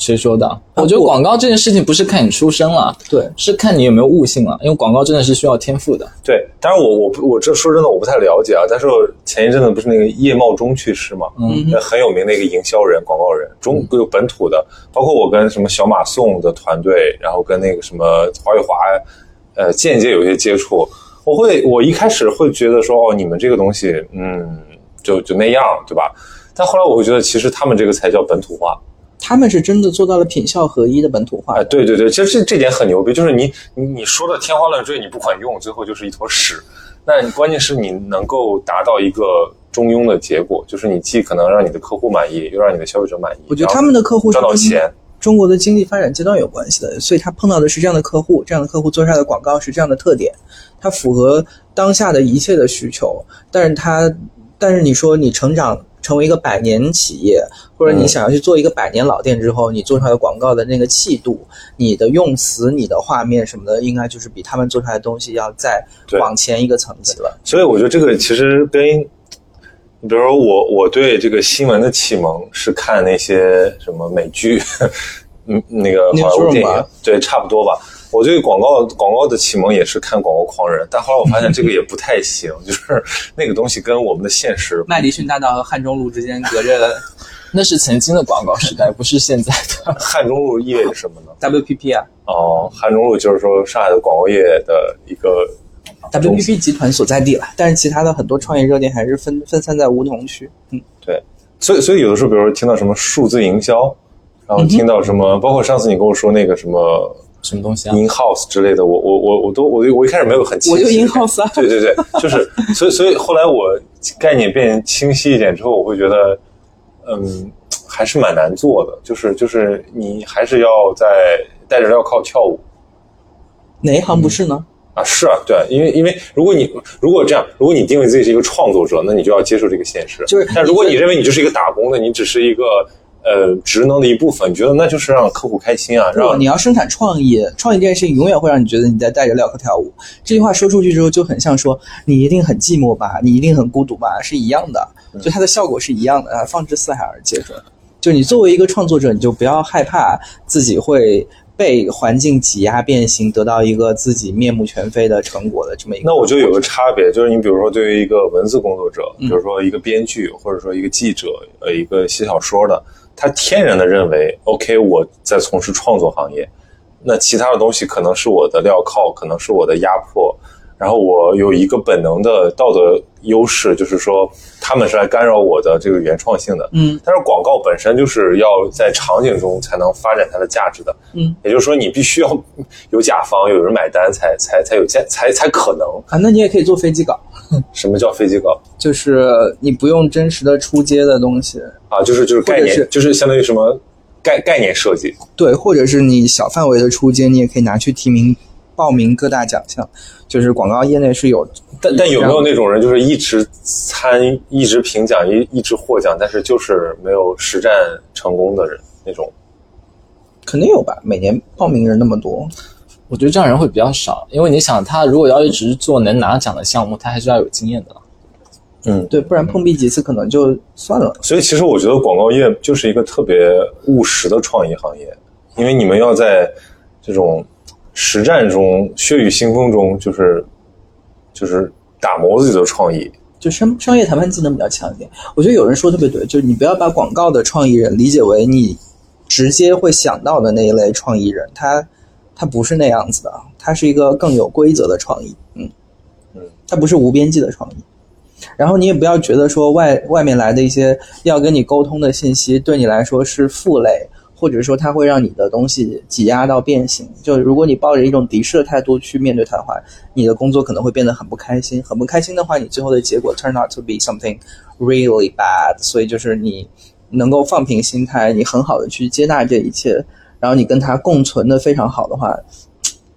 Speaker 2: 谁说的？啊我觉得广告这件事情不是看你出身了，
Speaker 3: 对，
Speaker 2: 是看你有没有悟性了，因为广告真的是需要天赋的。
Speaker 1: 对，当然我我不我这说真的我不太了解啊，但是我前一阵子不是那个叶茂中去世嘛，
Speaker 2: 嗯，
Speaker 1: 那很有名的一个营销人、广告人，中国有本土的，包括我跟什么小马宋的团队，然后跟那个什么华宇华，呃，间接有一些接触。我会，我一开始会觉得说，哦，你们这个东西，嗯，就就那样，对吧？但后来我会觉得，其实他们这个才叫本土化。
Speaker 3: 他们是真的做到了品效合一的本土化
Speaker 1: 哎，。对对对，其实这这点很牛逼，就是你你你说的天花乱坠，你不管用，最后就是一坨屎。那你关键是你能够达到一个中庸的结果，就是你既可能让你的客户满意，又让你的消费者满意。
Speaker 3: 我觉得他们的客户是
Speaker 1: 赚到
Speaker 3: 跟
Speaker 1: 钱，
Speaker 3: 中国的经济发展阶段有关系的，所以他碰到的是这样的客户，这样的客户做出来的广告是这样的特点，它符合当下的一切的需求。但是它，但是你说你成长成为一个百年企业，或者你
Speaker 1: 嗯
Speaker 3: 想要去做一个百年老店之后，你做出来的广告的那个气度、你的用词、你的画面什么的，应该就是比他们做出来的东西要再
Speaker 1: 对
Speaker 3: 往前一个层级了。
Speaker 1: 所以我觉得这个其实跟，你比如说我我对这个新闻的启蒙是看那些什么美剧，嗯，那个好莱坞电
Speaker 3: 那是
Speaker 1: 影
Speaker 3: 吧，
Speaker 1: 对，差不多吧。我对广告广告的启蒙也是看《广告狂人》，但后来我发现这个也不太行， 就是那个东西跟我们的现实
Speaker 3: 麦迪逊大道和汉中路之间隔着
Speaker 2: 那是曾经的广告时代，不是现在的。
Speaker 1: 汉中路意味着什么呢？
Speaker 3: WPP 啊
Speaker 1: 哦，汉中路就是说上海的广告业的一个中
Speaker 3: ，WPP 集团所在地了。但是其他的很多创业热点还是分分散在梧桐区。嗯，
Speaker 1: 对，所以所以有的时候，比如说听到什么数字营销，然后听到什么，包括上次你跟我说那个什么
Speaker 2: 什么东西啊？
Speaker 1: in house 之类的，我我我我都我我一开始没有很清
Speaker 3: 我
Speaker 1: 晰，
Speaker 3: 就 in house 啊。
Speaker 1: 对对对，就是所以所以后来我概念变清晰一点之后，我会觉得，嗯，还是蛮难做的，就是就是你还是要在带着要靠跳舞
Speaker 3: 哪一行不是呢？
Speaker 1: 啊，是啊，对，因为因为如果你如果这样，如果你定位自己是一个创作者，那你就要接受这个现实。
Speaker 3: 就是
Speaker 1: 但如果你认为你就是一个打工的，你只是一个呃职能的一部分，你觉得那就是让客户开心啊，
Speaker 3: 如果
Speaker 1: 让
Speaker 3: 你要生产创意，创意这件事情永远会让你觉得你在带着镣铐跳舞。这句话说出去之后，就很像说你一定很寂寞吧，你一定很孤独吧，是一样的，
Speaker 1: 嗯
Speaker 3: 就它的效果是一样的，啊放之四海而皆准。就你作为一个创作者，你就不要害怕自己会被环境挤压变形，得到一个自己面目全非的成果的这么一个。
Speaker 1: 那我就有个差别，就是你比如说对于一个文字工作者，
Speaker 3: 嗯
Speaker 1: 比如说一个编剧，或者说一个记者，呃，一个写小说的，他天然的认为，OK，我在从事创作行业，那其他的东西可能是我的镣铐，可能是我的压迫，然后我有一个本能的道德优势，就是说他们是来干扰我的这个原创性的。
Speaker 3: 嗯，
Speaker 1: 但是广告本身就是要在场景中才能发展它的价值的。
Speaker 3: 嗯，
Speaker 1: 也就是说你必须要有甲方，有人买单才才才有价，才才可能。
Speaker 3: 啊，那你也可以做飞机稿，
Speaker 1: 什么叫飞机稿
Speaker 3: 就是你不用真实的出街的东西，
Speaker 1: 啊？就是就是概念，
Speaker 3: 或者是
Speaker 1: 就是相当于什么概概念设计
Speaker 3: 对，或者是你小范围的出街，你也可以拿去提名报名各大奖项，就是广告业内是有，
Speaker 1: 但但有没有那种人，就是一直参、一直评奖、一一直获奖，但是就是没有实战成功的人那种？
Speaker 3: 肯定有吧？每年报名人那么多，
Speaker 2: 我觉得这样人会比较少，因为你想，他如果要一直做能拿奖的项目，他还是要有经验的。
Speaker 1: 嗯，
Speaker 3: 对，不然碰壁几次可能就算了。
Speaker 1: 所以其实我觉得广告业就是一个特别务实的创意行业，因为你们要在这种实战中、血雨腥风中，就是就是打磨自己的创意。
Speaker 3: 就商商业谈判技能比较强一点，我觉得有人说得特别对，就是你不要把广告的创意人理解为你直接会想到的那一类创意人，他他不是那样子的，啊他是一个更有规则的创意，嗯
Speaker 1: 嗯，
Speaker 3: 他不是无边际的创意。然后你也不要觉得说外外面来的一些要跟你沟通的信息对你来说是负累，或者说它会让你的东西挤压到变形。就如果你抱着一种敌视的态度去面对它的话，你的工作可能会变得很不开心。很不开心的话，你最后的结果 turn out to be something really bad。所以就是你能够放平心态，你很好的去接纳这一切，然后你跟它共存的非常好的话，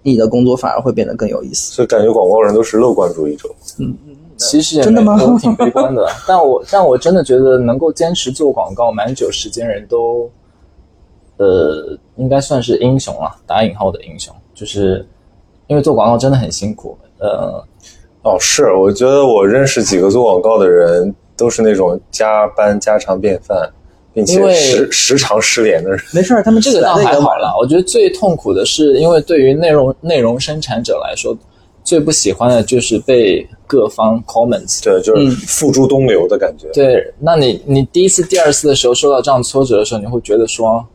Speaker 3: 你的工作反而会变得更有意思。
Speaker 1: 所以感觉广告人都是乐观主义者。
Speaker 2: 其实也
Speaker 3: 真的吗
Speaker 2: 没有我挺悲观的，但我但我真的觉得能够坚持做广告蛮久时间人都，呃，应该算是英雄了，打引号的英雄，就是因为做广告真的很辛苦，呃，
Speaker 1: 哦，是，我觉得我认识几个做广告的人，都是那种加班家常便饭，并
Speaker 2: 因
Speaker 1: 且
Speaker 2: 为
Speaker 1: 时时常失联的人。
Speaker 3: 没事儿，他们
Speaker 2: 这个倒
Speaker 3: 起来
Speaker 2: 还
Speaker 3: 的也
Speaker 2: 好
Speaker 3: 晚
Speaker 2: 啦。我觉得最痛苦的是，因为对于内容内容生产者来说，最不喜欢的就是被各方 comments
Speaker 1: 对，就
Speaker 3: 嗯
Speaker 1: 是付诸东流的感觉。
Speaker 2: 对，那你你第一次、第二次的时候受到这样挫折的时候，你会觉得说，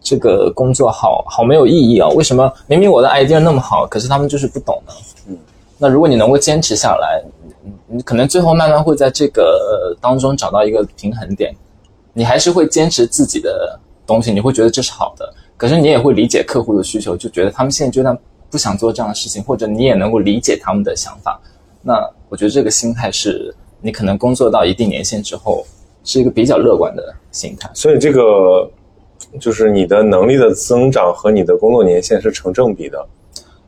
Speaker 2: 这个工作好好没有意义啊、为什么明明我的 idea 那么好，可是他们就是不懂呢？
Speaker 1: 嗯，
Speaker 2: 那如果你能够坚持下来，你你可能最后慢慢会在这个、呃当中找到一个平衡点，你还是会坚持自己的东西，你会觉得这是好的，可是你也会理解客户的需求，就觉得他们现在就算不想做这样的事情，或者你也能够理解他们的想法，那我觉得这个心态是你可能工作到一定年限之后，是一个比较乐观的心态。
Speaker 1: 所以这个就是你的能力的增长和你的工作年限是成正比的。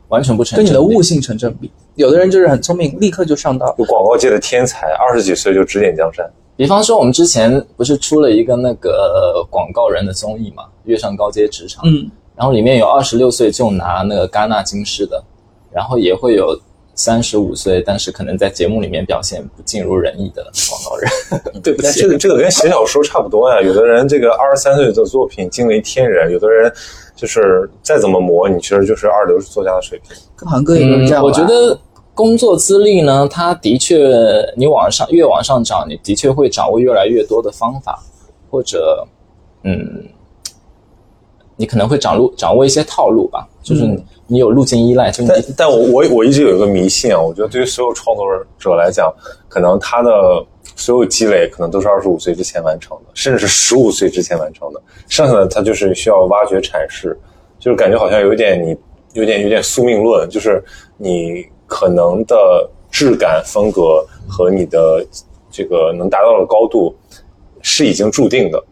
Speaker 2: 完全不成
Speaker 3: 跟你的
Speaker 2: 正比
Speaker 3: 悟性成正比。有的人就是很聪明，立刻就上道。
Speaker 1: 就广告界的天才，二十几岁就指点江山。
Speaker 2: 比方说，我们之前不是出了一个那个呃广告人的综艺嘛，《跃上高阶职场》，
Speaker 3: 嗯，
Speaker 2: 然后里面有二十六岁就拿那个戛纳金狮的，然后也会有三十五岁，但是可能在节目里面表现不尽如人意的广告人。
Speaker 1: 对不起，这个这个跟写小说差不多呀、啊有的人这个二十三岁的作品惊为天人，有的人就是再怎么磨，你其实就是二流作家的水平。
Speaker 3: 各行各业都是这样吧、
Speaker 2: 嗯我觉得工作资历呢，它的确，你往上越往上涨，你的确会掌握越来越多的方法，或者，嗯，你可能会掌握掌握一些套路吧，就是
Speaker 3: 嗯
Speaker 2: 你你有路径依赖，就你
Speaker 1: 但但我我我一直有一个迷信啊，我觉得对于所有创作者来讲，可能他的所有积累可能都是二十五岁之前完成的，甚至是十五岁之前完成的，剩下的他就是需要挖掘阐释，就是感觉好像有点你有点有点宿命论，就是你可能的质感风格和你的这个能达到的高度是已经注定的，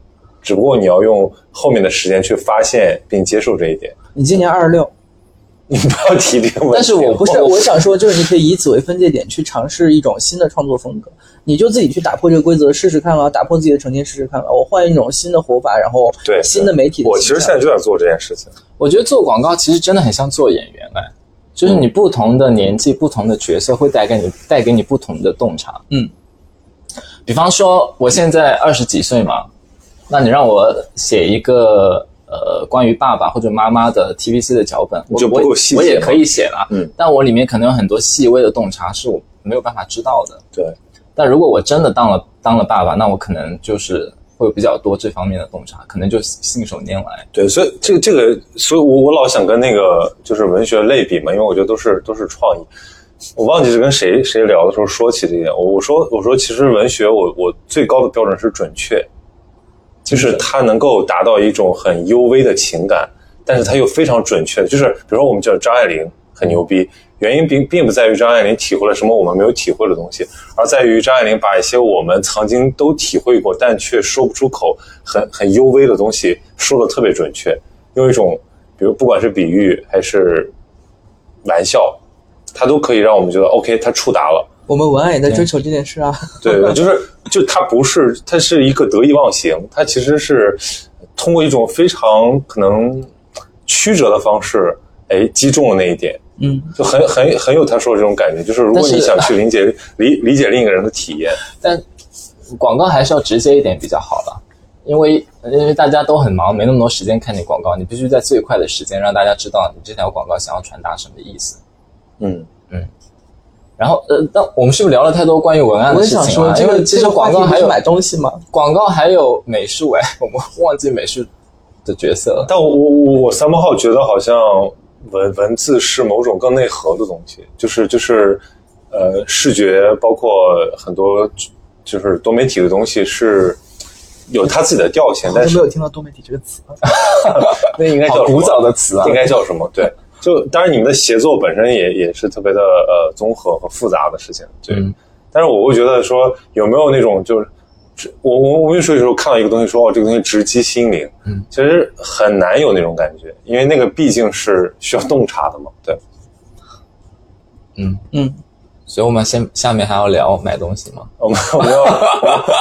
Speaker 1: 只不过你要用后面的时间去发现并接受这一点。
Speaker 3: 你今年二十六，
Speaker 1: 你不要提这个问题。
Speaker 2: 但是我不
Speaker 1: 是
Speaker 2: 是
Speaker 4: 我想说，就是你可以以此为分界点去尝试一种新的创作风格，你就自己去打破这个规则试试看吧，打破自己的成见试试看吧。我换一种新的活法，然后
Speaker 1: 对对
Speaker 4: 新的媒体的
Speaker 1: 我其
Speaker 4: 形
Speaker 1: 实现
Speaker 4: 象
Speaker 1: 在就在做这件事情。
Speaker 2: 我觉得做广告其实真的很像做演员哎，就是你不同的年纪、不同的角色会带给你带给你不同的洞察。
Speaker 4: 嗯，
Speaker 2: 比方说我现在二十几岁嘛，那你让我写一个呃关于爸爸或者妈妈的 TVC 的脚本，我
Speaker 1: 就不够细
Speaker 2: 我
Speaker 1: 节
Speaker 2: 也
Speaker 1: 吗
Speaker 2: 可以写了，
Speaker 1: 嗯，
Speaker 2: 但我里面可能有很多细微的洞察是我没有办法知道的。
Speaker 1: 对，
Speaker 2: 但如果我真的当了当了爸爸，那我可能就是会有比较多这方面的洞察，可能就信手拈来。
Speaker 1: 对，所以这个这个，所以我我老想跟那个就是文学类比嘛，因为我觉得都是都是创意。我忘记是跟谁谁聊的时候说起这一点，我我说我说其实文学我我最高的标准是准确，就是它能够达到一种很幽微的情感，但是它又非常准确。就是比如说我们觉得张爱玲很牛逼，原因并并不在于张爱玲体会了什么我们没有体会的东西，而在于张爱玲把一些我们曾经都体会过但却说不出口、很很幽微的东西说的特别准确，用一种比如不管是比喻还是玩笑，它都可以让我们觉得 OK，它触达了。
Speaker 4: 我们文案也在追求这件事啊。
Speaker 1: 对 对，就是就它不是，它是一个得意忘形，它其实是通过一种非常可能曲折的方式，哎，击中了那一点，
Speaker 4: 嗯，
Speaker 1: 就很很很有他说的这种感觉，就是如果
Speaker 2: 但是
Speaker 1: 你想去理解理理解另一个人的体验，
Speaker 2: 但广告还是要直接一点比较好了，因为因为大家都很忙，没那么多时间看你广告，你必须在最快的时间让大家知道你这条广告想要传达什么意思。
Speaker 1: 嗯，
Speaker 2: 然后呃，但我们是不是聊了太多关于文案
Speaker 4: 我
Speaker 2: 的
Speaker 4: 也
Speaker 2: 事
Speaker 4: 想
Speaker 2: 情
Speaker 4: 说
Speaker 2: 了？，
Speaker 4: 这
Speaker 2: 因
Speaker 4: 个
Speaker 2: 为其
Speaker 4: 这
Speaker 2: 实
Speaker 4: 个话
Speaker 2: 广
Speaker 4: 题
Speaker 2: 告
Speaker 4: 不
Speaker 2: 还
Speaker 4: 是
Speaker 2: 有
Speaker 4: 买东西吗？
Speaker 2: 广告还有美术哎，我们忘记美术的角色了。
Speaker 1: 但我我我我三毛号觉得好像文文字是某种更内核的东西，就是就是呃视觉包括很多就是多媒体的东西是有它自己的调性，
Speaker 4: 我
Speaker 1: 但
Speaker 4: 都
Speaker 1: 是
Speaker 4: 没有听到多媒体这个词。啊
Speaker 1: 那应该
Speaker 2: 好
Speaker 1: 叫什么
Speaker 2: 古早的词啊
Speaker 1: 应！该叫什么？对，就当然你们的协作本身也也是特别的呃综合和复杂的事情，对。
Speaker 2: 嗯
Speaker 1: 但是我会觉得说有没有那种就是。只我我我有时候有时候看到一个东西说，哦，这个东西直击心灵，
Speaker 2: 嗯，
Speaker 1: 其实很难有那种感觉，因为那个毕竟是需要洞察的嘛，对，
Speaker 4: 嗯，
Speaker 2: 所以我们先下面还要聊买东西吗？
Speaker 1: 我们我们要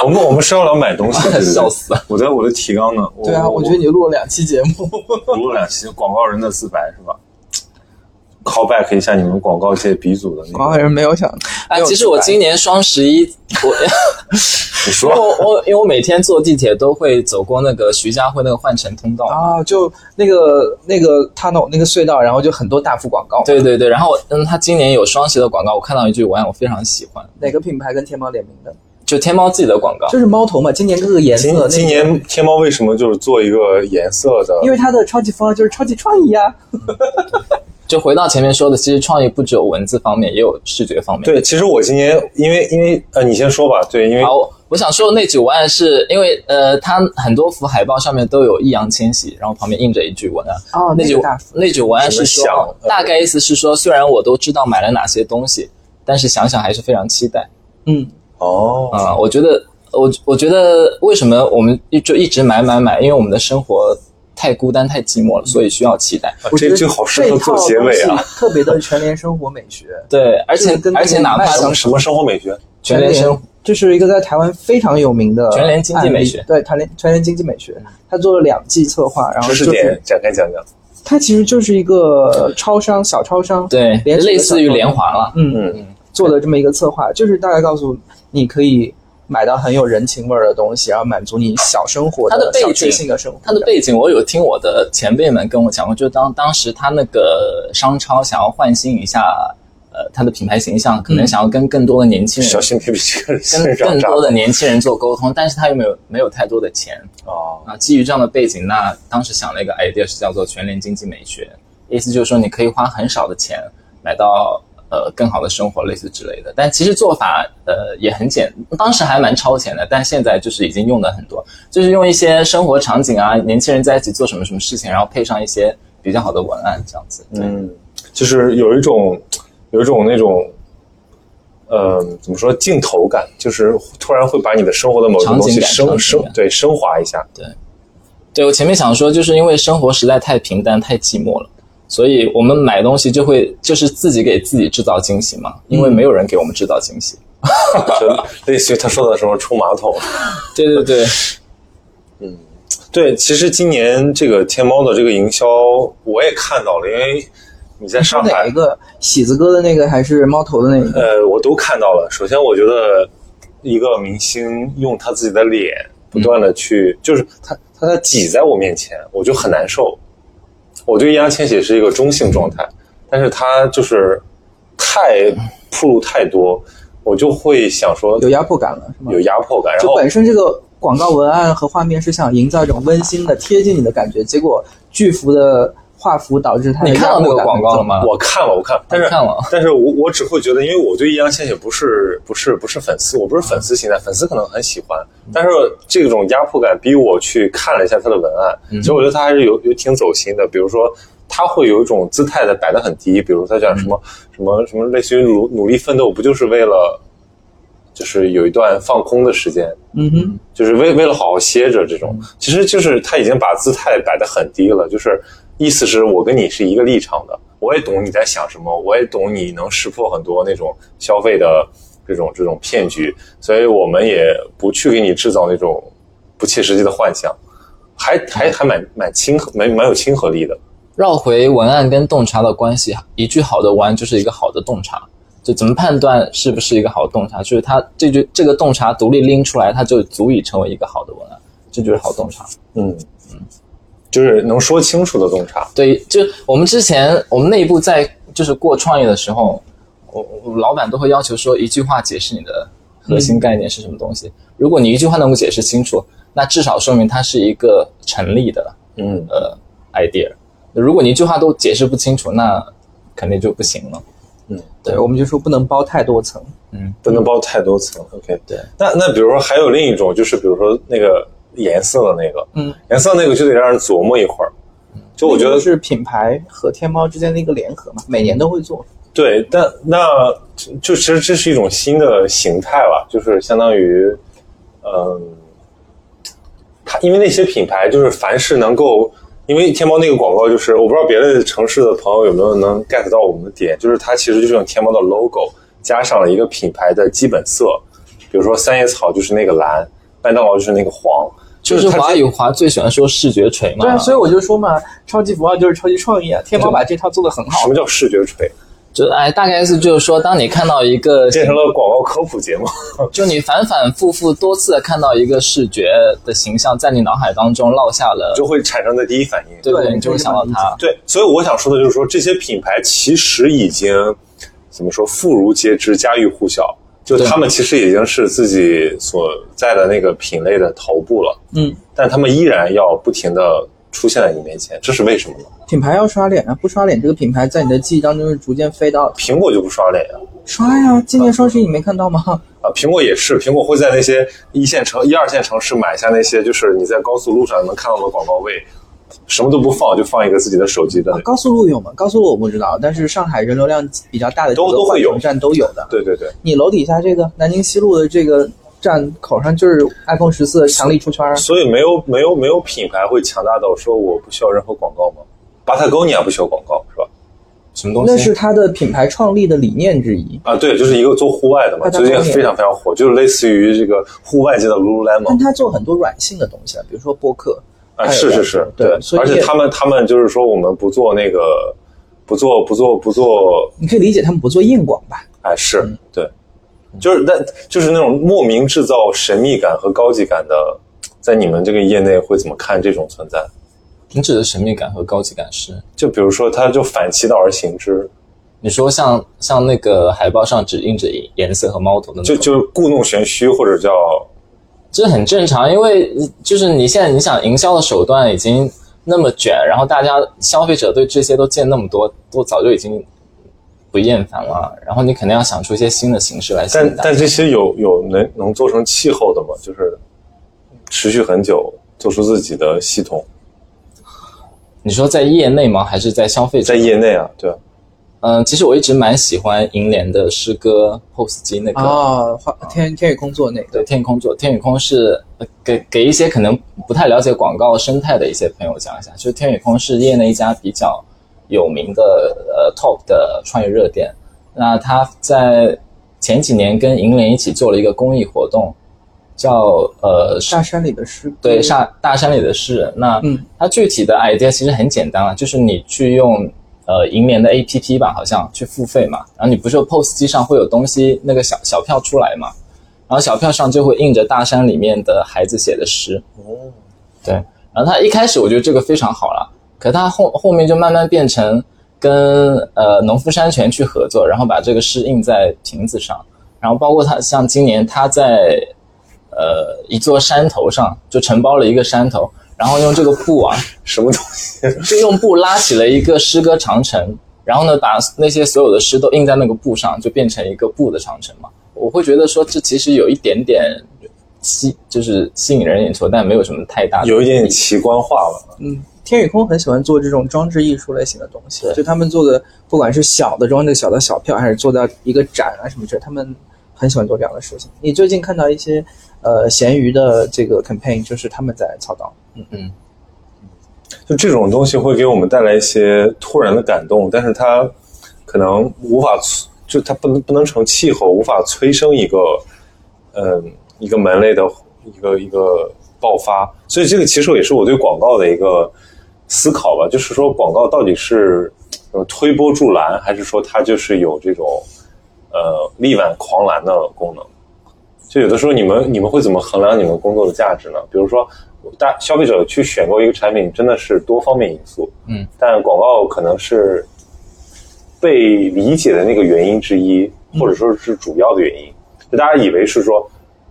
Speaker 1: 我们我们是要聊 买东西，对对对
Speaker 2: 笑死！
Speaker 1: 我的我的提纲呢？
Speaker 4: 对啊，我觉得你录了两期节目，
Speaker 1: 我录了两期广告人的自白是吧？call back 一下你们广告界鼻祖的那个，
Speaker 3: 广告人没有想，
Speaker 2: 啊，其实我今年双十一， 我
Speaker 1: 你
Speaker 2: 因为
Speaker 1: 说
Speaker 2: 我我因为我每天坐地铁都会走过那个徐家汇那个换乘通道嘛
Speaker 4: 啊，就那个那个他弄那个隧道，然后就很多大幅广告。
Speaker 2: 对对对，然后嗯，他今年有双十的广告，我看到一句文案我非常喜欢，
Speaker 4: 哪个品牌跟天猫联名的？
Speaker 2: 就天猫自己的广告，
Speaker 4: 就是猫头嘛，今年各个颜色
Speaker 1: 今
Speaker 4: 那个。
Speaker 1: 今年天猫为什么就是做一个颜色的？
Speaker 4: 因为它的超级符号就是超级创意啊，
Speaker 2: 就回到前面说的，其实创意不只有文字方面，也有视觉方面。，
Speaker 1: 对，其实我今年因为因为呃，你先说吧，对，因为
Speaker 2: 好，我我想说的那句文案是因为呃，它很多幅海报上面都有易烊千玺，然后旁边印着一句文案。
Speaker 4: 哦那
Speaker 2: 那句
Speaker 4: 个大幅
Speaker 2: 那句文案是
Speaker 1: 什么
Speaker 2: 说，
Speaker 1: 想
Speaker 2: 大概意思是说，虽然我都知道买了哪些东西，但是想想还是非常期待。
Speaker 4: 嗯，
Speaker 1: 哦，
Speaker 2: 啊、我觉得，我我觉得为什么我们一就一直买买买？因为我们的生活太孤单、太寂
Speaker 4: 嗯
Speaker 2: 寞了，所以需要期待。
Speaker 4: 我觉
Speaker 1: 啊这
Speaker 4: 得
Speaker 1: 句好适合
Speaker 4: 这
Speaker 1: 做
Speaker 4: 套
Speaker 1: 结尾啊
Speaker 4: 东。 西特别的全联生活美学，
Speaker 2: 对，而且
Speaker 4: 就是跟那
Speaker 2: 而且
Speaker 4: 个
Speaker 2: 哪怕
Speaker 4: 麦
Speaker 2: 是
Speaker 4: 当
Speaker 1: 什么生活美学？
Speaker 2: 全联生活，
Speaker 4: 这是一个在台湾非常有名的
Speaker 2: 全联经济美学
Speaker 4: 案例对，全联全联经济美学，他做了两季策划，然后
Speaker 1: 知识
Speaker 4: 就
Speaker 1: 点
Speaker 4: 是
Speaker 1: 展开讲讲。
Speaker 4: 它其实就是一个超商小超商，
Speaker 2: 对，
Speaker 4: 连锁的
Speaker 2: 类似于
Speaker 4: 小超
Speaker 2: 联
Speaker 4: 商
Speaker 2: 华了。
Speaker 4: 嗯，
Speaker 1: 嗯，
Speaker 4: 做的这么一个策划，就是大概告诉你可以买到很有人情味儿的东西，然后满足你小生活
Speaker 2: 它的背景
Speaker 4: 小确幸的生活。
Speaker 2: 它的背景，我有听我的前辈们跟我讲过，就当当时他那个商超想要换新一下，呃，他的品牌形象，
Speaker 4: 嗯
Speaker 2: 可能想要跟更多的年轻人
Speaker 1: 小，心别比这个人
Speaker 2: 跟
Speaker 1: 身上
Speaker 2: 更
Speaker 1: 扎
Speaker 2: 多的年轻人做沟通，但是他又没有没有太多的钱，
Speaker 1: 哦，
Speaker 2: 啊，基于这样的背景，那当时想了一个 idea 是叫做全联经济美学，意思就是说你可以花很少的钱买到呃更好的生活，类似之类的。但其实做法呃也很简，当时还蛮超前的，但现在就是已经用的很多，就是用一些生活场景啊，年轻人在一起做什么什么事情，然后配上一些比较好的文案这样子。对，
Speaker 1: 嗯，就是有一种有一种那种。呃，怎么说镜头感，就是突然会把你的生活的某种东西
Speaker 2: 场景感场景
Speaker 1: 升
Speaker 2: 感
Speaker 1: 升对升华一下，
Speaker 2: 对我前面想说，就是因为生活实在太平淡、太寂寞了，所以我们买东西就会就是自己给自己制造惊喜嘛，因为没有人给我们制造惊喜。
Speaker 1: 就类似于他说的什么冲马桶。
Speaker 2: 对对对，
Speaker 1: 对，其实今年这个天猫的这个营销我也看到了，因为你在上
Speaker 4: 哪
Speaker 1: 海
Speaker 4: 一，个喜子哥的那个还是猫头的那一个？
Speaker 1: 呃，我都看到了。首先，我觉得一个明星用他自己的脸不断
Speaker 4: 嗯
Speaker 1: 的去，就是他他他挤在我面前，我就很难受。我对易烊千玺是一个中性状态，但是他就是太铺路太多，我就会想说
Speaker 4: 嗯有压迫感了是吗
Speaker 1: 有？压迫感，然
Speaker 4: 就
Speaker 1: 后
Speaker 4: 本身这个广告文案和画面是想营造一种温馨的、贴近你的感觉，结果巨幅的画幅导致它的
Speaker 2: 你看到那
Speaker 4: 压迫
Speaker 2: 个
Speaker 4: 感
Speaker 2: 广告了？吗？
Speaker 1: 我看了，我看，但是
Speaker 2: 看了
Speaker 1: 但是我我只会觉得，因为我对易烊千玺不是不是不是粉丝，我不是粉丝心态，粉丝可能很喜欢，
Speaker 2: 嗯
Speaker 1: 但是这种压迫感逼我去看了一下他的文案，
Speaker 2: 嗯
Speaker 1: 其实我觉得他还是有有挺走心的，比如说。他会有一种姿态的摆得很低，比如他讲什
Speaker 2: 嗯
Speaker 1: 么、什么什么，类似于努努力奋斗，不就是为了，就是有一段放空的时间，
Speaker 4: 嗯哼，
Speaker 1: 就是为为了好好歇着这种，其实就是他已经把姿态摆得很低了，就是意思是我跟你是一个立场的，我也懂你在想什么，我也懂你能识破很多那种消费的这种这种骗局，所以我们也不去给你制造那种不切实际的幻想，还还还蛮蛮亲和蛮蛮有亲和力的，
Speaker 2: 绕回文案跟洞察的关系，一句好的文案就是一个好的洞察。就怎么判断是不是一个好洞察，就是它这句这个洞察独立拎出来，它就足以成为一个好的文案，这就是好洞察。
Speaker 1: 嗯嗯，就是能说清楚的洞察，
Speaker 2: 对，就我们之前我们内部在就是过创业的时候，我我老板都会要求说一句话解释你的核心概念是什么东西。如果你一句话能够解释清楚，那至少说明它是一个成立的
Speaker 1: 嗯，
Speaker 2: 呃 idea。如果你一句话都解释不清楚，那肯定就不行了。
Speaker 4: 对，我们就说不能包太多层。
Speaker 1: 不能包太多层。OK，
Speaker 2: 对。
Speaker 1: 那那比如说还有另一种，就是比如说那个颜色的那个，
Speaker 4: 嗯，
Speaker 1: 颜色那个就得让人琢磨一会儿。就我觉
Speaker 4: 那
Speaker 1: 得
Speaker 4: 个是品牌和天猫之间的一个联合嘛，每年都会做。
Speaker 1: 对，但那就就其实这是一种新的形态了，就是相当于，嗯，它因为那些品牌就是凡是能够，因为天猫那个广告就是，我不知道别的城市的朋友有没有能 get 到我们的点，就是它其实就是用天猫的 logo 加上了一个品牌的基本色，比如说三叶草就是那个蓝，麦当劳就是那个黄，
Speaker 2: 就
Speaker 1: 就是
Speaker 2: 是
Speaker 1: 它
Speaker 2: 华语华最喜欢说视觉锤嘛，
Speaker 4: 对啊，所以我就说嘛，超级符号就是超级创意啊，天猫把这套做得很
Speaker 1: 什
Speaker 4: 好
Speaker 1: 么。叫视觉锤？
Speaker 2: 就哎，大概是就是说，当你看到一 个
Speaker 1: 变成了广告科普节目。
Speaker 2: 就你反反复复多次的看到一个视觉的形象在你脑海当中落下了，
Speaker 1: 就会产生的第一反应。
Speaker 2: 对不
Speaker 4: 对
Speaker 2: 对？你就会想到它。
Speaker 1: 对，所以我想说的就是说，这些品牌其实已经怎么说，妇孺皆知，家喻户晓。就
Speaker 2: 对
Speaker 1: 他们其实已经是自己所在的那个品类的头部了，
Speaker 4: 嗯，
Speaker 1: 但他们依然要不停的出现在你面前，这是为什么呢？
Speaker 4: 品牌要刷脸啊，不刷脸这个品牌在你的记忆当中是逐渐飞到的。
Speaker 1: 苹果就不刷脸啊，
Speaker 4: 刷呀，今年双十一你没看到吗？
Speaker 1: 啊，苹果也是，苹果会在那些一线城、一二线城市买下那些就是你在高速路上能看到的广告位，什么都不放，就放一个自己的手机的
Speaker 4: 啊
Speaker 1: 那个，
Speaker 4: 高速路有吗？高速路我不知道，但是上海人流量比较大的
Speaker 1: 都
Speaker 4: 几个
Speaker 1: 都会有
Speaker 4: 换乘站都有的。
Speaker 1: 对对对，
Speaker 4: 你楼底下这个南京西路的这个站口上就是 iPhone 十四强力出圈儿啊，
Speaker 1: 所以没有没有没有品牌会强大到说我不需要任何广告吗？巴塔哥尼亚不需要广告是吧？
Speaker 2: 什么东西？
Speaker 4: 那是它的品牌创立的理念之一。
Speaker 1: 啊，对，就是一个做户外的嘛，最
Speaker 4: Patagonia
Speaker 1: 近非常非常火，就是类似于这个户外界的 Lululemon
Speaker 4: 但它做很多软性的东西啊，比如说播客，
Speaker 1: 啊，
Speaker 4: 还有
Speaker 1: 是
Speaker 4: 这
Speaker 1: 是
Speaker 4: 样
Speaker 1: 是，
Speaker 4: 哎对所以
Speaker 1: 而且他们他们就是说我们不做那个，不做不做不做，
Speaker 4: 你可以理解他们不做硬广吧？
Speaker 1: 哎，是
Speaker 4: 嗯
Speaker 1: 对，就是但就是那种莫名制造神秘感和高级感的，在你们这个业内会怎么看这种存在？
Speaker 2: 你指的神秘感和高级感是？
Speaker 1: 就比如说，它就反其道而行之，
Speaker 2: 你说像像那个海报上只印着颜色和猫头的那
Speaker 1: 就
Speaker 2: 种，
Speaker 1: 就故弄玄虚，或者叫
Speaker 2: 这很正常，因为就是你现在你想营销的手段已经那么卷，然后大家消费者对这些都见那么多，都早就已经不厌烦了，然后你肯定要想出一些新的形式来吸
Speaker 1: 但
Speaker 2: 引大家。
Speaker 1: 但这些有有能能做成气候的吗？就是持续很久，做出自己的系统，
Speaker 2: 你说在业内吗？还是在消费者？
Speaker 1: 在业内啊，对啊，
Speaker 2: 嗯，其实我一直蛮喜欢银联的诗歌呃 POS 机
Speaker 1: 啊
Speaker 2: 那个、
Speaker 4: 哦，花天天宇空做那
Speaker 2: 对
Speaker 4: 个，
Speaker 2: 天空做天宇空是呃给给一些可能不太了解广告生态的一些朋友讲一下，就是天宇空是业内一家比较有名的呃 top 的创业热点。那他在前几年跟银联一起做了一个公益活动，叫呃
Speaker 3: 大山里的诗，
Speaker 2: 对，大大山里的事。那
Speaker 3: 嗯
Speaker 2: 它具体的 idea 其实很简单了，啊就是你去用呃银联的 APP 吧，好像去付费嘛，然后你不是有 POS 机上会有东西那个小小票出来嘛，然后小票上就会印着大山里面的孩子写的诗。哦，对，然后它一开始我觉得这个非常好了，可它后后面就慢慢变成跟呃农夫山泉去合作，然后把这个诗印在瓶子上，然后包括它像今年它在呃一座山头上就承包了一个山头，然后用这个布啊，
Speaker 1: 什么东西？
Speaker 2: 就用布拉起了一个诗歌长城，然后呢把那些所有的诗都印在那个布上，就变成一个布的长城嘛。我会觉得说这其实有一点点吸，就是吸引人眼球，但没有什么太大的
Speaker 1: 有一点
Speaker 2: 意
Speaker 1: 点
Speaker 2: 义
Speaker 1: 奇观化了。
Speaker 3: 嗯，天宇空很喜欢做这种装置艺术类型的东西
Speaker 2: 对，
Speaker 3: 就他们做的，不管是小的装置、小的小票，还是做到一个展啊什么之类，他们很喜欢做这样的事情。你最近看到一些呃闲鱼的这个 campaign，就是他们在操刀，
Speaker 1: 就这种东西会给我们带来一些突然的感动，但是它可能无法促，就它不能不能成气候，无法催生一个嗯一个门类的一个一个爆发。所以这个其实也是我对广告的一个思考吧，就是说广告到底是呃推波助澜，还是说它就是有这种呃力挽狂澜的功能？就有的时候你们你们会怎么衡量你们工作的价值呢？比如说，大消费者去选购一个产品，真的是多方面因素，
Speaker 2: 嗯，
Speaker 1: 但广告可能是被理解的那个原因之一，或者说是主要的原因。就大家以为是说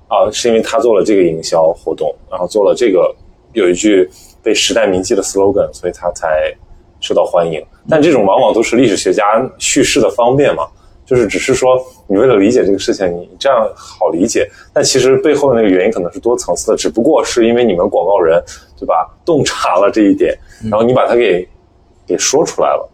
Speaker 1: 啊，是因为他做了这个营销活动，然后做了这个有一句被时代铭记的 slogan，所以他才受到欢迎。但这种往往都是历史学家叙事的方便嘛，就是只是说你为了理解这个事情，你这样好理解，但其实背后的那个原因可能是多层次的，只不过是因为你们广告人对吧洞察了这一点，然后你把它给给说出来了。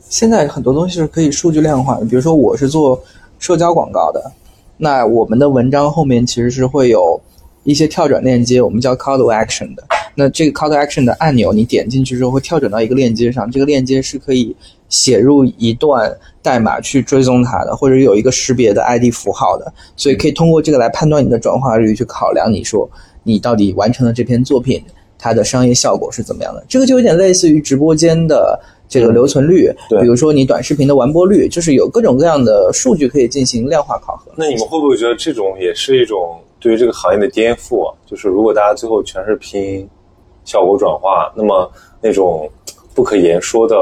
Speaker 3: 现在很多东西是可以数据量化的，比如说我是做社交广告的，那我们的文章后面其实是会有一些跳转链接，我们叫 call to action 的。那这个 call to action 的按钮，你点进去之后会跳转到一个链接上，这个链接是可以写入一段代码去追踪它的，或者有一个识别的 ID 符号的，所以可以通过这个来判断你的转化率，去考量你说你到底完成了这篇作品它的商业效果是怎么样的。这个就有点类似于直播间的这个留存率，
Speaker 1: 对
Speaker 3: 比如说你短视频的完播率，就是有各种各样的数据可以进行量化考核。
Speaker 1: 那你们会不会觉得这种也是一种对于这个行业的颠覆啊？就是如果大家最后全是拼效果转化，那么那种不可言说的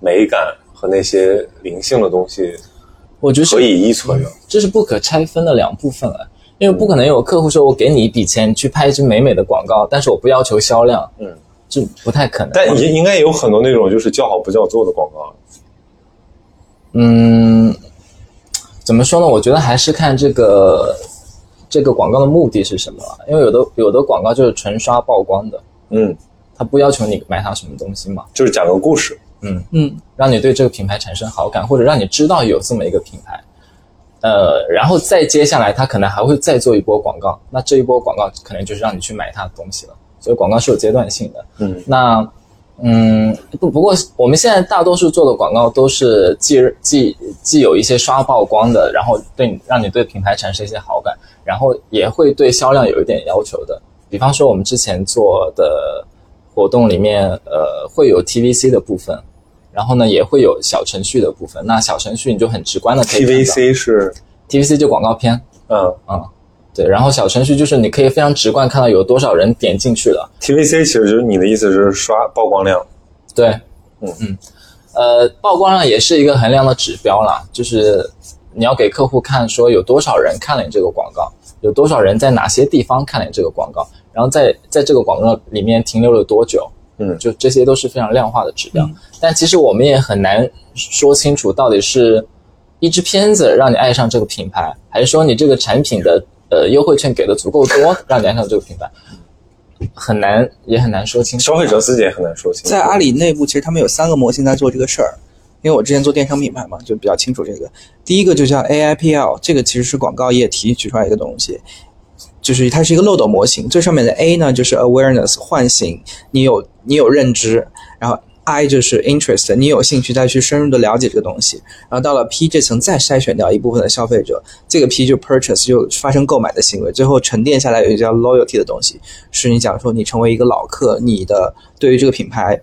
Speaker 1: 美感和那些灵性的东西
Speaker 2: 我觉得是
Speaker 1: 何以依存呢？
Speaker 2: 这是不可拆分的两部分了，因
Speaker 1: 嗯
Speaker 2: 为不可能有客户说我给你一笔钱你去拍一支美美的广告，但是我不要求销量，
Speaker 1: 嗯，
Speaker 2: 这不太可能。
Speaker 1: 但也应该有很多那种就是叫好不叫座的广告，
Speaker 2: 嗯，怎么说呢？我觉得还是看这个这个广告的目的是什么了，因为有的有的广告就是纯刷曝光的，
Speaker 1: 嗯，
Speaker 2: 它不要求你买它什么东西嘛，
Speaker 1: 就是讲个故事。
Speaker 3: 嗯，
Speaker 2: 让你对这个品牌产生好感，或者让你知道有这么一个品牌。呃，然后再接下来，它可能还会再做一波广告，那这一波广告可能就是让你去买它的东西了。所以广告是有阶段性的。
Speaker 1: 嗯，
Speaker 2: 那嗯，不不过我们现在大多数做的广告都是既既既有一些刷曝光的，然后对你让你对品牌产生一些好感，然后也会对销量有一点要求的。比方说我们之前做的活动里面，呃，会有 TVC 的部分，然后呢也会有小程序的部分。那小程序你就很直观的可以看到
Speaker 1: TVC 是，
Speaker 2: TVC 就广告片，
Speaker 1: 嗯
Speaker 2: 对，然后小程序就是你可以非常直观看到有多少人点进去了，
Speaker 1: ，TVC 其实就是你的意思是刷曝光量，
Speaker 2: 对，
Speaker 1: 嗯
Speaker 2: 嗯，呃，曝光量也是一个衡量的指标啦，就是你要给客户看说有多少人看了你这个广告，有多少人在哪些地方看了你这个广告，然后在在这个广告里面停留了多久，
Speaker 1: 嗯
Speaker 2: 就这些都是非常量化的指标。但其实我们也很难说清楚到底是一支片子让你爱上这个品牌，还是说你这个产品的呃优惠券给的足够多，让你爱上这个品牌。很难，也很难说清楚。
Speaker 1: 消费者自己也很难说清楚。
Speaker 3: 在阿里内部，其实他们有三个模型在做这个事儿。因为我之前做电商品牌嘛，就比较清楚这个。第一个就叫 AIPL，这个啊其实是广告业提取出来一个东西，就是它是一个漏斗模型。最上面的 A 呢，就是 awareness 唤醒你有你有认知，然后 I 就是 interest，你有兴趣再去深入的了解这个东西，然后到了 P 这层再筛选掉一部分的消费者，这个 P 就 purchase 就发生购买的行为，最后沉淀下来有一个叫 loyalty 的东西，是你讲说你成为一个老客，你的对于这个品牌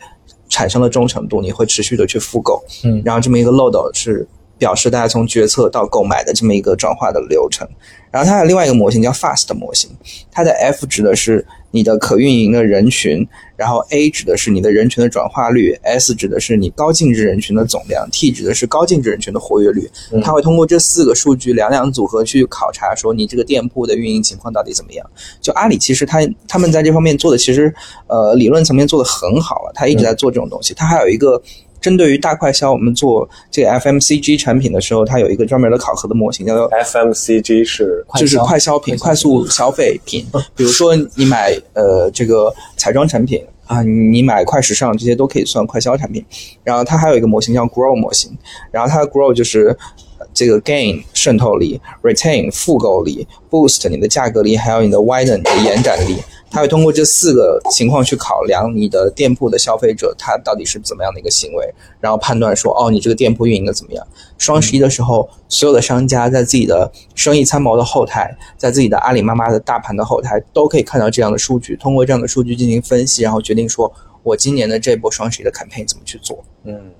Speaker 3: 产生了忠诚度，你会持续的去复购，
Speaker 2: 嗯
Speaker 3: 然后这么一个漏斗是表示大家从决策到购买的这么一个转化的流程。然后它还有另外一个模型叫 FAST 模型，它的 F 指的是你的可运营的人群，然后 A 指的是你的人群的转化率，S 指的是你高净值人群的总量，T 指的是高净值人群的活跃率。它会通过这四个数据两两组合去考察，说你这个店铺的运营情况到底怎么样。就阿里其实它他们在这方面做的其实呃理论层面做的很好啊了，它一直在做这种东西。它还有一个针对于大快消，我们做这个 FMCG 产品的时候，它有一个专门的考核的模型，叫做
Speaker 1: FMCG 是
Speaker 2: 快
Speaker 3: 就是
Speaker 2: 消
Speaker 3: 快消品、
Speaker 2: 快
Speaker 3: 快速消费品，比如说你买呃这个彩妆产品啊，你买快时尚这些都可以算快消产品。然后它还有一个模型叫 Grow 模型，然后它的 Grow 就是呃这个 Gain 渗透力、Retain 复购力、Boost 你的价格力，还有你的 Widen 你的延展力。它会通过这四个情况去考量你的店铺的消费者他到底是怎么样的一个行为，然后判断说哦你这个店铺运营的怎么样。双十一的时候，所有的商家在自己的生意参谋的后台，在自己的阿里妈妈的大盘的后台，都可以看到这样的数据，通过这样的数据进行分析，然后决定说我今年的这波双十一的 campaign 怎么去做。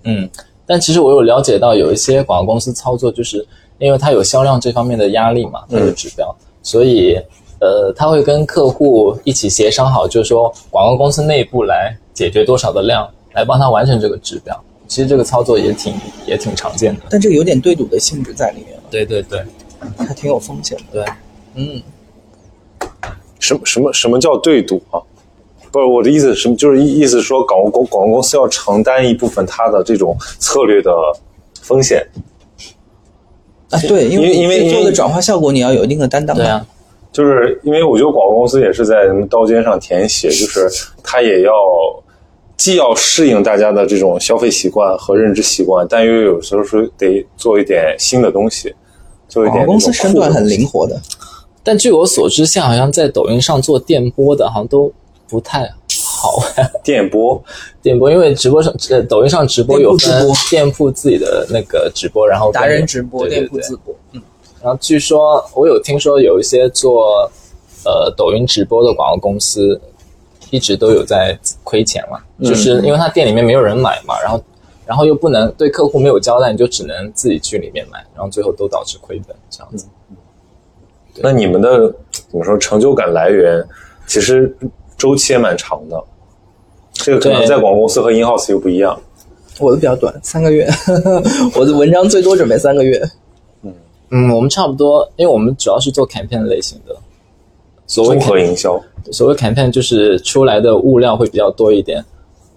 Speaker 2: 嗯，但其实我有了解到，有一些广告公司操作，就是因为它有销量这方面的压力嘛，它的指标，
Speaker 3: 嗯
Speaker 2: 所以呃，他会跟客户一起协商好，就是说广告公司内部来解决多少的量，来帮他完成这个指标。其实这个操作也挺也挺常见的。
Speaker 3: 但这个有点对赌的性质在里面
Speaker 2: 对对对
Speaker 3: 了，啊还挺有风险的。
Speaker 2: 对，
Speaker 3: 嗯，
Speaker 1: 什么什么什么叫对赌啊？不是我的意思，什么就是意意思说广告公广告公司要承担一部分它的这种策略的风险，
Speaker 3: 啊对，因为
Speaker 1: 因为因为
Speaker 3: 做的转化效果你要有一定的担当嘛。
Speaker 2: 对啊，
Speaker 1: 就是因为我觉得广告公司也是在什么刀尖上舔 血，就是它也要既要适应大家的这种消费习惯和认知习惯，但又有时候说得做一点新的东西，做一
Speaker 3: 广
Speaker 1: 点
Speaker 3: 告公司
Speaker 1: 那种
Speaker 3: 身
Speaker 1: 酷的
Speaker 3: 段很
Speaker 1: 东西
Speaker 3: 灵活的，
Speaker 2: 但据我所知，现在好像在抖音上做电播的，好像都不太好。
Speaker 1: 电波，
Speaker 2: 电播，因为直播上，呃，抖音上直播有
Speaker 3: 店
Speaker 2: 分
Speaker 3: 铺直播
Speaker 2: 店铺自己的那个直播，然后跟
Speaker 3: 达人直播、
Speaker 2: 对对
Speaker 3: 店铺
Speaker 2: 对
Speaker 3: 自播，嗯，
Speaker 2: 然后据说我有听说有一些做呃抖音直播的广告公司，一直都有在亏钱嘛，就是因为他店里面没有人买嘛，然后然后又不能对客户没有交代，你就只能自己去里面买，然后最后都导致亏本这样子。
Speaker 1: 那你们的怎么说成就感来源，其实周期也蛮长的，这个可能
Speaker 2: 对
Speaker 1: 在广告公司和 in house 又不一样。
Speaker 3: 我的比较短，三个月， 我的文章最多准备三个 月。
Speaker 2: 嗯，我们差不多，因为我们主要是做 campaign 类型的，所谓
Speaker 1: 综
Speaker 2: campaign
Speaker 1: 合营销，
Speaker 2: 所谓 campaign 就是出来的物料会比较多一点，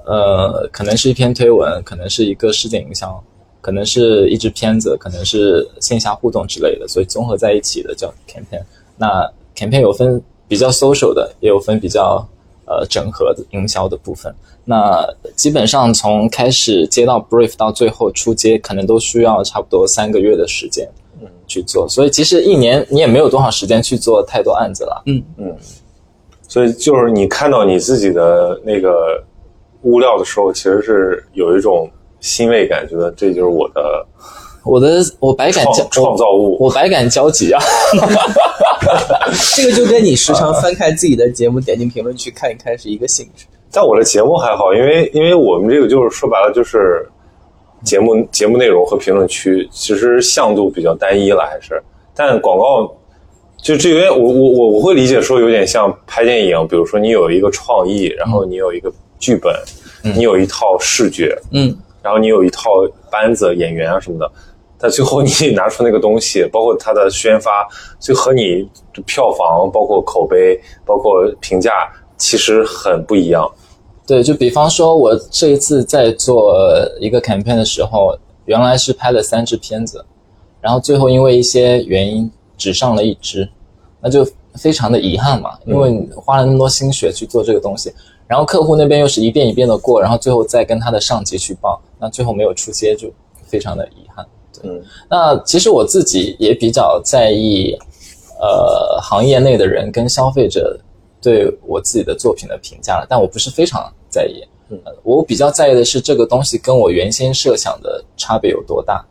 Speaker 2: 呃，可能是一篇推文，可能是一个事件营销，可能是一支片子，可能是线下互动之类的，所以综合在一起的叫 campaign。那 campaign 有分比较 social 的，也有分比较呃整合的营销的部分。那基本上从开始接到 brief 到最后出街，可能都需要差不多三个月的时间。去做，所以其实一年你也没有多少时间去做太多案子了。
Speaker 1: 所以就是你看到你自己的那个物料的时候，其实是有一种欣慰感，觉得这就是我的
Speaker 2: 我的我百感交
Speaker 1: 创创造物。
Speaker 2: 我百感交集啊！
Speaker 3: 这个就跟你时常翻开自己的节目，点进评论区看一看是一个性质。
Speaker 1: 但我的节目还好，因为因为我们这个就是说白了就是节目节目内容和评论区其实向度比较单一了，还是但广告就这有点我我我我会理解说有点像拍电影，比如说你有一个创意，然后你有一个剧本，你有一套视觉，
Speaker 3: 嗯，
Speaker 1: 然后你有一套班子、演员啊什么的，但最后你拿出那个东西，包括它的宣发，就和你票房、包括口碑、包括评价，其实很不一样。
Speaker 2: 对，就比方说，我这一次在做一个 campaign 的时候，原来是拍了三支片子，然后最后因为一些原因只上了一支，那就非常的遗憾嘛，因为
Speaker 1: 嗯
Speaker 2: 你花了那么多心血去做这个东西，然后客户那边又是一遍一遍的过，然后最后再跟他的上级去报，那最后没有出街就非常的遗憾。对，
Speaker 1: 嗯
Speaker 2: 那其实我自己也比较在意，呃，行业内的人跟消费者对我自己的作品的评价了，但我不是非常在意。嗯，我比较在意的是这个东西跟我原先设想的差别有多大。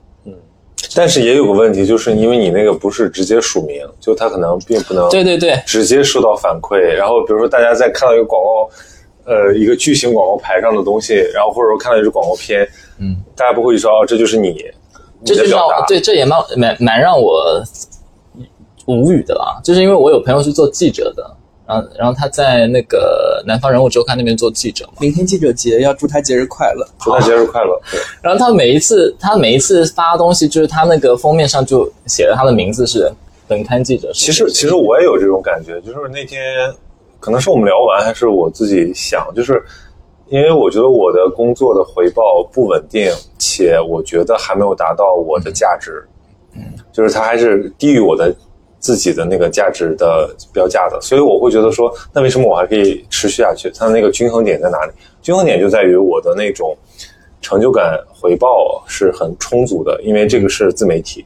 Speaker 1: 但是也有个问题，就是因为你那个不是直接署名，就它可能并不能
Speaker 2: 对对对，
Speaker 1: 直接收到反馈。然后比如说大家在看到一个广告，呃，一个巨型广告牌上的东西，然后或者说看到一支广告片，嗯，大家不会说哦，这就是你，
Speaker 2: 这
Speaker 1: 你
Speaker 2: 就
Speaker 1: 的
Speaker 2: 让
Speaker 1: 表
Speaker 2: 我
Speaker 1: 达，
Speaker 2: 对，这也蛮蛮蛮让我无语的啦，就是因为我有朋友是做记者的，然后然后他在那个《南方人物周刊》那边做记者嘛，
Speaker 3: 明天记者节要祝他节日快乐。
Speaker 1: 祝他节日快乐。对
Speaker 2: 然后他每一次他每一次发东西，就是他那个封面上就写了他的名字是本刊记者
Speaker 1: 其
Speaker 2: 是谁谁。
Speaker 1: 实其实我也有这种感觉，就是那天可能是我们聊完，还是我自己想，就是因为我觉得我的工作的回报不稳定，且我觉得还没有达到我的价值，嗯，就是它还是低于我的自己的那个价值的标价的，所以我会觉得说，那为什么我还可以持续下去？它的那个均衡点在哪里？均衡点就在于我的那种成就感回报是很充足的，因为这个是自媒体，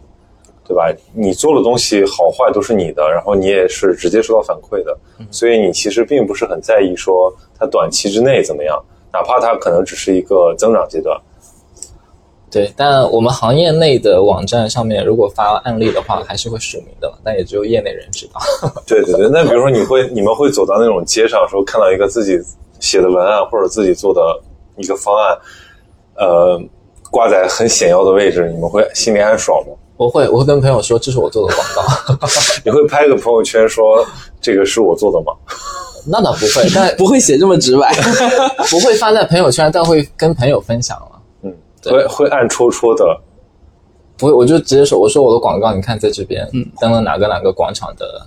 Speaker 1: 对吧？你做的东西好坏都是你的，然后你也是直接收到反馈的，
Speaker 3: 嗯
Speaker 1: 所以你其实并不是很在意说它短期之内怎么样，哪怕它可能只是一个增长阶段。
Speaker 2: 对，但我们行业内的网站上面如果发案例的话，还是会署名的嘛，但也只有业内人知道。
Speaker 1: 对对对，那比如说你会你们会走到那种街上说看到一个自己写的文案或者自己做的一个方案，呃，挂在很显要的位置，你们会心里暗爽吗？
Speaker 2: 我会我会跟朋友说这是我做的广告，
Speaker 1: 你会拍个朋友圈说这个是我做的吗？
Speaker 2: 那倒不会，但
Speaker 3: 不会写这么直 白，
Speaker 2: 不会发在朋友圈，但会跟朋友分享啊了。
Speaker 1: 嗯，
Speaker 2: 对
Speaker 1: 会会暗戳戳的
Speaker 2: 不会，我就直接说，我说我的广告，你看在这边，嗯，登了哪个哪个广场的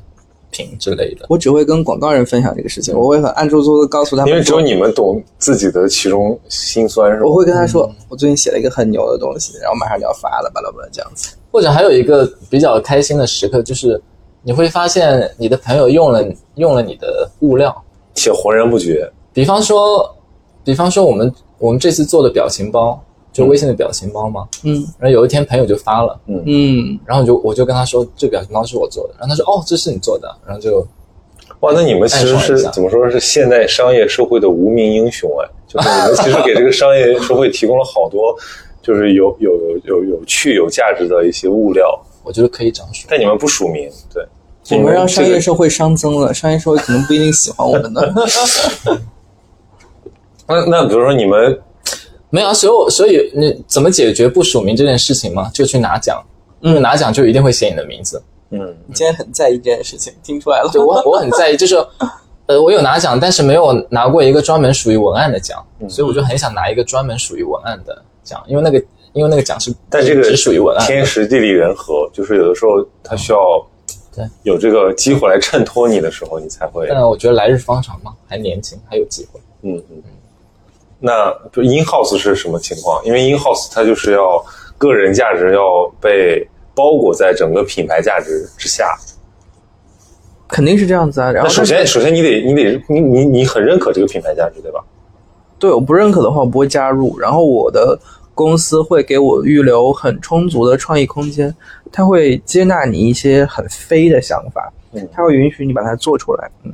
Speaker 2: 屏之类的。
Speaker 3: 我只会跟广告人分享这个事情，我会很暗戳戳的告诉他们
Speaker 1: 因
Speaker 3: 说，
Speaker 1: 为只有你们懂自己的其中辛酸，是吧
Speaker 3: 我？会跟他说，我最近写了一个很牛的东西，然后马上就要发了，巴拉巴拉这样子。
Speaker 2: 或者还有一个比较开心的时刻，就是你会发现你的朋友用了用了你的物料，
Speaker 1: 且浑然不觉。
Speaker 2: 比方说，比方说我们我们这次做的表情包，就微信的表情包嘛，
Speaker 3: 嗯
Speaker 2: 然后有一天朋友就发了，
Speaker 3: 嗯，
Speaker 2: 然后我就我就跟他说这表情包是我做的，然后他说哦这是你做的，然后就
Speaker 1: 哇，那你们其实
Speaker 2: 暗爽一
Speaker 1: 是
Speaker 2: 下
Speaker 1: 怎么说是现代商业社会的无名英雄哎？就是你们其实给这个商业社会提供了好多，就是有有有有有趣有价值的一些物料，
Speaker 2: 我觉得可以这样说。
Speaker 1: 但你们不署名，对，
Speaker 3: 嗯我
Speaker 1: 你
Speaker 3: 们让
Speaker 1: 这
Speaker 3: 商
Speaker 1: 个
Speaker 3: 业社会伤增了，商业社会可能不一定喜欢我们 呢。
Speaker 1: 那那比如说你们
Speaker 2: 没有啊，所以我所以你怎么解决不署名这件事情嘛？就去拿奖，因为拿奖就一定会写你的名字。
Speaker 1: 嗯，
Speaker 3: 你今天很在意这件事情，听出来了。
Speaker 2: 对我我很在意，就是呃，我有拿奖，但是没有拿过一个专门属于文案的奖，
Speaker 1: 嗯
Speaker 2: 所以我就很想拿一个专门属于文案的奖，因为那个因为那个奖是
Speaker 1: 但这个
Speaker 2: 只属于啊文案的。
Speaker 1: 天时地利人和，就是有的时候它需要
Speaker 2: 对嗯
Speaker 1: 有这个机会来衬托你的时候，你才会
Speaker 2: 但我觉得来日方长嘛，还年轻，还有机会。
Speaker 1: 嗯嗯。那就 in house 是什么情况？因为 in house 它就是要个人价值要被包裹在整个品牌价值之下。
Speaker 3: 肯定是这样子啊。然
Speaker 1: 那
Speaker 3: 后
Speaker 1: 首先，首先你得你得你你你很认可这个品牌价值，对吧？
Speaker 3: 对我不认可的话，我不会加入。然后我的公司会给我预留很充足的创意空间，它会接纳你一些很飞的想法
Speaker 1: 嗯，
Speaker 3: 它会允许你把它做出来。嗯，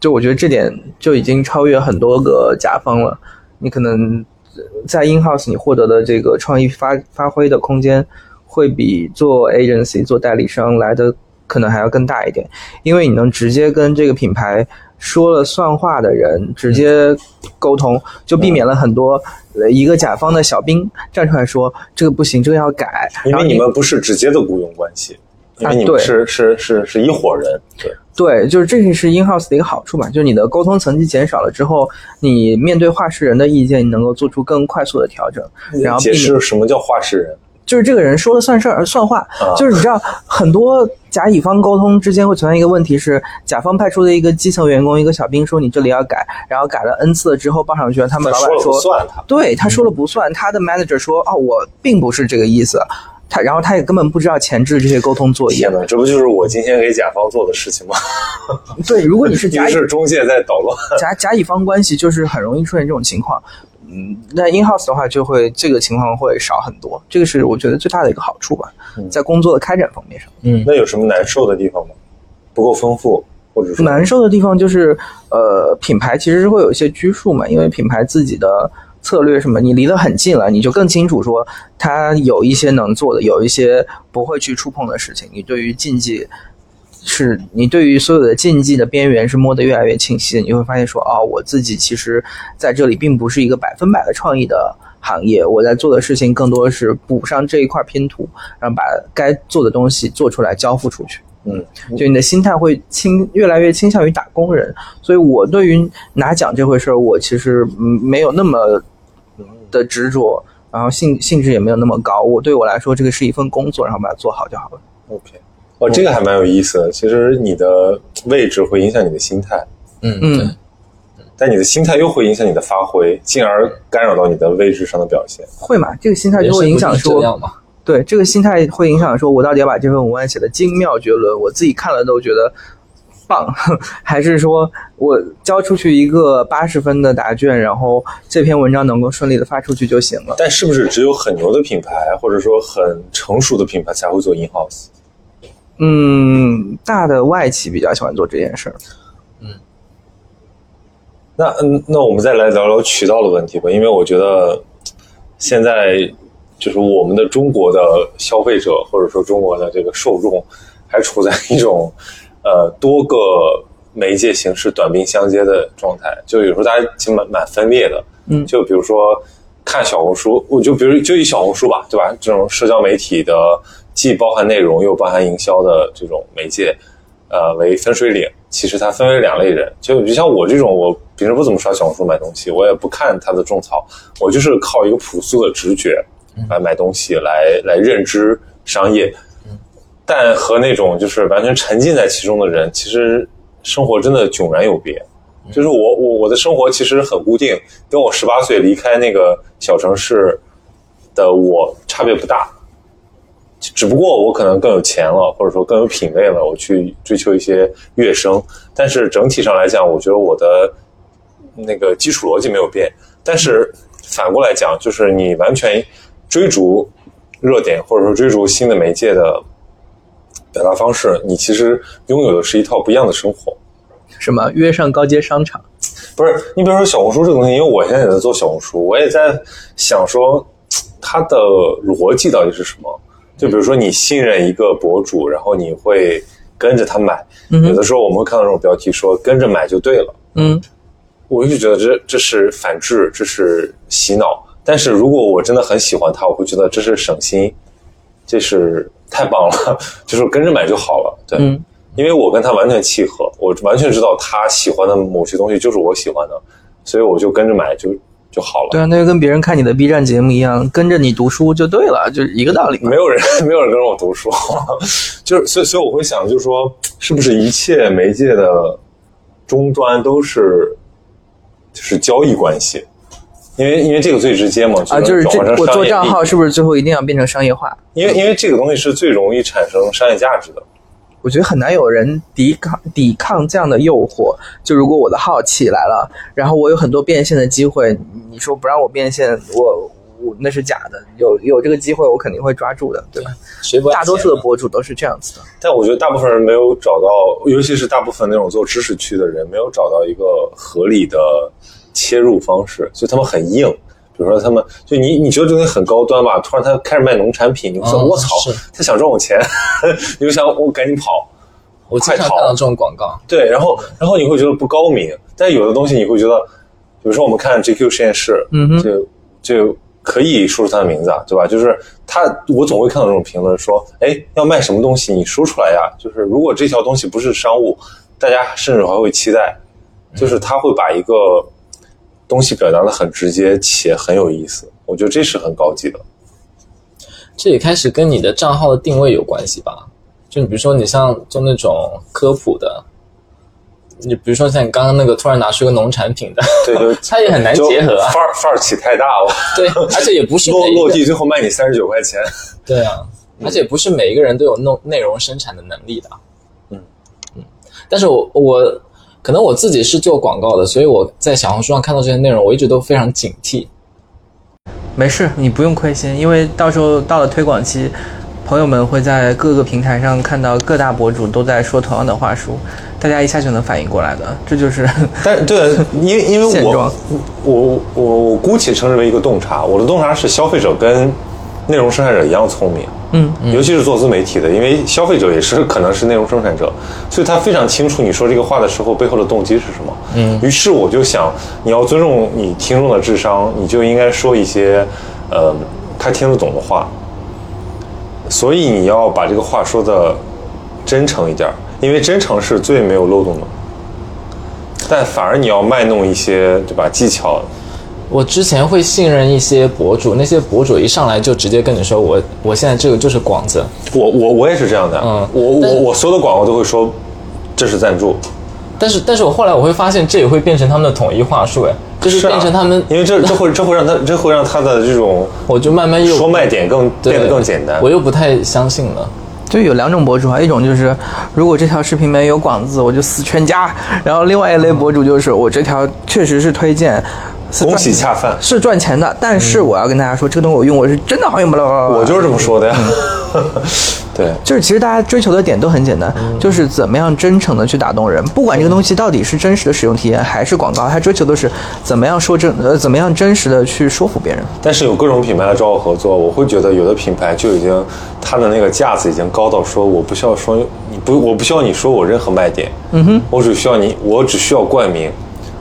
Speaker 3: 就我觉得这点就已经超越很多个甲方了。你可能在 in house 你获得的这个创意发发挥的空间，会比做 agency 做代理商来的可能还要更大一点，因为你能直接跟这个品牌说了算话的人直接沟通，就避免了很多呃一个甲方的小兵站出来说这个不行，这个要改，
Speaker 1: 因
Speaker 3: 然后
Speaker 1: 为你们不是直接的雇佣关系，因为
Speaker 3: 啊
Speaker 1: 你们
Speaker 3: 对
Speaker 1: 是、是是是一伙人，对。
Speaker 3: 对，就是这个是 in house 的一个好处吧，就是你的沟通层级减少了之后，你面对话事人的意见，你能够做出更快速的调整，然后避
Speaker 1: 解
Speaker 3: 免
Speaker 1: 释什么叫话事人，
Speaker 3: 就是这个人说了算事儿算话，
Speaker 1: 啊
Speaker 3: 就是你知道很多甲乙方沟通之间会存在一个问题是，甲方派出的一个基层员工一个小兵说你这里要改，然后改了 n 次了之后报上去了，他们
Speaker 1: 但
Speaker 3: 老
Speaker 1: 说
Speaker 3: 板
Speaker 1: 了不算他。
Speaker 3: 对，他说了不算，他的 manager 说哦我并不是这个意思，他然后他也根本不知道前置这些沟通作业
Speaker 1: 天。哪，这不就是我今天给甲方做的事情 吗？
Speaker 3: 对，如果你是
Speaker 1: 一
Speaker 3: 甲
Speaker 1: 个
Speaker 3: 乙
Speaker 1: 是中介在捣乱，
Speaker 3: 甲甲乙方关系就是很容易出现这种情况。嗯，那 in house 的话，就会这个情况会少很多，这个是我觉得最大的一个好处吧，在工作的开展方面上。
Speaker 1: 那有什么难受的地方吗？不够丰富，或者说
Speaker 3: 难受的地方就是，呃，品牌其实是会有一些拘束嘛，因为品牌自己的策略什么，你离得很近了，你就更清楚说它有一些能做的，有一些不会去触碰的事情。你对于禁忌是，你对于所有的禁忌的边缘是摸得越来越清晰的，你会发现说，哦，我自己其实在这里并不是一个百分百的创意的。行业，我在做的事情更多的是补上这一块拼图，然后把该做的东西做出来，交付出去。
Speaker 1: 嗯
Speaker 3: 就你的心态会倾越来越倾向于打工人，所以我对于拿奖这回事儿，我其实嗯没有那么的执着，然后兴兴致也没有那么高。我对我来说，这个是一份工作，然后把它做好就好了。
Speaker 1: OK，哦，这个还蛮有意思的。其实你的位置会影响你的心态，
Speaker 2: 嗯，
Speaker 3: 嗯，
Speaker 1: 但你的心态又会影响你的发挥，进而干扰到你的位置上的表现。
Speaker 3: 会嘛？这个心态
Speaker 2: 人
Speaker 3: 就
Speaker 2: 生
Speaker 3: 会影响
Speaker 2: 不是这
Speaker 3: 说，
Speaker 2: 样嘛，
Speaker 3: 对，这个心态会影响说，我到底要把这份文案写的精妙绝伦，我自己看了都觉得棒， 还是说我交出去一个八十分的答卷，然后这篇文章能够顺利的发出去就行了。
Speaker 1: 但是不是只有很牛的品牌，或者说很成熟的品牌才会做 in house？
Speaker 3: 嗯，大的外企比较喜欢做这件事儿。
Speaker 1: 那嗯，那我们再来聊聊渠道的问题吧，因为我觉得现在就是我们的中国的消费者或者说中国的这个受众，还处在一种呃多个媒介形式短兵相接的状态，就有时候大家其实蛮蛮分裂的，
Speaker 3: 嗯
Speaker 1: 就比如说看小红书，我就比如就以小红书吧，对吧？这种社交媒体的既包含内容又包含营销的这种媒介，呃为分水岭。其实它分为两类人，就就像我这种，我平时不怎么刷小红书买东西，我也不看它的种草，我就是靠一个朴素的直觉来买东西，来来认知商业。但和那种就是完全沉浸在其中的人，其实生活真的迥然有别。就是我我我的生活其实很固定，跟我十八岁离开那个小城市的我差别不大，只不过我可能更有钱了，或者说更有品味了，我去追求一些跃升。但是整体上来讲，我觉得我的那个基础逻辑没有变。但是反过来讲，就是你完全追逐热点，或者说追逐新的媒介的表达方式，你其实拥有的是一套不一样的生活。
Speaker 3: 什么约上高街商场？
Speaker 1: 不是，你比如说小红书这个东西，因为我现在也在做小红书，我也在想说它的逻辑到底是什么。就比如说你信任一个博主，然后你会跟着他买，
Speaker 3: 嗯哼
Speaker 1: 有的时候我们会看到这种标题说跟着买就对了，
Speaker 3: 嗯，
Speaker 1: 我就觉得这这是反制，这是洗脑。但是如果我真的很喜欢它，我会觉得这是省心，这是太棒了， 就是跟着买就好了。对，
Speaker 3: 嗯
Speaker 1: 因为我跟他完全契合，我完全知道他喜欢的某些东西就是我喜欢的，所以我就跟着买就就好
Speaker 3: 对
Speaker 1: 了。
Speaker 3: 啊，那就跟别人看你的 B 站节目一样，跟着你读书就对了，就是一个道理 嘛
Speaker 1: 没。有人 没有人跟我读书， 就是所以所以我会想，就是说，是不是一切媒介的终端都是就是交易关系？因为因为这个最直接嘛，
Speaker 3: 啊，就是
Speaker 1: 转
Speaker 3: 这
Speaker 1: 化成
Speaker 3: 我
Speaker 1: 商
Speaker 3: 做
Speaker 1: 业
Speaker 3: 账
Speaker 1: 利益
Speaker 3: 号是不是最后一定要变成商业化？
Speaker 1: 因为因为这个东西是最容易产生商业价值的。
Speaker 3: 我觉得很难有人抵抗抵抗这样的诱惑。就如果我的好奇来了，然后我有很多变现的机会，你你说不让我变现，我我那是假的。有有这个机会，我肯定会抓住的，对吧？
Speaker 2: 谁不爱
Speaker 3: 大多
Speaker 2: 钱
Speaker 3: 数
Speaker 2: 呢
Speaker 3: 的博主都是这样子的。
Speaker 1: 但我觉得大部分人没有找到，尤其是大部分那种做知识区的人，没有找到一个合理的切入方式，所以他们很硬。比如说，他们就你你觉得这东西很高端吧，突然他开始卖农产品，你会说
Speaker 2: 嗯
Speaker 1: 我操
Speaker 2: 是，
Speaker 1: 他想赚我钱， 你就想我赶紧跑。
Speaker 2: 我经
Speaker 1: 快
Speaker 2: 常
Speaker 1: 逃
Speaker 2: 看到这种广告，
Speaker 1: 对，然后然后你会觉得不高明，但有的东西你会觉得，比如说我们看 GQ 实验室，
Speaker 3: 嗯哼
Speaker 1: 就就可以说出他的名字啊，对吧？就是他，我总会看到这种评论说，哎，要卖什么东西你说出来呀？就是如果这条东西不是商务，大家甚至还会期待，就是他会把一个东西表达的很直接且很有意思，我觉得这是很高级的。
Speaker 2: 这也开始跟你的账号的定位有关系吧？就你比如说，你像做那种科普的，你比如说像你刚刚那个突然拿出一个农产品 的，
Speaker 1: 对，就
Speaker 2: 它也很难
Speaker 1: 就
Speaker 2: 结合啊。
Speaker 1: 范儿范儿起太大了，
Speaker 2: 对，而且也不是
Speaker 1: 落
Speaker 2: 每一
Speaker 1: 落
Speaker 2: 个
Speaker 1: 地最后卖你三十九块钱。
Speaker 2: 对啊，而且不是每一个人都有弄内容生产的能力的。
Speaker 1: 嗯
Speaker 2: 嗯，但是我我可能我自己是做广告的，所以我在小红书上看到这些内容，我一直都非常警惕。
Speaker 3: 没事，你不用亏心，因为到时候到了推广期，朋友们会在各个平台上看到各大博主都在说同样的话术，大家一下就能反应过来的，这就是
Speaker 1: 但对，因为因为
Speaker 3: 现
Speaker 1: 我
Speaker 3: 状
Speaker 1: 我我我姑且称之为一个洞察，我的洞察是消费者跟内容生产者一样聪明，嗯，尤其是做自媒体的，因为消费者也是可能是内容生产者，所以他非常清楚你说这个话的时候背后的动机是什么，嗯，于是我就想，你要尊重你听众的智商，你就应该说一些，呃，他听得懂的话，所以你要把这个话说的真诚一点儿，因为真诚是最没有漏洞的。但反而你要卖弄一些对吧技巧，
Speaker 2: 我之前会信任一些博主，那些博主一上来就直接跟你说我我现在这个就是广子，
Speaker 1: 我我我也是这样的，
Speaker 2: 嗯
Speaker 1: 我我我所有的广告都会说这是赞助，
Speaker 2: 但是但是我后来我会发现这也会变成他们的统一话术，哎，就是
Speaker 1: 啊
Speaker 2: 变成他们，
Speaker 1: 因为 这这会这会让他这会让他的这种
Speaker 2: 我就慢慢又
Speaker 1: 说卖点更
Speaker 2: 对
Speaker 1: 变得更简单
Speaker 2: 我。又不太相信了。
Speaker 3: 就有两种博主啊，一种就是如果这条视频没有广字，我就死全家；然后另外一类博主就是我这条确实是推荐，是赚
Speaker 1: 恭喜恰饭，
Speaker 3: 是赚钱的，但是我要跟大家说，这个东西我用我是真的好用，巴拉巴拉巴拉。
Speaker 1: 我就是这么说的呀。
Speaker 2: 嗯
Speaker 1: 对，
Speaker 3: 就是其实大家追求的点都很简单，
Speaker 1: 嗯
Speaker 3: 就是怎么样真诚的去打动人，不管这个东西到底是真实的使用体验还是广告，它追求的是怎么样说真呃怎么样真实的去说服别人。
Speaker 1: 但是有各种品牌来找我合作，我会觉得有的品牌就已经它的那个架子已经高到说我不需要说你不我不需要你说我任何卖点，嗯哼，我只需要你我只需要冠名，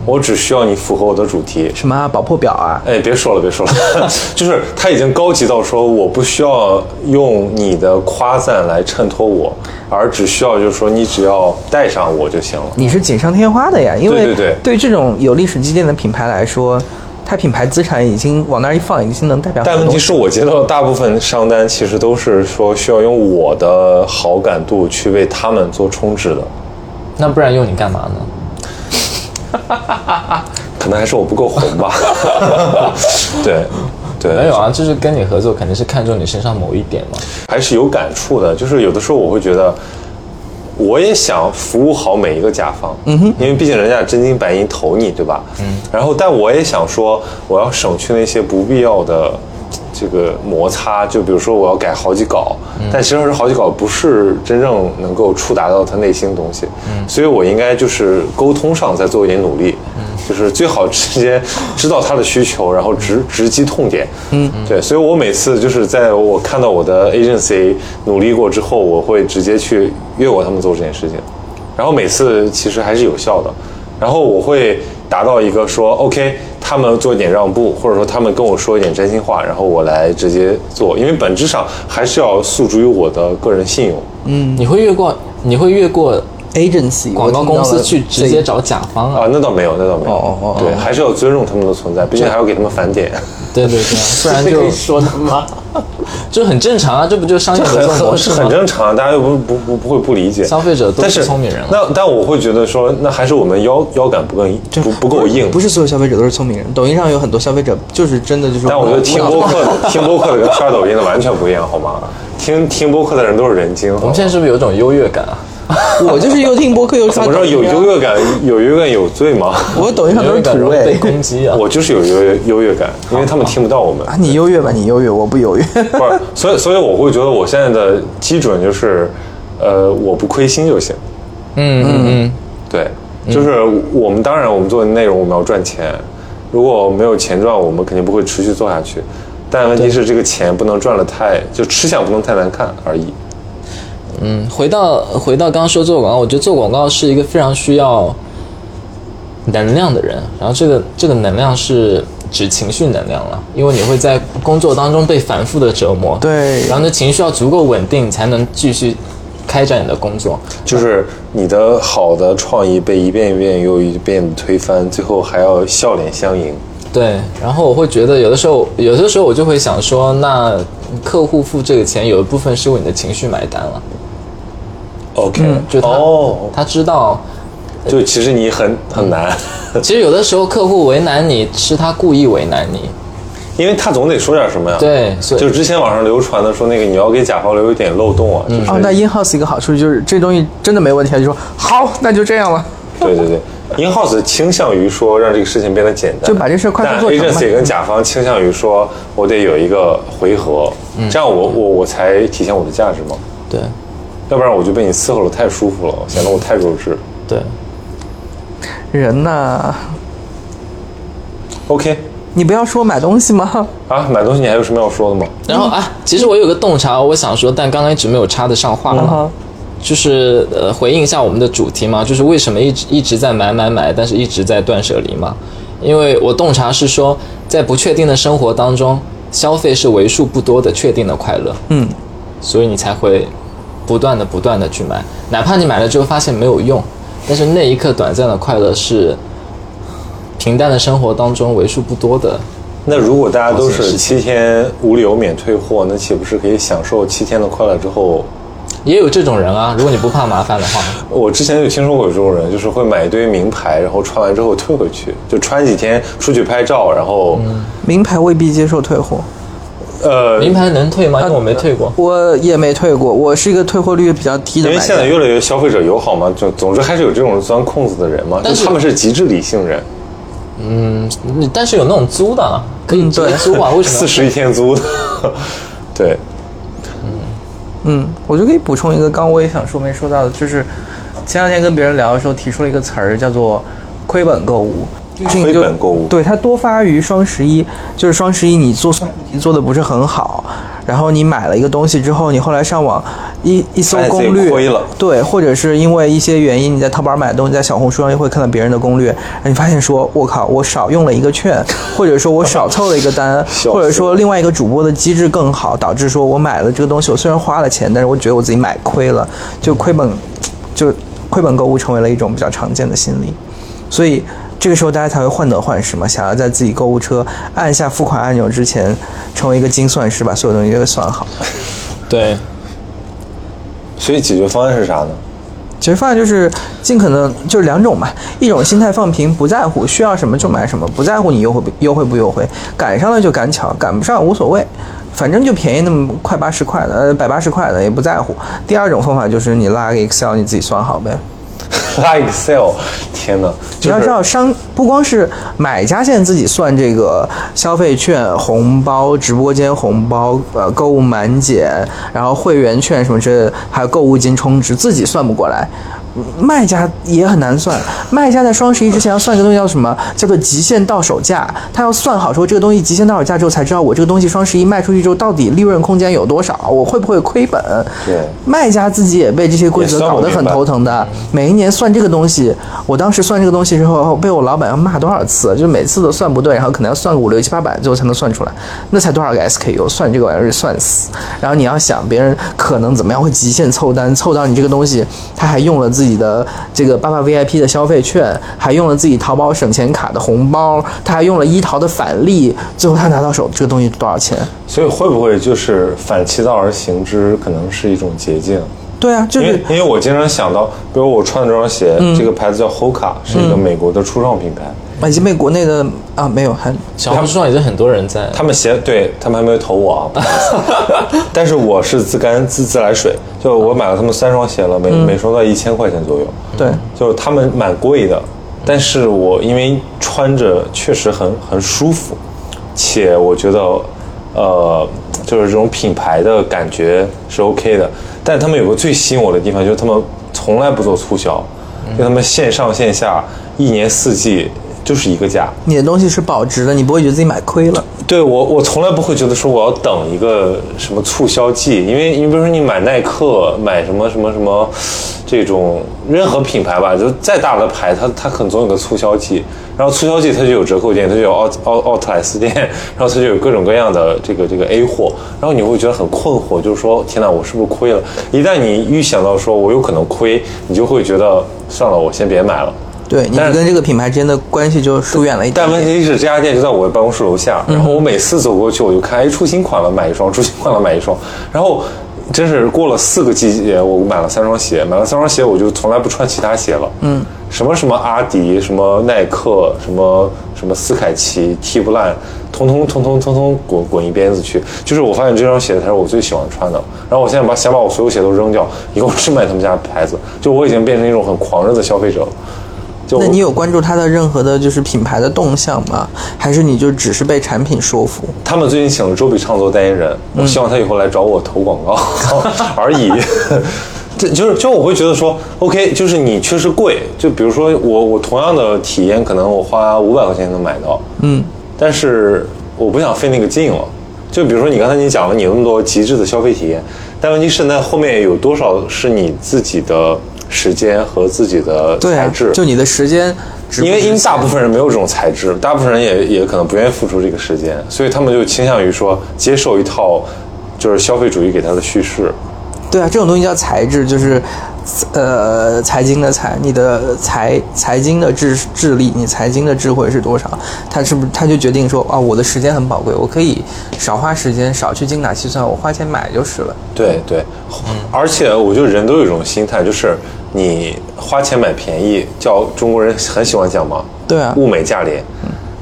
Speaker 1: 我只需要你符合我的主题，
Speaker 3: 什么啊爆破表啊，
Speaker 1: 哎，别说了，别说了， 就是他已经高级到说，我不需要用你的夸赞来衬托我，而只需要就是说，你只要带上我就行了。
Speaker 3: 你是锦上添花的呀，因为
Speaker 1: 对对对
Speaker 3: 对这种有历史积淀的品牌来说，它品牌资产已经往那儿一放，已经能代表很
Speaker 1: 但
Speaker 3: 多
Speaker 1: 问
Speaker 3: 东
Speaker 1: 题
Speaker 3: 西。
Speaker 1: 是我接到的大部分商单，其实都是说需要用我的好感度去为他们做充值的，
Speaker 2: 那不然用你干嘛呢？
Speaker 1: 可能还是我不够红吧。 对，对，
Speaker 2: 没有啊，就是跟你合作肯定是看中你身上某一点嘛。
Speaker 1: 还是有感触的。就是有的时候我会觉得，我也想服务好每一个甲方，嗯哼，因为毕竟人家真金白银投你，对吧？嗯。然后，但我也想说，我要省去那些不必要的这个摩擦。就比如说，我要改好几稿，但其实是好几稿不是真正能够触达到他内心的东西，嗯，所以我应该就是沟通上再做一点努力，嗯。就是最好直接知道他的需求，然后直直击痛点。嗯，对，所以我每次就是在我看到我的 agency 努力过之后，我会直接去越过他们做这件事情，然后每次其实还是有效的。然后我会达到一个说 OK，他们做一点让步，或者说他们跟我说一点真心话，然后我来直接做，因为本质上还是要诉诸于我的个人信用。
Speaker 2: 你会越过，你会越过
Speaker 3: agency
Speaker 2: 广告公司去直接
Speaker 3: 找。
Speaker 2: 找甲方啊？
Speaker 1: 啊，那倒没有，那倒没有。
Speaker 3: 哦哦哦
Speaker 1: 对，还是要尊重他们的存在，毕竟还要给他们返点。
Speaker 2: 对对对啊，不然就说他妈， 就很正常啊，这不就是商业合
Speaker 1: 很
Speaker 2: 作模
Speaker 1: 很
Speaker 2: 式
Speaker 1: 是
Speaker 2: 吗？
Speaker 1: 很正常，大家又不不不不会不理解。
Speaker 2: 消费者都
Speaker 1: 但
Speaker 2: 是聪明人了
Speaker 1: 那但我会觉得说，那还是我们腰腰杆不够硬不不够硬。
Speaker 3: 不是所有消费者都是聪明人，抖音上有很多消费者就是真的就是。
Speaker 1: 但我觉得听播客的听播客的跟刷抖音的完全不一样，好吗？听听播客的人都是人精，好
Speaker 2: 我
Speaker 1: 吗
Speaker 2: 们现在是不是有一种优越感啊？
Speaker 3: 我就是又听播客又刷
Speaker 1: 怎么着
Speaker 3: 抖音啊。
Speaker 1: 有优越感，有优越感有罪吗？
Speaker 3: 我抖音上都
Speaker 2: 优
Speaker 3: 是
Speaker 2: 越感
Speaker 3: 土
Speaker 2: 容易
Speaker 3: 味
Speaker 2: 被攻击啊！
Speaker 1: 我就是有优越优越感，因为他们听不到 我们。
Speaker 3: 啊！你优越吧，你优越，我 不优越。
Speaker 1: 不是，所以所以我会觉得我现在的基准就是，呃，我不亏心就行。
Speaker 2: 嗯嗯嗯，
Speaker 1: 对，就是我们当然我们做的内容我们要赚钱，如果没有钱赚，我们肯定不会持续做下去。但问题是这个钱不能赚的太，就吃相不能太难看而已。
Speaker 2: 回到回到刚刚说做广告，我觉得做广告是一个非常需要能量的人，然后这个这个能量是指情绪能量了，因为你会在工作当中被反复的折磨，
Speaker 3: 对
Speaker 2: 然后呢情绪要足够稳定，你才能继续开展你的工作。
Speaker 1: 就是你的好的创意被一遍一遍又一遍地推翻，最后还要笑脸相迎。
Speaker 2: 对，然后我会觉得有的时候，有的时候我就会想说，那客户付这个钱有一部分是为你的情绪买单了，
Speaker 1: OK，、
Speaker 2: 就他、
Speaker 1: 哦，
Speaker 2: 他知道，
Speaker 1: 就其实你很很
Speaker 2: 嗯
Speaker 1: 难，
Speaker 2: 其实有的时候客户为难你是他故意为难你，
Speaker 1: 因为他总得说点什么呀。。
Speaker 2: 对，所以
Speaker 1: 就之前网上流传的说，那个你要给甲方留一点漏洞啊，
Speaker 2: 嗯哦
Speaker 1: 就是
Speaker 3: 哦，那 in house 一个好处就是这东西真的没问题，就说好，那就这样了。
Speaker 1: 对对对， in house 倾向于说让这个事情变得简单，
Speaker 3: 就把这事儿快速做成
Speaker 1: 但
Speaker 3: 嘛
Speaker 1: agency 跟甲方倾向于说，我得有一个回合，
Speaker 3: 嗯
Speaker 1: 这样我我我才体现我的价值嘛。
Speaker 2: 对
Speaker 1: 要不然我就被你伺候了太舒服了，显得我太弱智。
Speaker 2: 对，
Speaker 3: 人呐，
Speaker 1: OK，
Speaker 3: 你不要说买东西 吗？
Speaker 1: 啊，买东西你还有什么要说的吗？
Speaker 2: 然后啊，其实我有个洞察，我想说，但刚刚一直没有插得上话嘛。
Speaker 3: 嗯哼
Speaker 2: 就是呃，回应一下我们的主题嘛，就是为什么一直一直在买买买，但是一直在断舍离嘛？因为我洞察是说，在不确定的生活当中，消费是为数不多的确定的快乐。嗯，所以你才会不断的不断的去买，哪怕你买了之后发现没有用，但是那一刻短暂的快乐是平淡的生活当中为数不多的。
Speaker 1: 那如果大家都
Speaker 2: 好像
Speaker 1: 是
Speaker 2: 是
Speaker 1: 七天无理由免退货，那岂不是可以享受七天的快乐之后？
Speaker 2: 也有这种人啊，如果你不怕麻烦的话，
Speaker 1: 我之前就听说过有这种人，就是会买一堆名牌，然后穿完之后退回去，就穿几天出去拍照，然后、
Speaker 3: 名牌未必接受退货，嗯
Speaker 1: 呃，
Speaker 2: 名牌能退吗？因为我没退过。
Speaker 3: 我也没退过，我是一个退货率比较低的
Speaker 1: 因为
Speaker 3: 买
Speaker 1: 现在
Speaker 3: 家。
Speaker 1: 越来越消费者友好嘛，就总之还是有这种钻空子的人嘛，
Speaker 2: 但
Speaker 1: 就是他们是极致理性人，
Speaker 2: 你嗯但是有那种租的啊，可以直接租啊？为什么要
Speaker 1: 嗯 四十一天租的，对，
Speaker 3: 嗯，我就可以补充一个，刚刚我也想说没说到的，就是前两天跟别人聊的时候提出了一个词儿，叫做“亏本购物”。就是你就
Speaker 1: 亏本购物
Speaker 3: 对它多发于双十一，就是双十一你做算你做的不是很好，然后你买了一个东西之后，你后来上网一一搜
Speaker 1: 发现自己
Speaker 3: 攻略，
Speaker 1: 亏了
Speaker 3: 对，或者是因为一些原因，你在淘宝买的东西，在小红书上又会看到别人的攻略，哎你发现说，我靠，我少用了一个券，或者说我少凑了一个单，
Speaker 1: 死
Speaker 3: 或者说另外一个主播的机制更好，导致说我买了这个东西，我虽然花了钱，但是我觉得我自己买亏了，就亏本，就亏本购物成为了一种比较常见的心理，所以这个时候大家才会患得患失嘛，想要在自己购物车按下付款按钮之前，成为一个精算师，把所有东西都给算好。
Speaker 2: 对，
Speaker 1: 所以解决方案是啥呢？
Speaker 3: 解决方案就是尽可能就是两种嘛，一种心态放平，不在乎，需要什么就买什么，不在乎你优惠不优惠不优惠，赶上了就赶巧，赶不上无所谓，反正就便宜那么快八十块的，呃百八十块的也不在乎。第二种方法就是你拉个 Excel 你自己算好呗，
Speaker 1: 拉 Excel，天哪！
Speaker 3: 你
Speaker 1: 就
Speaker 3: 要
Speaker 1: 是
Speaker 3: 知道商不光是买家现在自己算这个消费券、红包、直播间红包、呃购物满减，然后会员券什么之类的，还有购物金充值，自己算不过来。嗯卖家也很难算，卖家在双十一之前要算一个东西叫什么？叫做极限到手价。他要算好说这个东西极限到手价之后，才知道我这个东西双十一卖出去之后到底利润空间有多少，我会不会亏本？
Speaker 1: 对
Speaker 3: 卖家自己也被这些规则
Speaker 1: 也算
Speaker 3: 搞
Speaker 1: 不
Speaker 3: 得很
Speaker 1: 明白
Speaker 3: 头疼。疼的。每一年算这个东西，我当时算这个东西之后，被我老板要骂多少次，就是每次都算不对，然后可能要算个五六七八百，最后才能算出来，那才多少个 SKU，算这个玩意儿就算死。然后你要想别人可能怎么样会极限凑单，凑到你这个东西，他还用了自己的这个八八 VIP 的消费券，还用了自己淘宝省钱卡的红包，他还用了一淘的返利，最后他拿到手这个东西多少钱？
Speaker 1: 所以会不会就是反其道而行之，可能是一种捷径？
Speaker 3: 对啊，就
Speaker 1: 因为
Speaker 3: 是嗯
Speaker 1: 因为我经常想到，比如我穿的这双鞋，这个牌子叫 Hoka，是一个美国的初创品牌，
Speaker 3: 已经被国内的啊没有还
Speaker 2: 小红书上已经很多人在。
Speaker 1: 他们鞋对他们还没有投我啊不好意思， 但是我是自干自自来水，就我买了他们三双鞋了，每、每双都一千块钱左右，嗯
Speaker 3: 对。
Speaker 1: 就是他们蛮贵的，但是我因为穿着确实很很舒服，且我觉得，呃，就是这种品牌的感觉是 OK 的。但他们有个最吸引我的地方，就是他们从来不做促销，就他们线上线下一年四季就是一个价。
Speaker 3: 你的东西是保值的，你不会觉得自己买亏了。
Speaker 1: 对我，我从来不会觉得说我要等一个什么促销季，因为你比如说你买耐克，买什么什么什么，这种任何品牌吧，就再大的牌，它它可能总有个促销季，然后促销季它就有折扣店，它就有奥奥奥特莱斯店，然后它就有各种各样的这个这个 A 货，然后你会觉得很困惑，就是说天哪，我是不是亏了？一旦你预想到说我有可能亏，你就会觉得算了，我先别买了。
Speaker 3: 对你
Speaker 1: 但是
Speaker 3: 跟这个品牌之间的关系就疏远了一点
Speaker 1: 但
Speaker 3: 点。
Speaker 1: 问题是，这家店就在我办公室楼下，然后我每次走过去，我就看，哎，出新款了，买一双；出新款了，买一双。然后，真是过了四个季节，我买了三双鞋，买了三双鞋，我就从来不穿其他鞋了。嗯，什么什么阿迪，什么耐克，什么什么斯凯奇、踢不烂，通通通通通通滚滚一边子去。就是我发现这双鞋才是我最喜欢穿的。然后我现在把想把我所有鞋都扔掉，以后只买他们家的牌子。就我已经变成一种很狂热的消费者了。就
Speaker 3: 那你有关注它的任何的就是品牌的动向吗？还是你就只是被产品说服？
Speaker 1: 他们最近请了周笔畅做代言人，
Speaker 3: 嗯
Speaker 1: 我希望他以后来找我投广告 而已。 这就是就我会觉得说，OK，就是你确实贵，就比如说我我同样的体验，可能我花五百块钱能买到，嗯，但是我不想费那个劲了。就比如说你刚才你讲了你有那么多极致的消费体验，但问题是那后面有多少是你自己的时间和自己的
Speaker 3: 对
Speaker 1: 材
Speaker 3: 啊
Speaker 1: 质？，
Speaker 3: 就你的时间值不值
Speaker 1: 因
Speaker 3: 钱，
Speaker 1: 为因为大部分人没有这种材质，大部分人也也可能不愿意付出这个时间，所以他们就倾向于说接受一套就是消费主义给他的叙事。
Speaker 3: 对啊，这种东西叫财智，就是呃财经的财，你的财财经的智智力，你财经的智慧是多少？他是不是他就决定说啊，我的时间很宝贵，我可以少花时间，少去精打细算，我花钱买就是了。
Speaker 1: 对对，
Speaker 3: 嗯
Speaker 1: 而且我觉得人都有一种心态，就是你花钱买便宜，叫中国人很喜欢讲嘛，
Speaker 3: 对啊
Speaker 1: 物美价廉，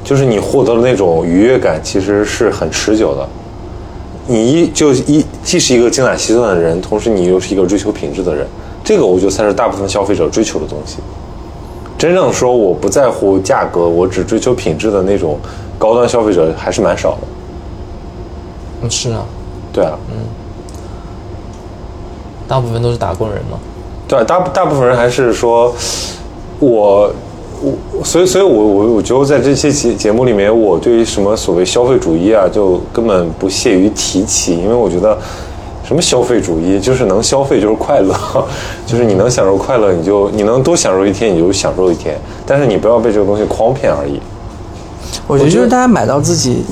Speaker 1: 就是你获得的那种愉悦感其实是很持久的。你一就一既是一个精打细算的人，同时你又是一个追求品质的人，这个我觉得才是大部分消费者追求的东西。真正说我不在乎价格，我只追求品质的那种高端消费者还是蛮少的。
Speaker 2: 嗯是啊，
Speaker 1: 对啊，
Speaker 2: 大部分都是打工人嘛。
Speaker 1: 对，大大部分人还是说，我我，所以所以我，我我觉得在这期节节目里面，我对于什么所谓消费主义啊，就根本不屑于提起，因为我觉得什么消费主义，就是能消费就是快乐， 就是你能享受快乐，你就你能多享受一天，你就享受一天，但是你不要被这个东西诓骗而已。
Speaker 3: 我觉得就是大家买到自己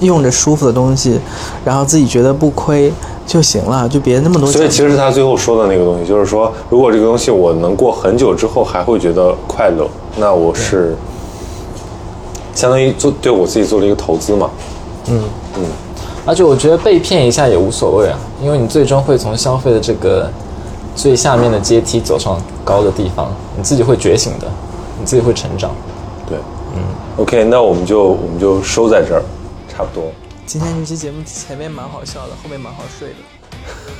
Speaker 3: 用着舒服的东西，然后自己觉得不亏就行了，就别那么多
Speaker 1: 所以
Speaker 3: 讲
Speaker 1: 其实是他最后说的那个东西，就是说，如果这个东西我能过很久之后还会觉得快乐，那我是相当于做对我自己做了一个投资嘛。
Speaker 2: 而且我觉得被骗一下也无所谓啊，因为你最终会从消费的这个最下面的阶梯走上高的地方，你自己会觉醒的，你自己会成长。
Speaker 1: 对，嗯，OK，那我们就我们就收在这儿，差不多。
Speaker 3: 今天这期节目前面蛮好笑的，后面蛮好睡的。